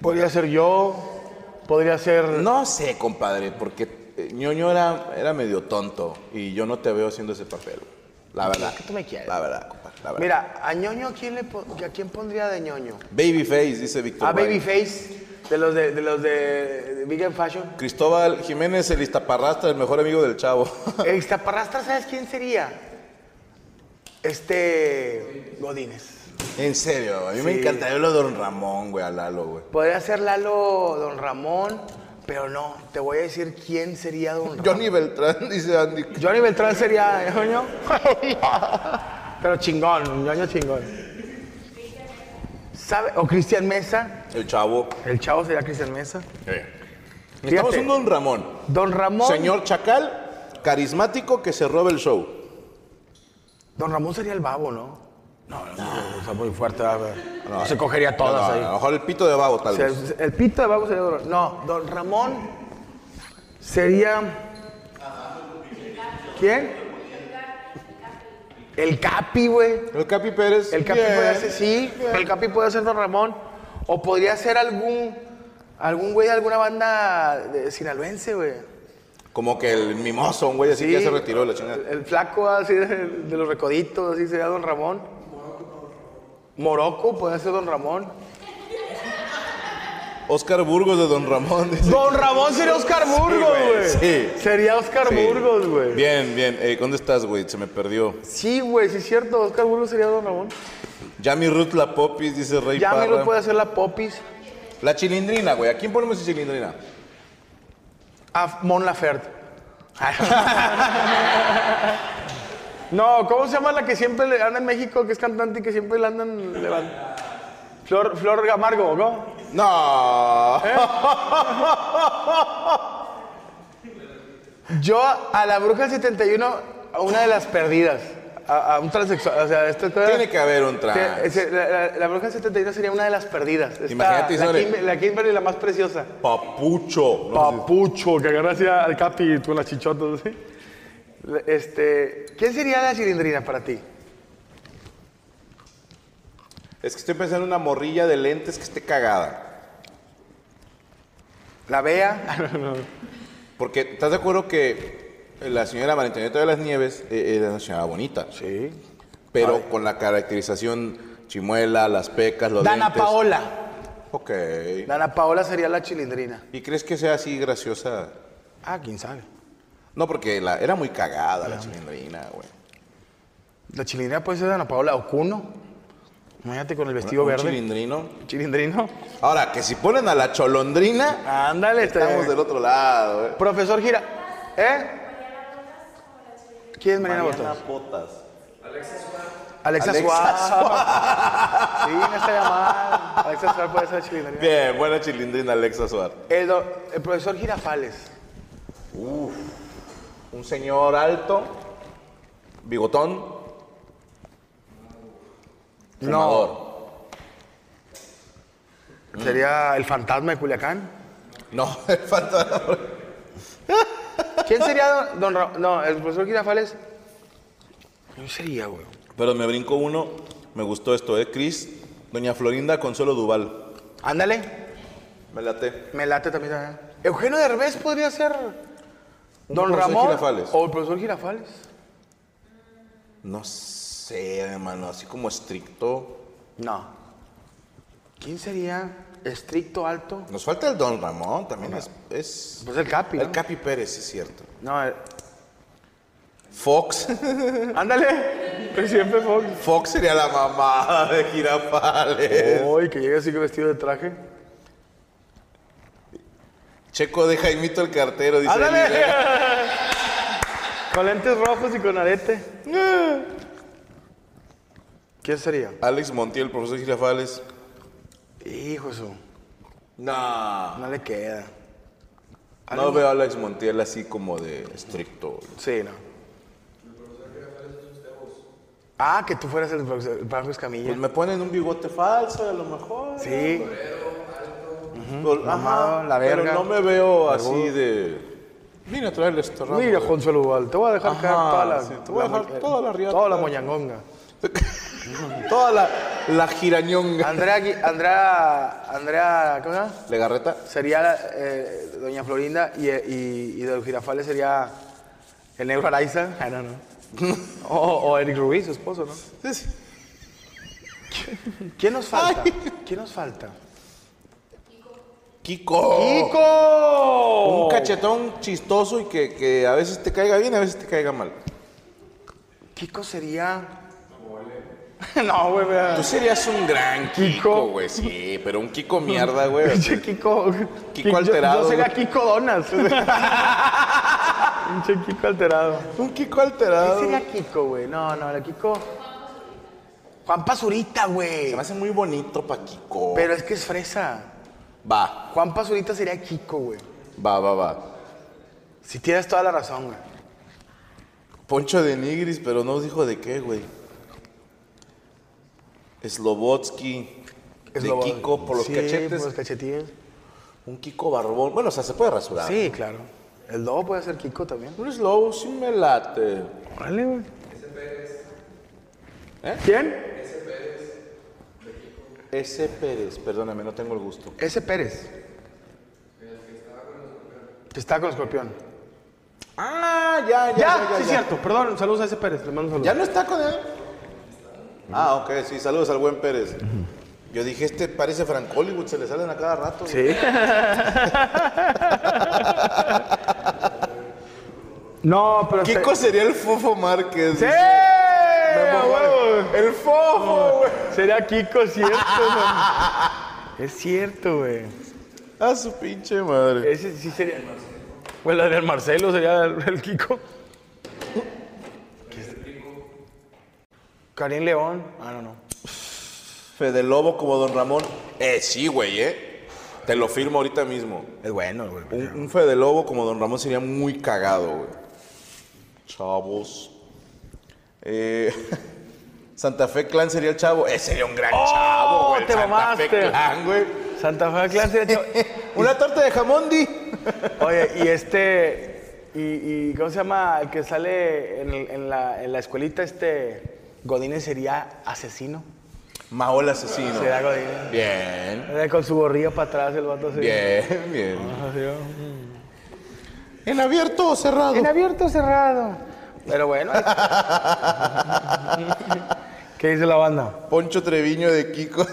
Podría ser yo. Podría ser. No sé, compadre, porque eh, ñoño era, era medio tonto y yo no te veo haciendo ese papel. La verdad. ¿Qué tú me quieres? La verdad, compadre. La verdad. Mira, a ñoño, ¿a quién, le po- ¿a quién pondría de ñoño? Babyface, dice Víctor. A Valle. Ah, Babyface, de los de, de, los de, de Big and Fashion. Cristóbal Jiménez, el Iztaparrastra, el mejor amigo del chavo. El Iztaparrastra, ¿sabes quién sería? Este. Godínez. en serio, a mí me Sí. encantaría lo de Don Ramón, güey, a Lalo, güey. Podría ser Lalo Don Ramón, pero no, te voy a decir quién sería Don Ramón. Johnny Beltrán, dice Andy. Johnny Beltrán sería ñoño. pero chingón, ñoño chingón. ¿Sabe? O Cristian Mesa, El chavo. el chavo sería Cristian Mesa. Necesitamos Fíjate. un Don Ramón. Don Ramón. Señor Chacal, carismático que se roba el show. Don Ramón sería el babo, ¿no? No, no, no, está muy fuerte. ¿verdad? No, se cogería No, todas no, ahí. A lo mejor el pito de babo, tal O sea, vez. el, el pito de Vago sería Don Ramón. No, Don Ramón sería. ¿Quién? El Capi, güey. El Capi Pérez. El Capi puede bien. ser, sí, el Capi puede ser Don Ramón. O podría ser algún Algún güey de alguna banda de sinaloense, güey. Como que el mimoso, un güey así que ya se retiró de la El, chingada. el flaco así de, de los recoditos, así sería Don Ramón. Moroco, puede ser Don Ramón. Oscar Burgos de Don Ramón. dice. Don Ramón sería Oscar Burgos, güey, güey. sí. Sería Oscar Sí. Burgos, güey. Bien, bien. Eh, ¿Dónde estás, güey? Se me perdió. Sí, güey, sí es cierto. Oscar Burgos sería Don Ramón. Yami Ruth La Popis, dice Rey Ya Parra. Miro puede hacer la popis. La chilindrina, güey. ¿A quién ponemos de chilindrina? A Ah, Mon Laferte. no, ¿cómo se llama la que siempre le anda en México, que es cantante y que siempre la andan levantando? Flor, Flor Gamargo, ¿no? No. Eh. Yo a la bruja del 71, a una de las perdidas. A, a un transexual. O sea, esta cosa- Tiene que haber un Te- trans. ese- la, la- la bruja del 71 sería una de las perdidas. Esta- Imagínate, la, sobre- Kimber- la Kimberly, la más preciosa. Papucho. No sé si- Papucho, que agarra así al Capi con las chichotas. ¿sí? Le- Este, ¿Quién sería la cilindrina para ti? Es que estoy pensando en una morrilla de lentes que esté cagada. ¿La Bea? Porque, ¿estás de acuerdo que la señora María Antonieta de las Nieves eh, era una señora bonita? Sí. Pero con la caracterización chimuela, las pecas, los Dana lentes. Paola. Ok. Dana Paola sería la cilindrina. ¿Y crees que sea así graciosa? Ah, quién sabe. No, porque la, era muy cagada Ah. la chilindrina, güey. La cilindrina puede ser Dana Paola o Cuno. Imagínate con el vestido Un verde. chilindrino. Chilindrino. Ahora, que si ponen a la cholondrina, Ándale, estamos este- del otro lado, güey. Profesor Gira. ¿Eh? ¿Quién es Mariana Botas? Botas. Alexa Alexa Suárez. Sí, no estaría mal. Alexa Suárez puede ser chilindrina. Bien, buena chilindrina Alexa Suárez. El, do- el profesor Girafales. Un señor alto, bigotón. No. Mm. Sería el fantasma de Culiacán. No, el fantasma. ¿Quién sería don, don Ra- No, el profesor Girafales. ¿Quién sería, güey? Pero me brinco uno, me gustó esto, ¿eh? Cris, Doña Florinda Consuelo Duval. Ándale. Me late. Me late también. ¿eh? Eugenio Derbez podría ser. Don profesor Ramón. Girafales. O el profesor Girafales. No sé, hermano, así como estricto. No. ¿Quién sería estricto, alto? Nos falta el Don Ramón, también es, es- Pues el Capi. El ¿no? Capi Pérez, es cierto. No, el- Fox. ándale. Presidente Fox. Fox sería la mamá de Girafales. Uy, que llegue así vestido de traje. Checo de Jaimito el cartero, dice. ¡Ándale! Elida. con lentes rojos y con arete. ¿Quién sería? Alex Montiel, profesor Girafales. Hijo eso. No. No le queda. No veo a Alex Montiel así como de estricto. Sí, no. Ah, que tú fueras el profesor el Franco Escamilla. Pues me ponen un bigote falso, a lo mejor. Sí. Pero- mamado, la verga. Pero no me veo así de. Mira, traerle este ramo. Mira, de- Consuelo Duval, te voy a dejar Ajá, caer toda la... sí, te voy a dejar toda la riata. Toda la moñangonga. Toda la, la girañonga. Andrea, Gui- Andrea, Andrea, ¿cómo se llama? Legarreta. Sería eh, Doña Florinda y, y, y de los girafales sería el negro Araiza. Ah, no, no. o, o Eric Ruiz, su esposo, ¿no? ¿Quién nos falta? ¿Quién nos falta? Kiko. ¡Kiko! Un cachetón chistoso y que, que a veces te caiga bien, a veces te caiga mal. Kiko sería. no, güey, vea. Tú serías un gran Kiko. Kiko, güey. Sí, pero un Kiko mierda, güey. Pinche Kiko. Kiko- yo- alterado, Yo, sería güey. Kiko Donas. Pinche Kiko alterado. Un Kiko ¿Quién alterado. sería Kiko, güey? No, no, el Kiko. Juan Pazurita, güey. Se me hace muy bonito pa' Kiko. Pero es que es fresa. Va, Juan Pazurita sería Kiko, güey. va, va, va. Si tienes toda la razón, güey. Poncho de Nigris, pero no dijo de qué, güey. Slobotsky. Es de lo- Kiko por los Sí, pues. cachetes. Por los cachetines. Un Kiko barbón. Bueno, o sea, se puede rasurar. Sí, claro. El lobo puede ser Kiko también. Un Slobo sí me late. Órale, güey. ¿Quién? Ese Pérez, perdóname, no tengo el gusto. Ese Pérez. Está con escorpión. Ah, ya, ya. Ya, sí, cierto. Perdón, saludos a ese Pérez. Le mando un saludo. ¿Ya no está con él? Ah, ok, sí, saludos al buen Pérez. Yo dije, este parece Frank Hollywood, se le salen a cada rato. güey. Sí. no, pero. este- Kiko sería el Fofo Márquez. ¡Sí! dice. ¡A huevo! ¡El Fofo, güey! Sería Kiko, cierto, man. Es cierto, güey. A su pinche madre. Ese sí sería. Bueno, el Marcelo sería el, el Kiko. Karim León. Ah, no, no. Fede Lobo como Don Ramón. Eh, sí, güey, eh. Te lo firmo ahorita mismo. Es bueno, güey. Un, un Fede Lobo como Don Ramón sería muy cagado, güey. Chavos. Eh, Santa Fe Clan sería el chavo. Ese sería un gran chavo, güey. el te Santa mamaste. Fe Clan, güey. Santa Fe clase. Una torta de jamón, Di. Oye, y este. Y, y ¿cómo se llama? El que sale en, el- en la, en la escuelita, este. Godínez sería asesino. Maol asesino. Sería Godínez. Bien, Era Con su gorrillo para atrás el vato así. bien, bien. Así, ¿no? ¿En abierto o cerrado? En abierto o cerrado. Pero bueno. ahí- ¿Qué dice la banda? Poncho Treviño de Kiko.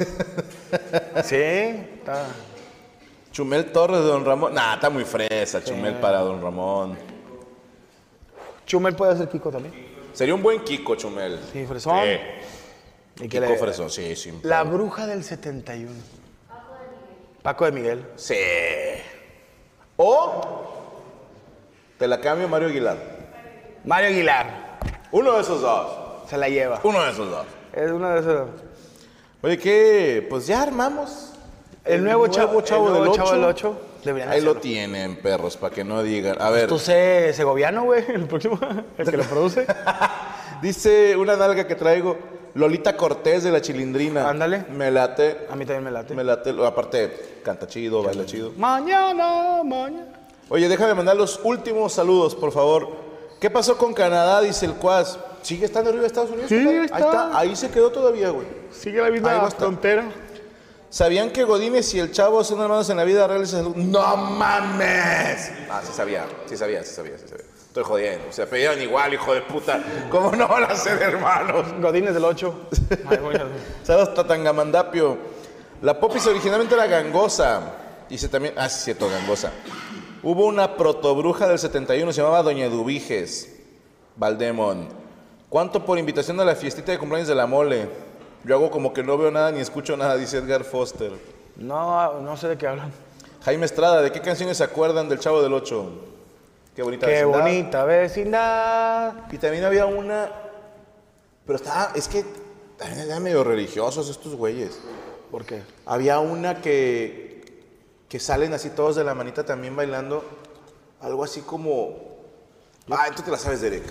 Sí, está. Chumel Torres de Don Ramón. Nah, está muy fresa Chumel para Don Ramón. Chumel puede ser Kiko también. Sería un buen Kiko, Chumel. Sí, fresón. Sí. Y que Kiko le- fresón, sí, sí. La bruja del 71. Paco de Miguel. Sí. O te la cambio Mario Aguilar. Mario Aguilar. Uno de esos dos. Se la lleva. Uno de esos dos. Es uno de esos. Oye, ¿qué? Pues ya armamos. El nuevo chavo- el nuevo chavo del ocho. Deberían Ahí lo hacerlo. tienen, perros, para que no digan. A ver, ¿Tú sé segoviano, güey? El próximo. El que lo produce. dice una nalga que traigo, Lolita Cortés de la Chilindrina. Ándale. Me late. A mí también me late. Me late. Aparte, canta chido, baila chido. Mañana, mañana. Oye, déjame mandar los últimos saludos, por favor. ¿Qué pasó con Canadá? Dice el Cuas. ¿Sigue estando arriba de Estados Unidos? Sí, compadre? está. Ahí está. Ahí se quedó todavía, güey. Sigue la Ahí va a misma estar. frontera. ¿Sabían que Godínez y el Chavo son hermanos en la vida real? y se saludan? ¡No mames! Ah, sí sabía, sí sabía, sí sabía, sí sabía. Estoy jodiendo. Se apellidan igual, hijo de puta. ¿Cómo no van a ser hermanos? Godínez del 8. Saludos, Tatangamandapio. La popis originalmente era gangosa. Dice también, ah, sí, cierto, gangosa. Hubo una protobruja del 71, se llamaba Doña Dubiges. Valdemón. ¿Cuánto por invitación a la fiestita de cumpleaños de la mole? Yo hago como que no veo nada ni escucho nada, dice Edgar Foster. No, no sé de qué hablan. Jaime Estrada, ¿de qué canciones se acuerdan del Chavo del Ocho? Qué bonita Qué vecindad. bonita vecindad. Y también había una. Pero estaba. Es que también eran medio religiosos estos güeyes. ¿Por qué? Había una que, que salen así todos de la manita también bailando. Algo así como. Ah, tú te la sabes, Derek.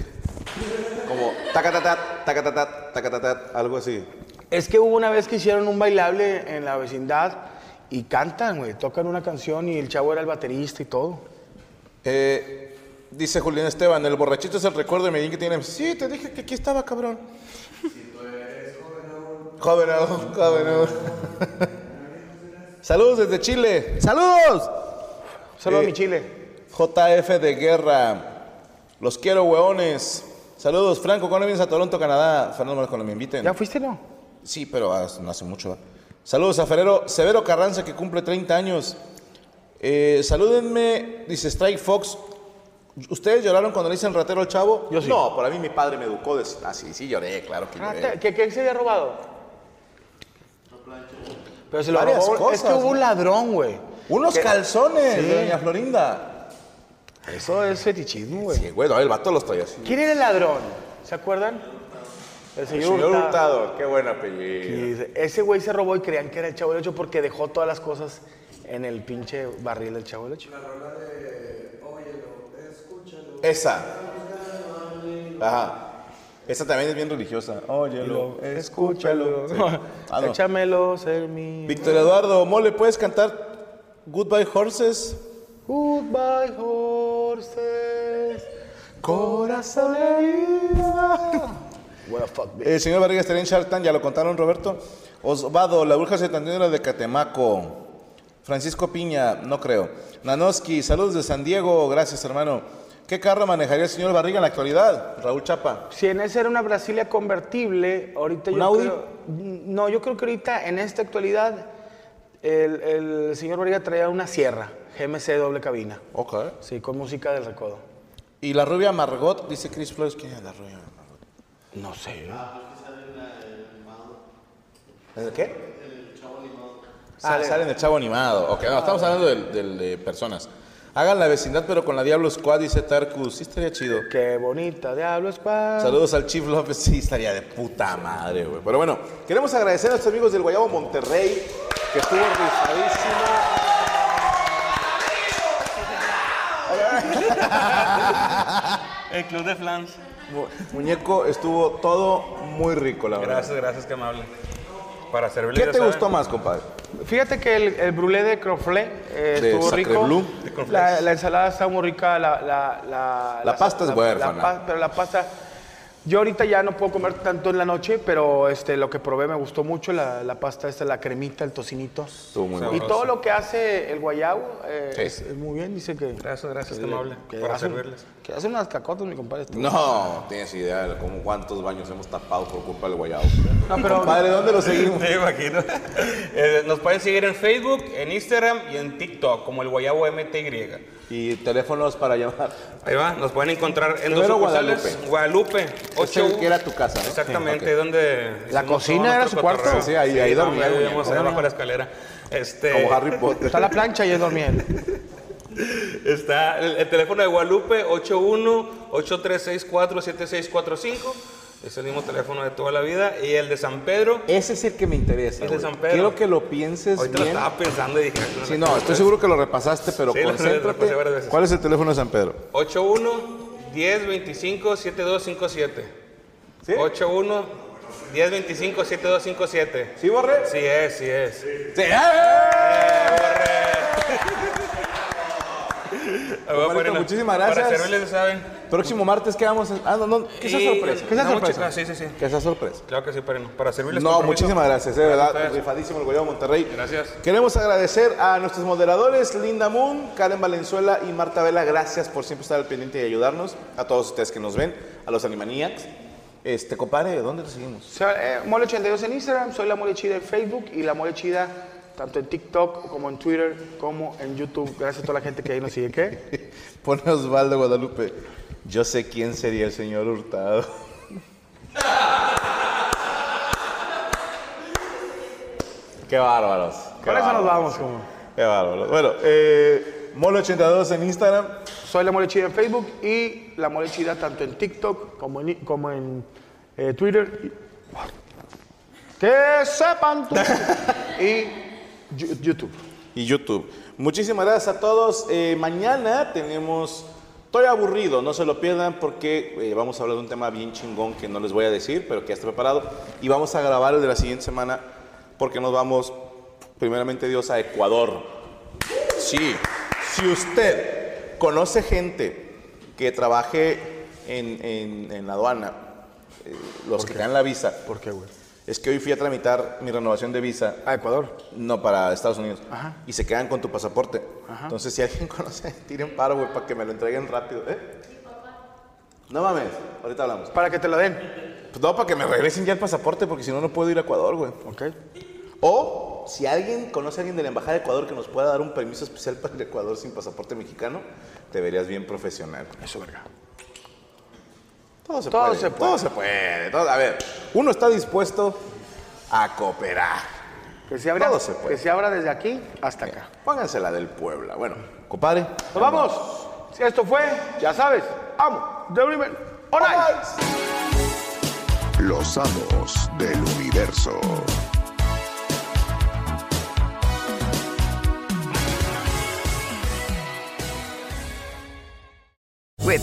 Como tacatatat, tacatatat, tacatatat, algo así. Es que hubo una vez que hicieron un bailable en la vecindad y cantan, güey. Tocan una canción y el chavo era el baterista y todo. Eh, dice Julián Esteban, el borrachito es el recuerdo de Medellín que tiene. Sí, te dije que aquí estaba, cabrón. Joven aún, joven aún. Saludos desde Chile. ¡Saludos! Saludos Eh, a mi chile. JF de Guerra. Los quiero, hueones. Saludos, Franco. ¿Cuándo vienes a Toronto, Canadá? Fernando Marcos, cuando me inviten. ¿Ya fuiste, no? Sí, pero hace- no hace mucho. ¿va? Saludos a Ferrero, Severo Carranza, que cumple 30 años. Eh, salúdenme, dice Strike Fox. ¿Ustedes lloraron cuando le dicen ratero al chavo? Yo sí. No, para mí mi padre me educó. De... Ah, sí, sí lloré, claro que lloré. Ah, ¿Qué, qué se había robado? Pero se lo Varias robó. es que cosas, hubo un ¿no? ladrón, güey. Unos calzones Sí. de Doña Florinda. Eso es fetichismo, güey. Sí, güey, no, el vato los traía así. ¿Quién era el ladrón? ¿Se acuerdan? El El señor, señor Hurtado. Hurtado, qué buen Y apellido. dice, ese güey se robó y creían que era el Chavo del Ocho porque dejó todas las cosas en el pinche barril del Chavo del Ocho. Esa. Ajá. Esa también es bien religiosa. Óyelo, escúchalo. Sí. Ah, no. Échamelo, ser mi... Víctor Eduardo Mole, ¿puedes cantar Goodbye Horses? Goodbye, horses. Corazón herido. What the fuck, bitch. El señor Barriga estaría en Shark Tank, ya lo contaron Roberto. Osvado, la bruja se era de Catemaco. Francisco Piña, no creo. Nanoski, saludos de San Diego, gracias hermano. ¿Qué carro manejaría el señor Barriga en la actualidad? Raúl Chapa. Si en ese era una Brasilia convertible, ahorita ¿Un yo Audi? creo- No, yo creo que ahorita, en esta actualidad, el, el señor Barriga traía una sierra, GMC doble cabina. Ok. Sí, con música del recodo. Y la rubia Margot, dice Chris Flores, ¿quién es la rubia Margot? No sé. ¿El qué? El chavo animado. Ah, salen el chavo animado. Ok, no, estamos hablando del, del de personas. Hagan la vecindad, pero con la Diablo Squad, dice Tarkus. Sí, estaría chido. Qué bonita, Diablo Squad. Saludos al Chief López, sí, estaría de puta madre, güey. Pero bueno, queremos agradecer a nuestros amigos del Guayabo Monterrey, que estuvo rifadísimo. El Club de Flans. Mu- Muñeco, estuvo todo muy rico, la verdad. Gracias, gracias, que amable. Para servirle. ¿Qué ya te saben. gustó más, compadre? Fíjate que el, el brulé de croflé eh, De estuvo Sacre rico. Blue. De Croflé. La, la ensalada está muy rica. La, la, la, La pasta es huérfana. pa- pero la pasta. Yo ahorita ya no puedo comer tanto en la noche, pero este, lo que probé me gustó mucho. La, la pasta esta, la cremita, el tocinito. Estuvo muy Y bueno. todo lo que hace el guayabo eh, Sí. es, es muy bien. Dice que. Gracias, gracias, que que- amable. que Para hace- servirles. Que hace unas cacotas, mi compadre. este. No, tienes idea de cómo cuántos baños hemos tapado por culpa del Guayabo. No, pero- Compadre, ¿dónde lo seguimos? Te imagino. Eh, nos pueden seguir en Facebook, en Instagram y en TikTok como el Guayabo MTY. Y teléfonos para llamar. Ahí va, nos pueden encontrar en dos Primero sucursales. Guadalupe. Este 8 que era tu casa, ¿no? Exactamente, Sí, ok. donde... hicimos cocina todo era nuestro su cuarto? cotorreo. Sí, ahí- ahí no, dormía, ahí güey. vivíamos ahí abajo de la escalera. Este, Como Harry Potter. Eh, Está la plancha y es dormir. Está el, el teléfono de Guadalupe 81-8364-7645. Es el mismo teléfono de toda la vida. Y el de San Pedro. Ese es el que me interesa. Es de güey. San Pedro. Quiero que lo pienses Ahorita lo bien. estaba pensando y dije... "Ah, Sí, no, estoy seguro que lo repasaste, pero Sí, lo concéntrate. repasé varias veces. ¿Cuál es el teléfono de San Pedro? 81 10 25 7257. ¿Sí? 81 10 25 7257. ¿Sí, Borre? Sí es, sí es. ¡Sí! ¡Eh! Ah, bueno, Marito, bueno, muchísimas Para gracias. servirles, ¿saben? Próximo martes, ¿qué vamos a Ah, no, no, que sea Y- sorpresa. Que sea no, sorpresa. muchas- sí, sí, sí. Que sea sorpresa. Claro que sí, pero no, para servirles. No, compromiso. muchísimas gracias, eh, de Gracias a verdad, ustedes. rifadísimo el Goyado Monterrey. Gracias. Queremos agradecer a nuestros moderadores, Linda Moon, Karen Valenzuela y Marta Vela, gracias por siempre estar al pendiente y ayudarnos, a todos ustedes que nos ven, a los Animaniacs. Este, compadre, ¿dónde te seguimos? O sea, eh, Mole 82 en Instagram, soy la Mole Chida en Facebook y la Mole Chida tanto en TikTok como en Twitter como en YouTube. Gracias a toda la gente que ahí nos sigue. ¿Qué? Pone Osvaldo Guadalupe, yo sé quién sería el señor Hurtado. Qué bárbaros. qué Con eso nos bárbaros, vamos. Como. Qué bárbaros. Bueno, eh, Molo82 en Instagram. Soy la Mole Chida en Facebook y la Mole Chida tanto en TikTok como en, como en eh, Twitter. Y- Que sepan tú. y Yu- YouTube. y YouTube. Muchísimas gracias a todos. Eh, mañana tenemos. Estoy aburrido, no se lo pierdan porque eh, vamos a hablar de un tema bien chingón que no les voy a decir, pero que ya está preparado. Y vamos a grabar el de la siguiente semana porque nos vamos, primeramente Dios, a Ecuador. Sí, si usted conoce gente que trabaje en, en- en la aduana, eh, los que dan la visa. ¿Por qué, güey? Es que hoy fui a tramitar mi renovación de visa A Ecuador. no, para Estados Unidos. Ajá. Y se quedan con tu pasaporte. Entonces, si alguien conoce, tiren paro, güey, para que me lo entreguen rápido. ¿Eh? No mames, ahorita hablamos. Para que te lo den. Pues no, para que me regresen ya el pasaporte, porque si no, no puedo ir a Ecuador, güey. Ok. O, si alguien conoce a alguien de la Embajada de Ecuador que nos pueda dar un permiso especial para el Ecuador sin pasaporte mexicano, te verías bien profesional. Eso, verga. Todo se, Todo puede, se puede. Todo se puede. todo- a ver, uno está dispuesto a cooperar. Que se abra, Todo se puede. que se abra desde aquí hasta acá. Pónganse la del Puebla. Bueno, compadre. ¡Nos vamos! Si esto fue, ya sabes, amo, The River, on ice. Los amos del universo. With